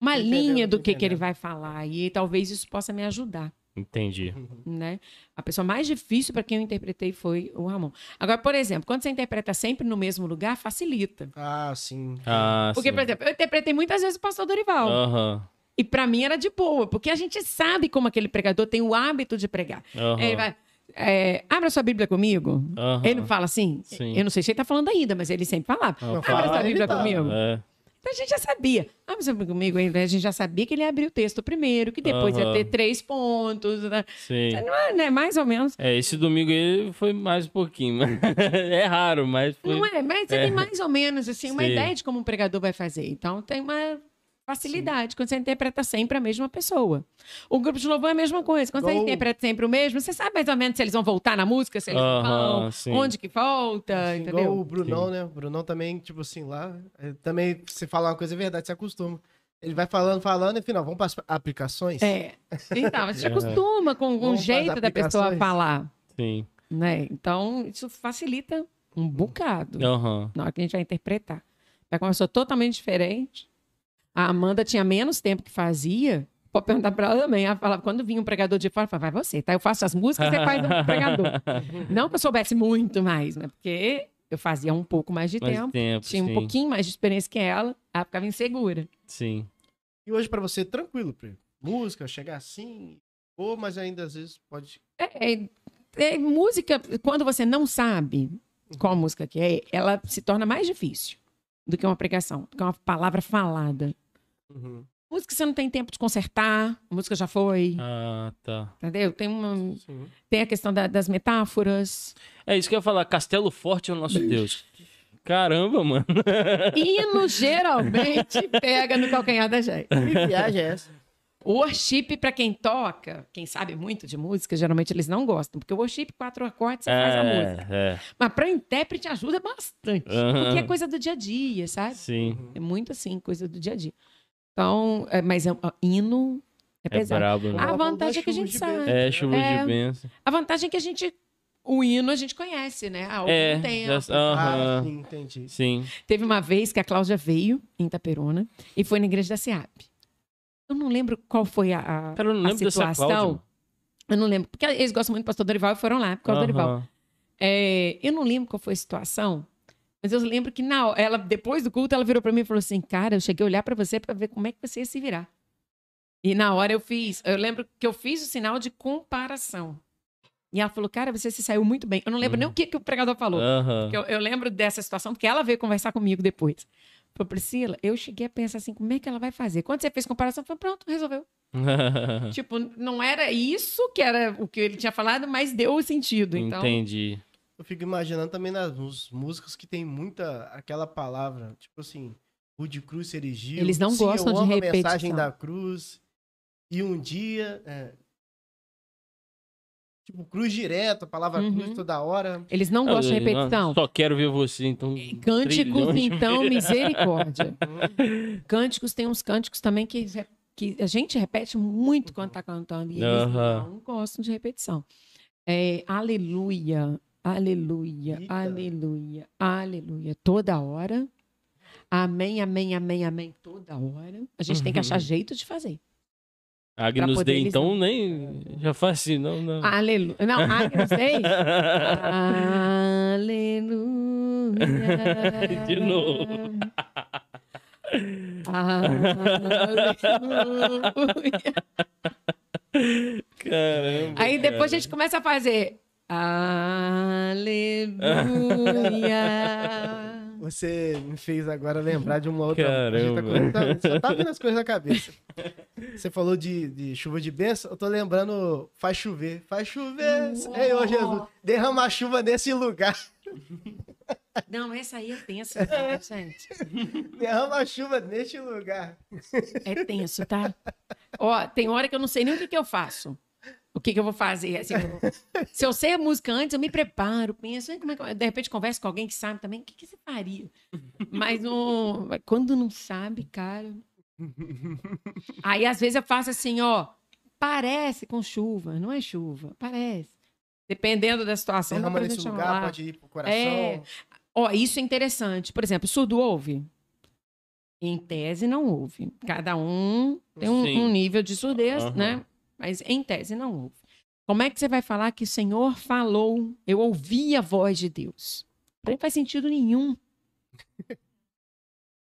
uma Entendendo, linha do que, que ele entendendo. vai falar e talvez isso possa me ajudar. (laughs) Entendi. né? A pessoa mais difícil para quem eu interpretei foi o Ramon. Agora, por exemplo, quando você interpreta sempre no mesmo lugar, facilita. Ah, sim. Ah, Porque, sim. por exemplo, eu interpretei muitas vezes o pastor Dorival. Ah. Aham. E para mim era de boa, porque a gente sabe como aquele pregador tem o hábito de pregar. Aham. Ele vai, é, abra sua Bíblia comigo. Aham. Ele não fala assim? Sim. Eu não sei se ele tá falando ainda, mas ele sempre falava. Não, abra fala. sua Bíblia Ele tá. comigo. É. Então a gente já sabia. Abra sua Bíblia comigo, a gente já sabia que ele ia abrir o texto primeiro, que depois ia Aham. ter três pontos. Né? Sim. Não é, né? Mais ou menos. É, esse domingo aí foi mais um pouquinho. mas- (laughs) é raro, mas foi. Não é, mas você É. tem mais ou menos assim, uma Sim. ideia de como um pregador vai fazer. Então tem uma facilidade quando você interpreta sempre a mesma pessoa. O grupo de louvor é a mesma coisa. Quando você Gol. interpreta sempre o mesmo, você sabe mais ou menos se eles vão voltar na música, se eles não Aham, vão, sim. onde que volta, Assim, Ah, entendeu? Igual o Brunão, né? O Brunão também, tipo assim, lá. é, Também, se falar uma coisa é verdade, se acostuma. Ele vai falando, falando, e final, vamos para as aplicações? É. Então, (laughs) você se acostuma com o Vamos jeito pras da pessoa aplicações? falar, Sim. né? Então, isso facilita um bocado. Aham. na hora que a gente vai interpretar. Vai com uma pessoa totalmente diferente. A Amanda tinha menos tempo que fazia. Pode perguntar pra ela também. Ela falava, quando vinha um pregador de fora, eu falava, vai você, tá? Eu faço as músicas, você faz (laughs) um pregador. Não que eu soubesse muito mais, né? Porque eu fazia um pouco mais de Mais tempo. tempo, Tinha sim. um pouquinho mais de experiência que ela. Ela ficava insegura. Sim. E hoje para você, tranquilo, Pri. Música, chegar assim, ou, mas ainda às vezes pode. É, é- é música, quando você não sabe qual música que é, ela se torna mais difícil do que uma pregação, do que uma palavra falada. Uhum. Música você não tem tempo de consertar, a música já foi, Ah, tá. entendeu? Tem, uma, Sim. tem a questão da- das metáforas. É isso que eu ia falar. Castelo Forte é o nosso Deus. Caramba, mano. (laughs) Hino geralmente pega no calcanhar da gente. Que (laughs) viagem é essa? O worship, pra quem toca, quem sabe muito de música, geralmente eles não gostam, porque o worship, quatro acordes, você faz a música. É, Mas pra intérprete ajuda bastante, Aham. porque é coisa do dia a dia, sabe? sim. É muito assim, coisa do dia a dia. Então, é, mas é, um- ó, hino é É pesado. brabo, né? A Ela falou vantagem das é que a gente chuvas de sabe. É, chuva É. de bênção. A vantagem é que a gente. O hino a gente conhece, né? Há algum É, tempo. já- Ah, aham, sim, entendi. sim. Teve uma vez que a Cláudia veio em Itaperuna e foi na igreja da SEAP. Eu não lembro qual foi a, a- Cara, eu não a lembro dessa situação. Cláudia. Eu não lembro. Porque eles gostam muito do pastor Dorival e foram lá por causa do Dorival. Aham. É, eu não lembro qual foi a situação, mas eu lembro que na, ela, depois do culto, ela virou pra mim e falou assim: Cara, eu cheguei a olhar pra você pra ver como é que você ia se virar. E na hora eu fiz, eu lembro que eu fiz o sinal de comparação. E ela falou: Cara, você se saiu muito bem. Eu não Uhum. lembro nem o que, que o pregador falou. Aham. Porque Eu, eu lembro dessa situação, porque ela veio conversar comigo depois. Falou, Priscila, eu cheguei a pensar assim, como é que ela vai fazer? Quando você fez comparação, eu falei, pronto, resolveu. (laughs) Tipo, não era isso que era o que ele tinha falado, mas deu o sentido. Então, Entendi. Eu fico imaginando também nas mus- músicas que tem muita aquela palavra, tipo assim, Rude Cruz se erigiu. Eles não Sim, eu gostam de amo a repetição. mensagem da cruz. E um dia, é, tipo cruz direto, a palavra Uhum. cruz toda (laughs) hora. eles não gostam de repetição. Só quero ver você, então. Cânticos, trilhões de (laughs) então, vezes. misericórdia. Hum, Cânticos, tem uns cânticos também que, re- que a gente repete muito quando tá cantando. E eles Aham. não gostam de repetição. É, aleluia, aleluia, Eita. aleluia, aleluia. Toda hora. Amém, amém, amém, amém. Toda hora. A gente tem que Uhum. achar jeito de fazer. Agnus poder Ah, Dei, eles- então, nem. Já faz assim, não, não. Aleluia. (laughs) Não, ai, não sei. Ah. Aleluia. De novo. (laughs) Aleluia. Caramba. Aí depois a gente começa a fazer. Aleluia. Você me fez agora lembrar de uma outra. Caramba. a gente tá correndo- a gente só tá vindo as coisas na cabeça. Você falou de, de chuva de bênção, eu tô lembrando, faz chover, faz chover, Ei, ô Jesus, derrama a chuva nesse lugar, Não, essa aí é tenso, tá, gente. derrama a chuva neste lugar. É tenso, tá? Ó, tem hora que eu não sei nem o que, que eu faço. O que, que eu vou fazer? assim, eu vou- se eu sei a música antes, eu me preparo, penso, "Ai, como é que eu-" de repente converso com alguém que sabe também, o que, que você faria? Mas não- mas quando não sabe, cara. Aí às vezes eu faço assim, ó, parece com chuva, não é chuva, parece. Dependendo da situação. um dá Derrama pra nesse gente lugar, falar. pode ir pro coração. É. Ó, isso é interessante. Por exemplo, surdo ouve? Em tese não ouve. Cada um tem um, Sim. um nível de surdez, Aham. né? Mas em tese não ouve. Como é que você vai falar que o Senhor falou, eu ouvi a voz de Deus? Pra mim não faz (laughs) sentido nenhum.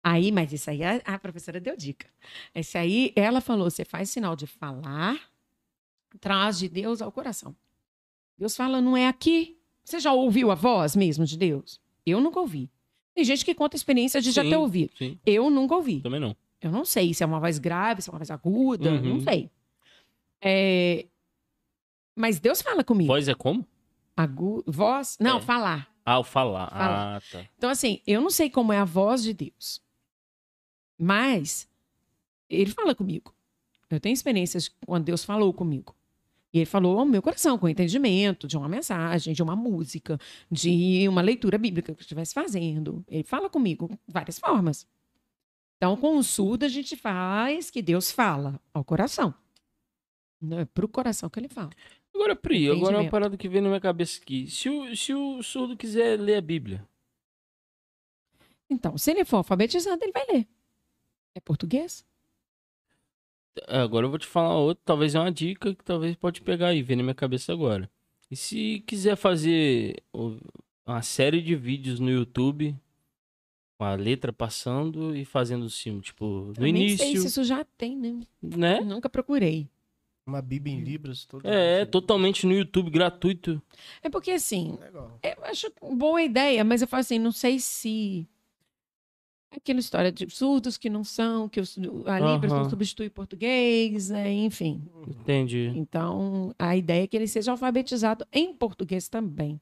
Aí, mas isso aí, a, a professora deu dica. Esse aí, ela falou, você faz sinal de falar, traz de Deus ao coração. Deus fala, não é aqui. Você já ouviu a voz mesmo de Deus? Eu nunca ouvi. Tem gente que conta experiência de já Sim. ter ouvido. Sim, Eu nunca ouvi. também não. Eu não sei se é uma voz grave, se é uma voz aguda, Uhum. não sei. É, Mas Deus fala comigo. Voz é como? Agu... Voz? Não, É. falar. Ah, o falar. Falar. Ah, tá. Então, assim, eu não sei como é a voz de Deus. Mas ele fala comigo. Eu tenho experiências quando Deus falou comigo. E ele falou ao meu coração, com entendimento, de uma mensagem, de uma música, de uma leitura bíblica que eu estivesse fazendo. Ele fala comigo de várias formas. Então, com o surdo, a gente faz que Deus fala ao coração. Não é pro coração que ele fala. Agora, Pri, agora é uma Entendimento. parada que veio na minha cabeça aqui. Se o, se o surdo quiser ler a Bíblia. Então, se ele for alfabetizado, ele vai ler. É português? é, Agora eu vou te falar outro, talvez é uma dica que talvez pode pegar aí, vem na minha cabeça agora. E se quiser fazer o- uma série de vídeos no YouTube, com a letra passando e fazendo o sino, tipo, no Eu nem início, sei se isso já tem, né? né? Nunca procurei. Uma Bíblia em Libras. Toda É, é, totalmente no YouTube, gratuito. É porque, assim, Legal. Então, eu acho boa ideia, mas eu falo assim, não sei se... Aquela história de surdos que não são, que os- a Libras Aham. não substitui o português, é, enfim. Entendi. Então, a ideia é que ele seja alfabetizado em português também.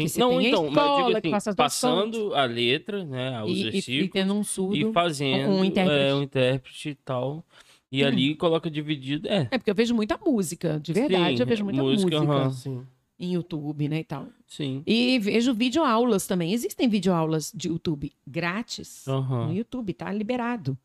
Sim. você Não, tem a então, mas eu escola que digo assim, faça as duas passando a letra, né, os E, e, e versículos. tendo um surdo... e fazendo um intérprete. É, um intérprete e tal. E Hum. ali coloca dividido. É, É porque eu vejo muita música, de verdade, Sim, eu vejo muita música, música, aham. Assim. em YouTube, né, e tal. sim. E vejo videoaulas também. Existem videoaulas de YouTube grátis Aham. no YouTube, tá liberado.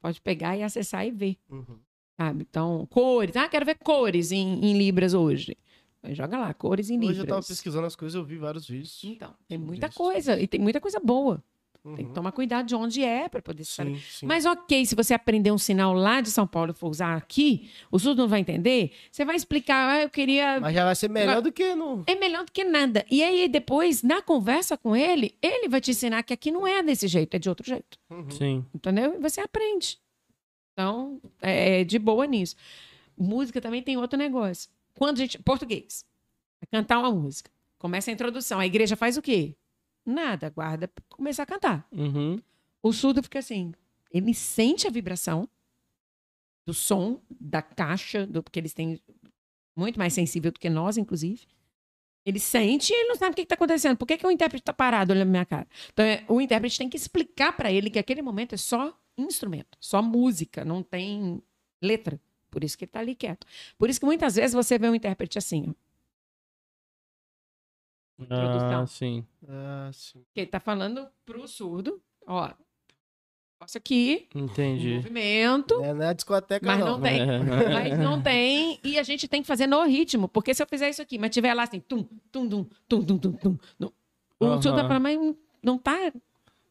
pode pegar e acessar e ver, Uhum. sabe? Então, cores. Ah, quero ver cores em, em Libras hoje. Aí Joga lá, cores em Hoje eu tava Libras. pesquisando as coisas, eu vi vários vídeos. Então, tem muita Isso. coisa. E tem muita coisa boa. Tem Uhum. que tomar cuidado de onde é para poder saber. Sim, sim. Mas ok, se você aprender um sinal lá de São Paulo e for usar aqui, o surdo não vai entender. Você vai explicar, ah, eu queria. Mas já vai ser melhor Mas- do que no. É melhor do que nada. E aí, depois, na conversa com ele, ele vai te ensinar que aqui não é desse jeito, é de outro jeito. Uhum. Sim. Entendeu? E você aprende. Então, é é de boa nisso. Música também tem outro negócio. Quando a gente. Português. Vai cantar uma música. Começa a introdução. A igreja faz o quê? Nada, aguarda começar a cantar. Uhum. O surdo fica assim, ele sente a vibração do som, da caixa, do, porque eles têm muito mais sensível do que nós, inclusive. Ele sente e ele não sabe o que está acontecendo. Por que, que o intérprete está parado olhando na minha cara? Então, é, o intérprete tem que explicar para ele que aquele momento é só instrumento, só música, não tem letra. Por isso que ele está ali quieto. Por isso que muitas vezes você vê um intérprete assim, ó, Ah, Introdução. sim. Ah, sim. que ele está falando para o surdo, ó, posso aqui, um Entendi. movimento, Não é, não é discoteca, Mas não. (laughs) não tem. Uhum. Mas não tem, e a gente tem que fazer no ritmo, porque se eu fizer isso aqui, mas tiver lá assim, tum, tum, tum, tum, tum, tum, tum, não. o Aham. tio tá falando, mas não tá.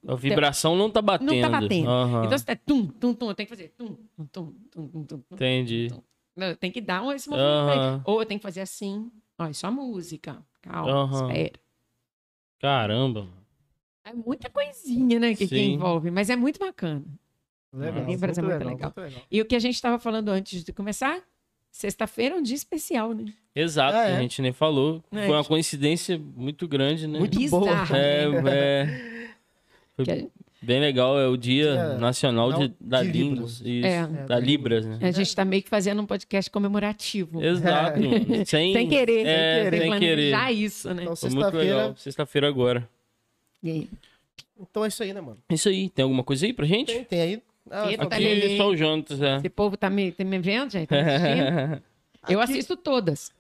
A vibração não tá batendo. Não tá batendo. Aham. Então se tá tum, tum, tum, eu tenho que fazer tum, tum, tum, tum, tum, tum. tum. Entendi. Não, eu tenho que dar um- esse movimento pra ele. Aham. Ou eu tenho que fazer assim. Ó, é só música. Calma, Aham. espera. Caramba. É muita coisinha, né, que, que Sim. envolve, mas é muito bacana. é Legal, Tem brasa é muito legal. muito legal. E o que a gente tava falando antes de começar, sexta-feira é um dia especial, né? Exato, Ah, é. a gente nem falou. É. Foi uma coincidência muito grande, né? Muito Bizarro. boa. É, é. Foi Que a- bem legal. É o Dia Dia Nacional de, Não- da de Línguas. Isso. É. É, Da Libras, né? A gente tá meio que fazendo um podcast comemorativo. Exato. mano. Sem, Tipo, Sem querer. É, sem sem querer. planejar isso, né? Então, Foi muito legal. sexta-feira. Sexta-feira agora. E aí? Então é isso aí, né, mano? Isso aí. Tem alguma coisa aí pra gente? Tem, tem aí. Ah, Eita, eu Aqui Tá ali, hein? só o Jonas, é. Esse povo tá me, tá me vendo, (laughs) gente? Tá assistindo? Eu Aqui- assisto todas.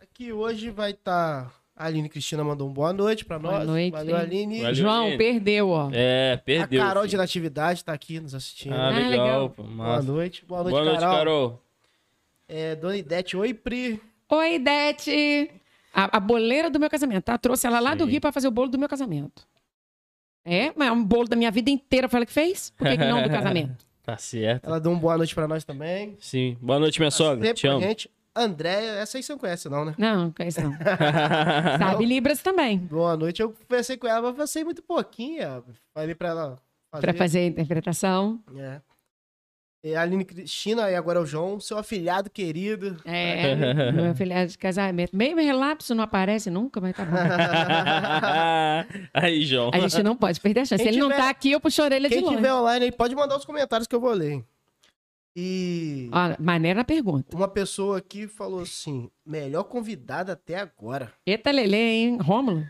Aqui hoje vai estar. A Aline Cristina mandou um boa noite pra nós. Boa noite. Valeu, Aline. Valeu, João, gente. perdeu, ó. É, A perdeu. Carol de filho. Natividade tá aqui nos assistindo. Ah, Ah, legal. legal. pô, boa massa. noite. Boa noite, Boa noite, Carol. Carol. É, Dona Idete, oi, Pri. É. Oi, Dete! A, a boleira do meu casamento, tá? Trouxe ela lá do Sim. Rio pra fazer o bolo do meu casamento. É, mas é um bolo da minha vida inteira. Foi ela que fez? Por que, (laughs) que não do casamento? Tá certo. Ela deu um boa noite pra nós também. Sim. Boa noite, minha sogra. Tá Sempre Te com a amo. gente. Andréia, essa aí você não conhece, não, né? Não, não conheço não. Sabe Libras também, Boa noite. Eu conversei com ela, mas conversei muito pouquinho. ó. Falei pra ela fazer. pra fazer a interpretação. É. E a Aline Cristina, e agora é o João, seu afilhado querido. (laughs) É, meu afilhado de casamento. Meio relapso, não aparece nunca, mas tá bom. (laughs) aí, João. A gente não pode perder a chance. Quem Se ele não tiver- tá aqui, eu puxo a orelha de Quem longe. tiver online aí, pode mandar os comentários que eu vou ler. E Olha, maneira a pergunta. uma pessoa aqui falou assim: melhor convidada até agora. Eita, Lele, hein? Rômulo?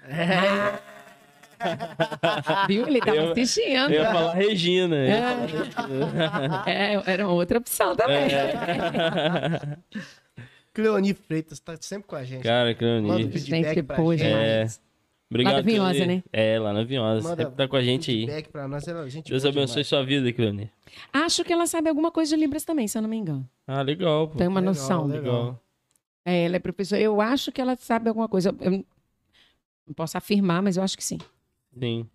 Viu? Ele tava Eu- Eu assistindo. ia falar Regina. eu ia falar É, era uma outra opção também. É, Regina. (laughs) Cleoni Freitas tá sempre com a gente. Cara, Manda Crony. vídeo. Gente, Feedback pra depois, gente. É. mas- Obrigado. Lá da Vinhosa, Crony. né? É, lá na Vinhosa. Manda Sempre tá com a gente aí. Feedback pra nós. ela- gente Deus boa abençoe demais. sua vida, Crony. Acho que ela sabe alguma coisa de Libras também, se eu não me engano. Ah, legal, pô. Tem uma Legal, é noção. legal. É, ela é professora. Eu acho que ela sabe alguma coisa. Eu não posso afirmar, mas eu acho que sim. Sim.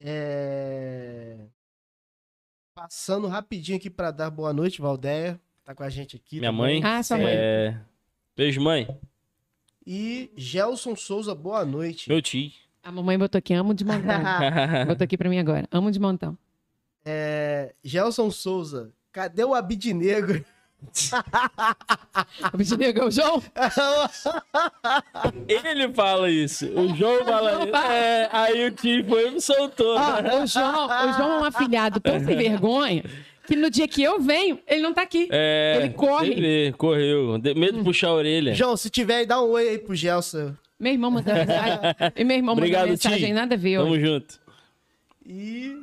É... Passando rapidinho aqui pra dar boa noite, Valdéia. Tá com a gente aqui. Minha também. mãe. Ah, sua mãe. É... Beijo, mãe. E Gelson Souza, boa noite. Meu tio. A mamãe botou aqui, amo de (laughs) montão. botou aqui pra mim agora. Amo de montão. É, Gelson Souza, cadê o Abid (laughs) Negro? O bicho negou, João. (laughs) Ele fala isso. (laughs) O João fala isso. É, aí o tio foi e me soltou. né? Ó, o João, o João é um afilhado tão sem vergonha que no dia que eu venho, ele não tá aqui. É, ele corre. Hum. Ele correu. De- medo de puxar a orelha. João, se tiver aí, dá um oi aí pro Gelson. Meu irmão mandou mensagem. (laughs) E meu irmão Obrigado, mandou mensagem, Ti. nada a ver. Tamo junto. E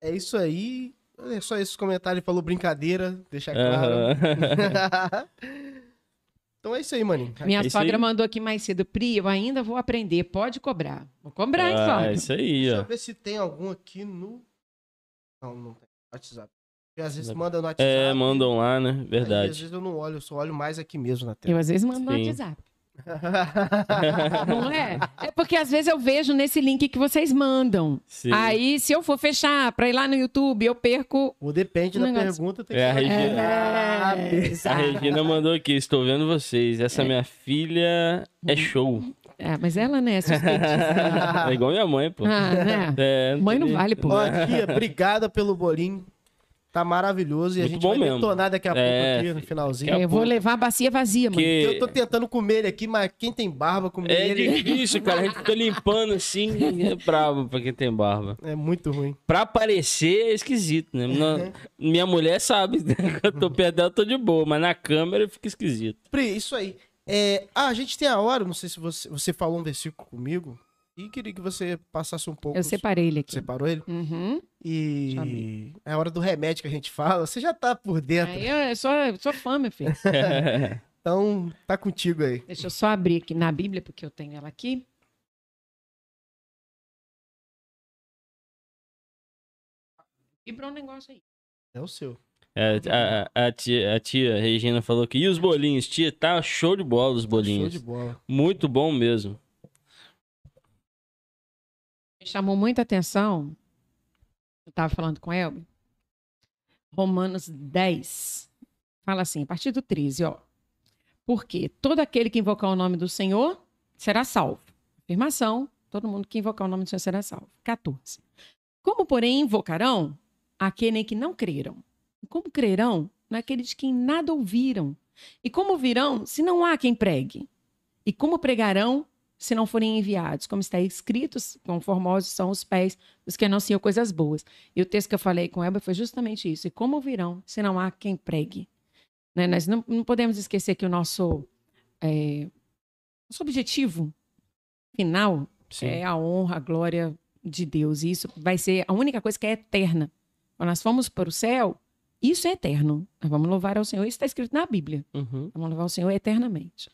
é isso aí. É só esse comentário, ele falou brincadeira, deixa É claro. Aham. (laughs) então é isso aí, maninho. Minha É isso sogra aí. mandou aqui mais cedo. Pri, eu ainda vou aprender. Pode cobrar. Vou cobrar, hein, Ah, sogra? isso aí, Deixa ó. eu ver se tem algum aqui no. Não, não tem. WhatsApp. Porque às vezes manda no WhatsApp. É, mandam lá, né? aí às Verdade. vezes eu não olho, eu só olho mais aqui mesmo na (laughs) tela. Eu às vezes mando no é Sim. WhatsApp. Não é? É porque às vezes eu vejo nesse link que vocês mandam. Sim. Aí, se eu for fechar pra ir lá no YouTube, eu perco. é, Ou depende Um da negócio- pergunta. Tem É, a que... Regina. Ah, be- A Regina mandou aqui, estou vendo vocês. Essa minha filha é (laughs) show. É, mas ela, (laughs) né? é suspeita. É igual minha mãe, pô. Ah, né? É, Mãe não tem- vale, pô. Ó, tia, obrigada pelo bolinho. Tá maravilhoso. E Muito a gente bom vai mesmo. detonar daqui a É, pouco aqui no finalzinho. É, eu vou levar a bacia vazia, mano. Porque Eu tô tentando comer ele aqui, mas quem tem barba comer é ele difícil, cara. A gente fica limpando assim, é brabo pra quem tem barba. é muito ruim. Pra parecer é esquisito, né? Uhum. Na- minha mulher sabe, né? (laughs) Quando eu tô perto dela, eu tô de boa, mas na câmera fica (laughs) esquisito. Pri, isso aí. É, ah, a gente tem a hora, não sei se você, você falou um versículo comigo e queria que você passasse um pouco. Eu separei ele aqui. Separou ele? Uhum. E é a hora do remédio que a gente fala. Você já tá por dentro, Aí eu, eu sou, eu sou fã, meu filho. então tá contigo aí. Deixa eu só abrir aqui na Bíblia, porque eu tenho ela aqui. Vibrou um negócio aí. É o seu. É, a, a- a tia, a tia Regina falou que. E os bolinhos, tia? Tá show de bola os Show bolinhos. de bola. Muito bom mesmo. Me chamou muita atenção. Eu estava falando com Elbe. Romanos 10. Fala assim, a partir do 13, ó. Porque todo aquele que invocar o nome do Senhor será salvo. Afirmação: todo mundo que invocar o nome do Senhor será salvo. 14. Como, porém, invocarão aquele em que não creram? E como crerão naqueles que em nada ouviram? E como virão se não há quem pregue? E como pregarão se não forem enviados, como está escrito, quão formosos são os pés dos que anunciam coisas boas. E o texto que eu falei com Elba foi justamente isso. E como virão se não há quem pregue? Né? Nós não, não podemos esquecer que o nosso, é, nosso objetivo final Sim. é a honra, a glória de Deus. E isso vai ser a única coisa que é eterna. Quando nós formos para o céu, isso é eterno. Nós vamos louvar ao Senhor. Isso está escrito na Bíblia. Uhum. Vamos levar o Senhor eternamente.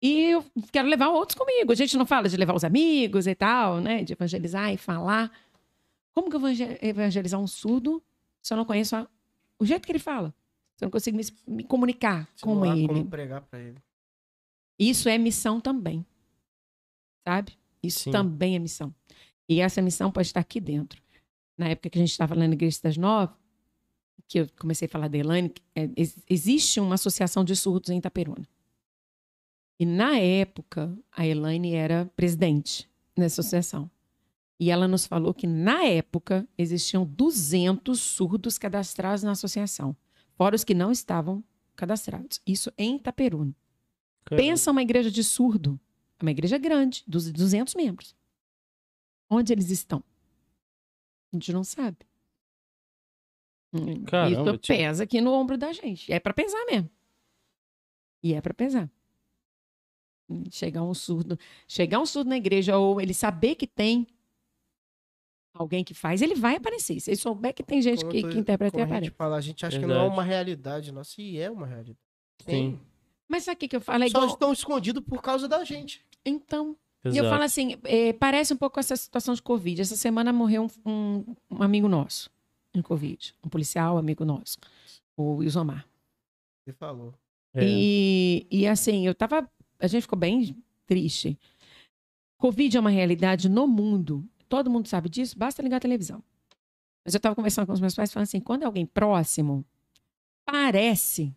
E eu quero levar outros comigo. A gente não fala de levar os amigos e tal, né? De evangelizar e falar. Como que eu vou enge- evangelizar um surdo se eu não conheço a- o jeito que ele fala? Se eu não consigo me, es- me comunicar Se com não há ele? Como pregar pra ele. Isso é missão também. Sabe? Isso Sim. também é missão. E essa missão pode estar aqui dentro. Na época que a gente estava lá na Igreja das Nove, que eu comecei a falar da Elane, que, é, ex- existe uma associação de surdos em Itaperuna. E na época, a Elaine era presidente nessa associação. E ela nos falou que na época existiam 200 surdos cadastrados na associação, fora os que não estavam cadastrados. Isso em Itaperuna. É. Pensa uma igreja de surdo. É uma igreja grande, dos 200 membros. Onde eles estão? A gente não sabe. Hum, Caramba, Isso tio. pesa aqui no ombro da gente. É pra pesar mesmo. E é pra pesar. Hum, Chegar um surdo, chegar um surdo na igreja ou ele saber que tem alguém que faz, ele vai aparecer. Se ele souber que tem gente Como que, eu tô- que interpreta, como ele a aparece. gente fala, a gente acha que não é Verdade. uma realidade nossa. E é uma realidade. Sim. Mas sabe o que que eu falo? É Só igual... estão escondidos por causa da gente. Então, E Exato. eu falo assim, eh, parece um pouco essa situação de Covid. Essa semana morreu um, um- um amigo nosso em Covid, um policial amigo nosso, o Isomar. Você falou. É. E, e assim, eu tava. A gente ficou bem triste. Covid é uma realidade no mundo. Todo mundo sabe disso, basta ligar a televisão. Mas eu tava conversando com os meus pais, falando assim: quando é alguém próximo, parece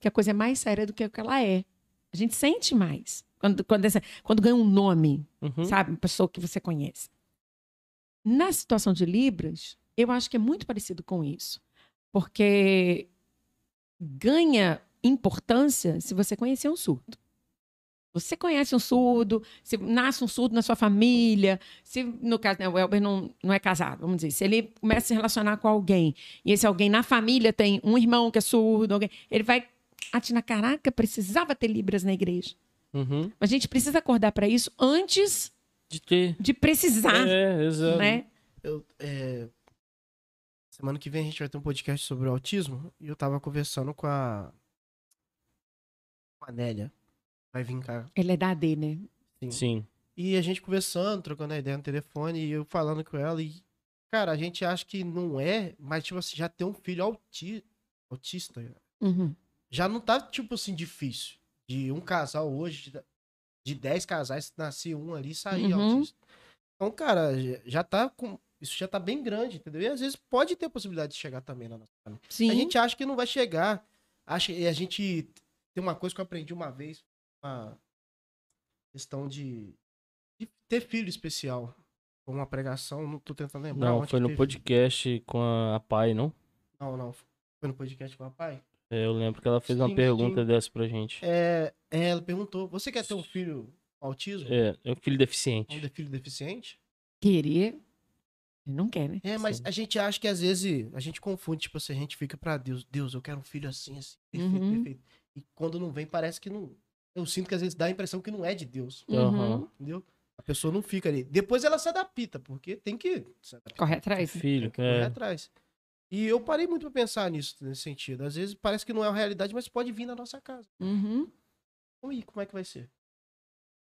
que a coisa é mais séria do que o que ela é. A gente sente mais. Quando, quando, essa- quando ganha um nome, Uhum. sabe? Uma pessoa que você conhece. Na situação de Libras, eu acho que é muito parecido com isso. Porque ganha importância se você conhecer um surdo. Você conhece um surdo, se nasce um surdo na sua família, se, no caso, né, o Elber não, não é casado, vamos dizer, se ele começa a se relacionar com alguém, e esse alguém na família tem um irmão que é surdo, alguém, ele vai. A Tina, caraca, precisava ter Libras na igreja. Uhum. A gente precisa acordar para isso antes De ter. de precisar, É, exato. Tá. né? Eu, é, Semana que vem a gente vai ter um podcast sobre o autismo e eu tava conversando com a. Com a Nélia. Vai vir cá. Ela é da AD, né? Sim. E a gente conversando, trocando a ideia no telefone e eu falando com ela e. Cara, a gente acha que não é, mas, tipo assim, já ter um filho auti- autista Uhum. já não tá, tipo assim, difícil. De um casal hoje, de- de 10 casais, nascer um ali e sair Uhum. autista. Então, cara, já- já tá com. Isso já tá bem grande, entendeu? E às vezes pode ter a possibilidade de chegar também na nossa família. Sim. A gente acha que não vai chegar. Acha, e a gente. Tem uma coisa que eu aprendi uma vez, uma questão de, de ter filho especial. Foi Uma pregação, não tô tentando lembrar. Não, onde foi no teve. podcast com a, a Pai, não? Não, não. Foi no podcast com o papai. É, Eu lembro que ela fez uma Sim, pergunta sim. dessa pra gente. É, é, ela perguntou: Você quer ter um filho com autismo? É, é um filho Um deficiente. de- filho deficiente? Querer. Ele não quer, né? É, mas Sim. a gente acha que às vezes a gente confunde, tipo assim, a gente fica pra Deus: Deus, eu quero um filho assim, assim, perfeito, Uhum. perfeito. E quando não vem, parece que não. Eu sinto que às vezes dá a impressão que não é de Deus, Aham. Uhum. entendeu? A pessoa não fica ali. Depois ela se adapta, porque tem que se adaptar. Corre atrás. Filho, correr é. atrás. E eu parei muito pra pensar nisso, nesse sentido. Às vezes parece que não é uma realidade, mas pode vir na nossa casa. Uhum. E como é que vai ser?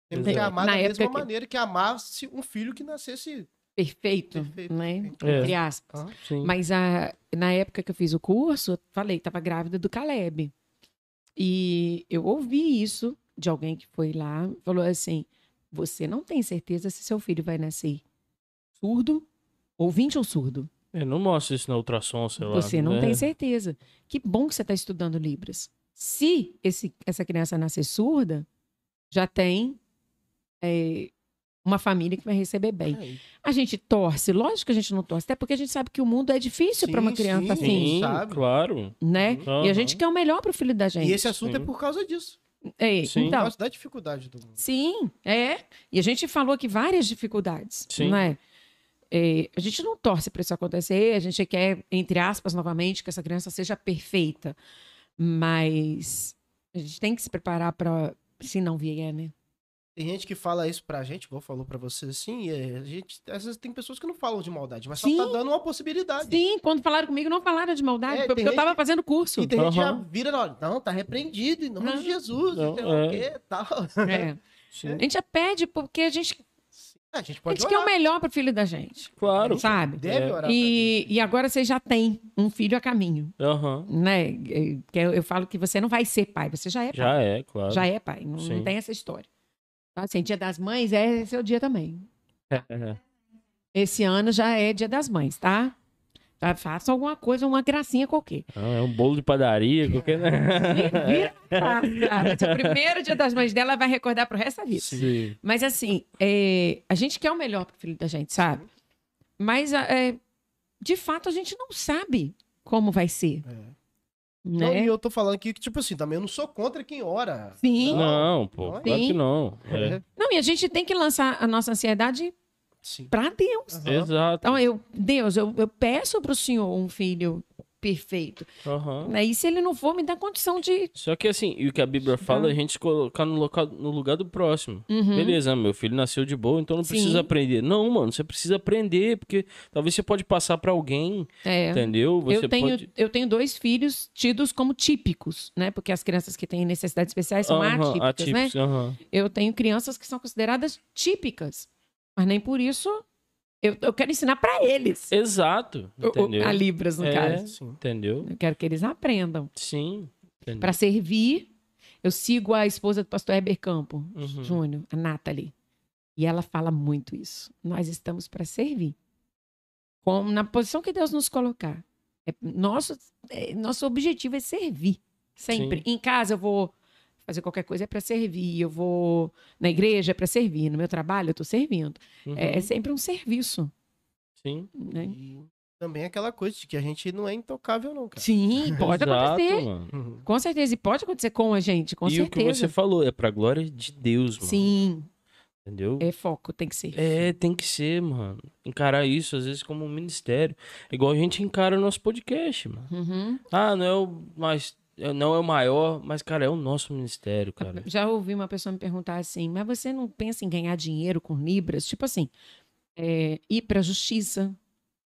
Temos que Exato. amar Na da época mesma que- maneira que amasse um filho que nascesse. Perfeito, Perfeito. né? É. Entre aspas. Ah, Sim. Mas a, na época que eu fiz o curso, eu falei, tava grávida do Caleb. E eu ouvi isso de alguém que foi lá, falou assim: você não tem certeza se seu filho vai nascer surdo, ouvinte ou surdo. É, não mostra isso na ultrassom, sei lá. você não né? tem certeza. Que bom que você está estudando Libras. Se esse, essa criança nascer surda, já tem é, uma família que vai receber bem. aí. A gente torce, lógico que a gente não torce, até porque a gente sabe que o mundo é difícil para Sim, uma criança sim. assim, Sim, sabe? claro. né? Uhum. E a gente quer o melhor para o filho da gente. E esse assunto Sim. é por causa disso. É, Sim. Por Então, causa da dificuldade do mundo. sim, é. E a gente falou aqui várias dificuldades, Sim. né? É, a gente não torce para isso acontecer, a gente quer, entre aspas, novamente, que essa criança seja perfeita. Mas a gente tem que se preparar para se não vier, né? Tem gente que fala isso pra gente, igual falou pra você, assim, e a gente, às vezes tem pessoas que não falam de maldade, mas Sim. só tá dando uma possibilidade. Sim, quando falaram comigo, não falaram de maldade, É, foi porque tem eu gente estava que- fazendo curso. E tem gente que já Aham. vira na hora, não, tá repreendido, em nome Não. de Jesus, Não, então, não, sei é. o quê, tal. (laughs) É. Sim. A gente já pede porque a gente, Ah, A gente a pode gente quer o orar, melhor para o filho da gente. Claro. Sabe? deve É. orar. E, e agora você já tem um filho a caminho, Aham. né? Que eu, eu falo que você não vai ser pai, você já é pai. Já é, claro. (laughs) Já é pai, não, não Sim. tem essa história. Então, assim, dia das mães é seu dia também. é. Esse ano já é dia das mães, tá? Tá, faça alguma coisa, uma gracinha qualquer. Não, é um bolo de padaria, qualquer. É. (laughs) Vira a cara. Vai ser o primeiro dia das mães dela, ela vai recordar pro resto da vida. Sim. Mas assim, é, a gente quer o melhor pro filho da gente, sabe? Mas a- é, de fato a gente não sabe como vai ser. É. Não, Né? e eu tô falando aqui que, tipo assim, também eu não sou contra quem ora. Sim. Não, pô, claro Sim. que não. É. É. Não, e a gente tem que lançar a nossa ansiedade Sim. pra Deus. Aham. Exato. Então, eu, Deus, eu, eu peço pro Senhor um filho perfeito. Aham. Né? E se ele não for, me dá condição de. Só que assim, e o que a Bíblia fala é a gente se colocar no, local, no lugar do próximo. Beleza, meu filho nasceu de boa, então não Uhum. Sim. precisa aprender. Não, mano, você precisa aprender, porque talvez você pode passar pra alguém, É. entendeu? Você eu, tenho, pode. eu tenho dois filhos tidos como típicos, né? Porque as crianças que têm necessidades especiais são Aham, atípicas, né? atípicos, aham. Eu tenho crianças que são consideradas típicas, mas nem por isso eu, eu quero ensinar pra eles. Exato, O- o- entendeu? A Libras, no É. caso. Sim. Entendeu? Eu quero que eles aprendam. Sim. Entendeu? Pra servir, eu sigo a esposa do pastor Heber Campo Uhum. Júnior, a Nathalie. E ela fala muito isso. Nós estamos para servir. Como na posição que Deus nos colocar. É, nosso, é, nosso objetivo é servir. Sempre. Sim. Em casa eu vou fazer qualquer coisa é para servir. Eu vou na igreja é para servir. No meu trabalho eu estou servindo. Uhum. É, é sempre um serviço. Sim. Né? E também aquela coisa de que a gente não é intocável, não, cara. Sim, (laughs) pode Exato, acontecer. mano. Uhum. Com certeza. E pode acontecer com a gente, com e o que certeza. você falou é pra glória de Deus, mano. Sim, Entendeu? é foco, tem que ser. É, tem que ser, mano. Encarar isso, às vezes, como um ministério. É Igual a gente encara o nosso podcast, mano. Uhum. Ah, não é o mais. é- Não é o maior, mas, cara, é o nosso ministério, (laughs) cara. (laughs) Já ouvi uma pessoa me perguntar assim, mas você não pensa em ganhar dinheiro com Libras? Tipo assim, é, ir para a justiça,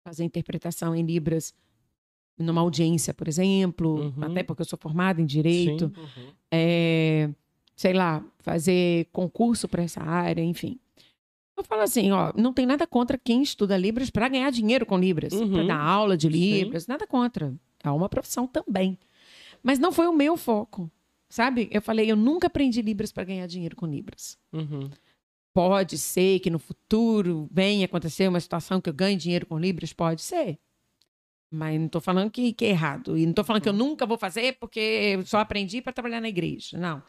fazer interpretação em Libras numa audiência, por exemplo, Uhum. até porque eu sou formada em direito, Sim. Uhum. é, sei lá, fazer concurso para essa área, enfim. Eu falo assim, ó, não tem nada contra quem estuda Libras para ganhar dinheiro com Libras, Uhum. para dar aula de Libras, nada contra. É uma profissão também. Mas não foi o meu foco, sabe? Eu falei, eu nunca aprendi Libras para ganhar dinheiro com Libras. Uhum. Pode ser que no futuro venha acontecer uma situação que eu ganhe dinheiro com Libras, pode ser. Mas não tô falando que, que é errado. E não tô falando que eu nunca vou fazer porque eu só aprendi para trabalhar na igreja. Não.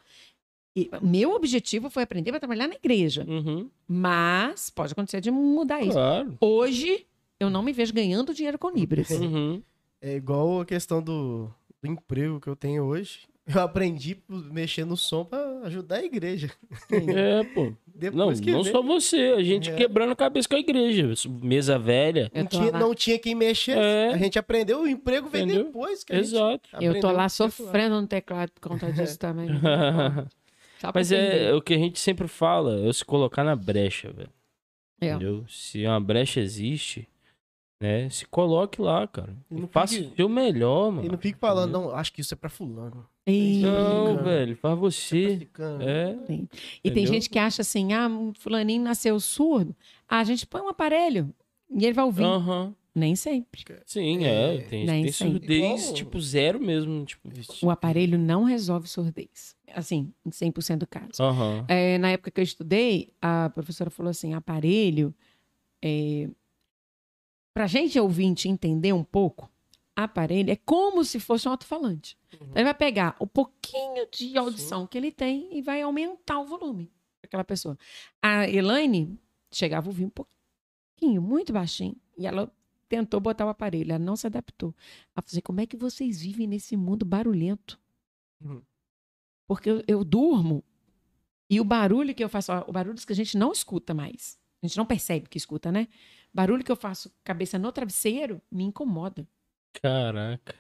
E meu objetivo foi aprender para trabalhar na igreja. Uhum. Mas pode acontecer de É mudar isso. Claro. Hoje, eu não me vejo ganhando dinheiro com Libras. Uhum. É igual a questão do, do emprego que eu tenho hoje. (laughs) Eu aprendi a mexer no som pra ajudar a igreja. É, pô. Não, (laughs) Depois que não veio, só você. A gente É. quebrando a cabeça com a igreja. Mesa velha. não, Eu tô tinha, lá- não tinha quem mexer. É. A gente aprendeu, o emprego veio Entendeu? depois. Que a gente Exato. Eu tô aprendeu lá a teclar. sofrendo no teclado por conta disso também. Uhum. (laughs) Só pra Mas entender. é o que a gente sempre fala, é eu se colocar na brecha, velho. É. Entendeu? Se uma brecha existe, né? Se coloque lá, cara. E não Faça fique- o seu melhor, mano. E não fique falando, não, acho que isso é pra fulano. E, Não, Sim. velho, faz Isso é você. pra ciclano. É. e tem entendeu? gente que acha assim: ah, um fulaninho nasceu surdo. Ah, a gente põe um aparelho e ele vai ouvir. Aham. Nem sempre. Sim, é. É, Tem, nem tem sei. surdez, Igual- tipo, zero mesmo. Tipo. Vixe. O aparelho não resolve surdez. Assim, em 100% do caso. Aham. É, na época que eu estudei, a professora falou assim: aparelho. É... Para gente ouvinte entender um pouco, aparelho é como se fosse um alto-falante. Então, ele vai pegar o pouquinho de audição que ele tem e vai aumentar o volume daquela pessoa. A Elaine chegava a ouvir um pouquinho, muito baixinho, e ela tentou botar o aparelho, ela não se adaptou. Ela falou assim: como é que vocês vivem nesse mundo barulhento? Uhum. Porque eu- eu durmo e o barulho que eu faço, ó, o barulho que a gente não escuta mais. A gente não percebe que escuta, né? Barulho que eu faço cabeça no travesseiro me incomoda. Caraca.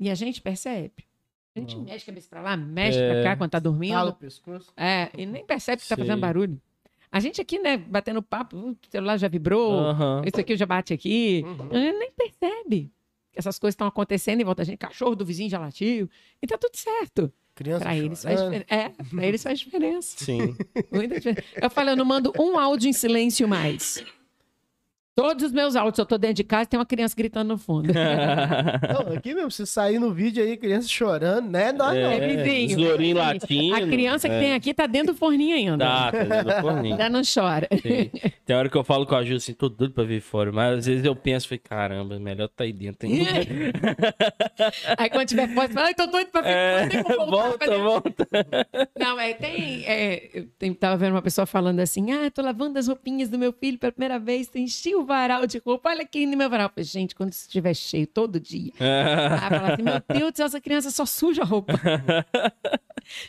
E a gente percebe. A gente Não. mexe a cabeça pra lá, mexe É. pra cá quando tá dormindo. Fala o pescoço. É, e nem percebe que tá fazendo Sei. barulho. A gente aqui, né, batendo papo, uh, o celular já vibrou, Aham. isso aqui já bate aqui. Uhum. A gente nem percebe que essas coisas estão acontecendo em volta da gente. Cachorro do vizinho já latiu. E tá tudo certo. Criança Pra eles faz chorando. diferença. É, pra eles faz diferença. (laughs) Sim. Muita diferença. Eu falo, eu não mando um áudio em silêncio mais. Todos os meus áudios, eu tô dentro de casa e tem uma criança gritando (laughs) no fundo. Não, aqui mesmo, se sair no vídeo aí, criança chorando, né? Nós É, (laughs) vizinho. os lourinhos latindo. A criança que É. tem aqui tá dentro do forninho ainda. Tá, tá dentro do forninho. Ainda não (laughs) chora. Sim. Tem hora que eu falo com a Ju assim, tô doido pra vir fora, mas às vezes eu penso, falei, caramba, melhor tá aí dentro. (laughs) hein? Aí quando tiver fora, você fala, ai, tô doido pra É, (laughs) ficar. tem um como voltar pra volta, dentro." volta. Não, é, tem. É, eu tem- tava vendo uma pessoa falando assim: ah, tô lavando as roupinhas do meu filho pela primeira vez, enchi o varal de roupa, olha aqui no meu varal. Eu falei, Gente, quando isso estiver cheio todo dia. Aí (laughs) fala assim: meu Deus do céu, essa criança só suja a (laughs) roupa.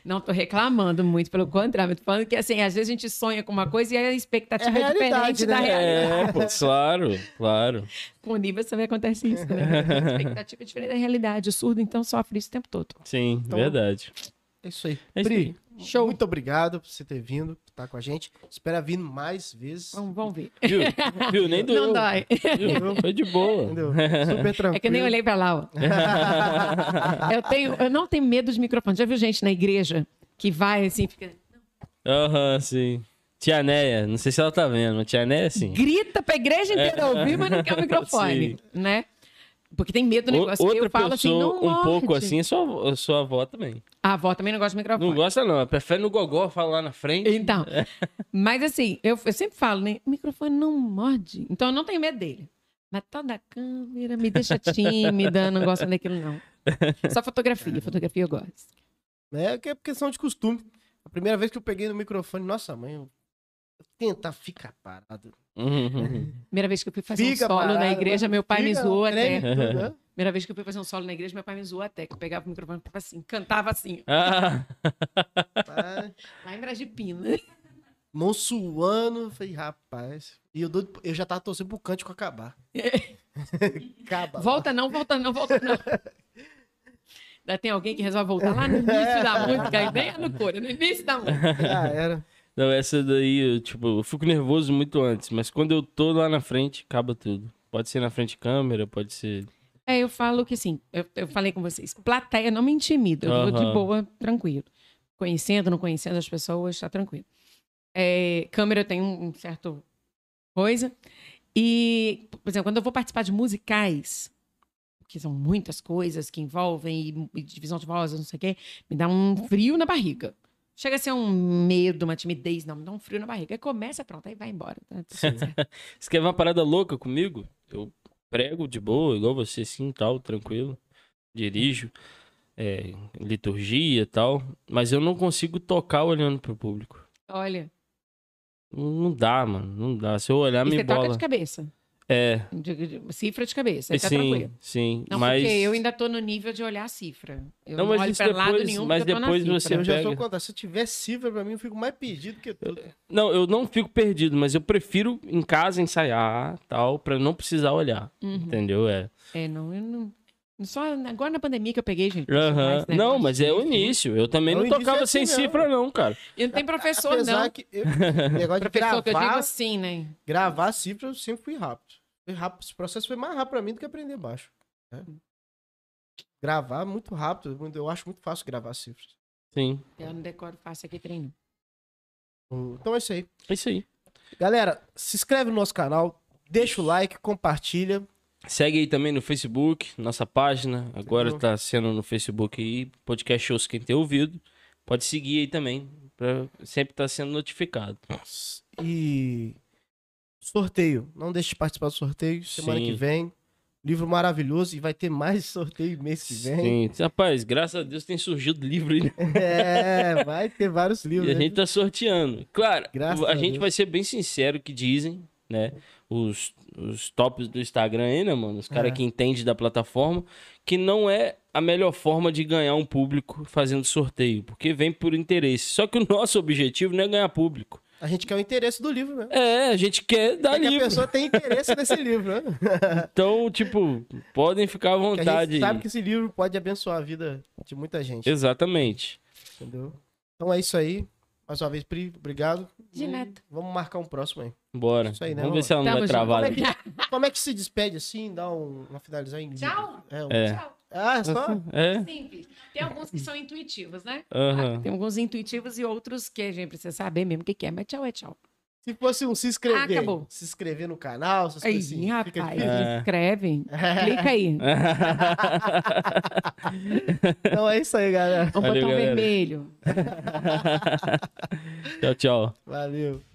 Não tô reclamando muito, pelo contrário, tô falando que assim, às vezes a gente sonha com uma coisa e a expectativa É é, diferente realidade, da né? realidade. É, pô, claro, claro. Com o Libras também acontece isso, né? A expectativa é diferente da realidade. O surdo, então, sofre isso o tempo todo. Sim, verdade. É isso aí. É isso Pri, Show. muito obrigado por você ter vindo, por estar com a gente. Espera vir mais vezes. Vamos, vamos ver. (laughs) Viu? Viu? Nem doeu. Não dói. Viu? Foi de boa. (laughs) Entendeu? Super tranquilo. É que eu nem olhei pra lá, ó. Eu, tenho, eu não tenho medo de microfone. Já viu gente na igreja que vai assim, fica, (laughs) Aham, sim. Tia Neia, não sei se ela tá vendo, mas Tia Neia, sim. grita pra igreja É. inteira ouvir, mas não quer o microfone, né? Porque tem medo do O- negócio. outra eu falo pessoa assim, não um morde. pouco assim, é sua, avó- sua avó também. A avó também não gosta de microfone. Não gosta não, prefere no gogó, fala lá na frente. Então, mas assim, eu, eu sempre falo, né? O microfone não morde. Então eu não tenho medo dele. Mas toda a câmera me deixa tímida, não gosto daquilo, não. Só fotografia, fotografia eu gosto. É que é questão de costume. A primeira vez que eu peguei no microfone, nossa mãe, eu eu tentar ficar parado. Uhum, Primeira vez que eu fui fazer Fica um solo na parado, igreja, né? meu pai me Fica, zoou até. treme tudo, né? (laughs) Primeira vez que eu fui fazer um solo na igreja, meu pai me zoou até, que eu pegava o microfone e ficava assim, cantava assim, Ah, Pai, lá em Brasipina. Mão suando, falei, rapaz. E eu, doido- eu já tava torcendo pro cântico acabar. (laughs) Acaba. É. Volta não, volta não, volta não. Ainda tem alguém que resolve voltar lá no (laughs) início da música, a ideia é no coro, no início da música. Já (laughs) era. não, essa daí, eu, tipo, eu fico nervoso muito antes, mas quando eu tô lá na frente, acaba tudo. Pode ser na frente de câmera, pode ser... É, eu falo que assim, eu, eu falei com vocês, plateia não me intimida, eu vou de Aham. boa, tranquilo. Conhecendo, não conhecendo as pessoas, tá tranquilo. é, câmera eu tenho um um certo coisa. E, por exemplo, quando eu vou participar de musicais, que são muitas coisas que envolvem e, e divisão de vozes, não sei o quê, me dá um frio na barriga. Chega a ser um medo, uma timidez, não, me dá um frio na barriga. Aí começa, pronto, aí vai embora. tá? Tudo certo. Você quer ver uma parada louca comigo? Eu prego de boa, igual você, sim, tal, tranquilo. Dirijo, é, liturgia e tal. Mas eu não consigo tocar olhando pro público. Olha, Não- Não dá, mano. Não dá. Se eu olhar, e me você toca bola. de cabeça. É, de- de- cifra de cabeça, aí tá sim, tranquilo. sim. Não, mas porque eu ainda tô no nível de olhar a cifra. Eu Não, não, mas olho isso pra lado depois- nenhum, mas porque eu tô depois na você cifra. Eu já sou pega. contra. Se tiver Silver, pra mim, eu fico mais perdido que tudo. Não, eu não fico perdido, mas eu prefiro em casa ensaiar, tal, pra eu não precisar olhar. Uhum. Entendeu? É. É, não, eu não... Só agora na pandemia que eu peguei, gente. Aham. esse negócio Não, mas é o de- início. Eu também É, o não início tocava é assim sem mesmo. cifra, não, cara. E não tem professor, Apesar não. que (laughs) eu, o negócio de Professor, que eu digo gravar, assim, né? gravar cifra, eu sempre fui rápido. Foi rápido. Esse processo foi mais rápido pra mim do que aprender baixo. né? Hum. Gravar muito rápido. muito- Eu acho muito fácil gravar cifras. Sim. Eu não decoro, faço aqui treino. Então é isso aí. É isso aí. Galera, se inscreve no nosso canal, deixa o like, compartilha. Segue aí também no Facebook, nossa página. Agora Entendeu? tá sendo no Facebook aí, podcast shows quem tem ouvido. Pode seguir aí também, pra sempre estar sendo notificado. E sorteio. Não deixe de participar do sorteio. Semana Sim. que vem. Livro maravilhoso. E vai ter mais (laughs) sorteio mês que vem. Sim. Rapaz, graças a Deus tem surgido livro aí. (laughs) É, vai ter vários livros. E a né? gente tá sorteando. Claro, Graças a a gente Deus. vai ser bem sincero que dizem, né? Os, os tops do Instagram aí, né, mano? Os caras É. que entendem da plataforma, que não é a melhor forma de ganhar um público fazendo sorteio, porque vem por interesse. Só que o nosso objetivo não é ganhar público. A gente quer o interesse do livro, né? É, a gente quer dar É que a livro. pessoa tem interesse nesse livro, (laughs) né? Então, tipo, podem ficar à Porque a vontade. gente sabe que esse livro pode abençoar a vida de muita gente, Exatamente. entendeu? Então é isso aí. Mais uma vez, Pri, obrigado. De nada. Vamos marcar um próximo aí. Bora. Isso aí, né, Vamos ver mano? se ela não Tamo vai junto. travar. ali. Como é que se despede assim? Dá um, uma finalizada em. Tchau. É, um- É. Tchau. Ah, só. É? Simples. Tem alguns que são intuitivos, né? Aham. Tem alguns intuitivos e outros que a gente precisa saber mesmo o que que é, mas tchau é tchau. Se fosse um se inscrever. Acabou. Se inscrever no canal, essas Aí, coisas assim. rapaz, Fica se difícil. É. (laughs) inscreve, clica aí. um- (laughs) Então é isso aí, galera. Um Valeu, (laughs) botão galera. vermelho. tchau, tchau. Valeu.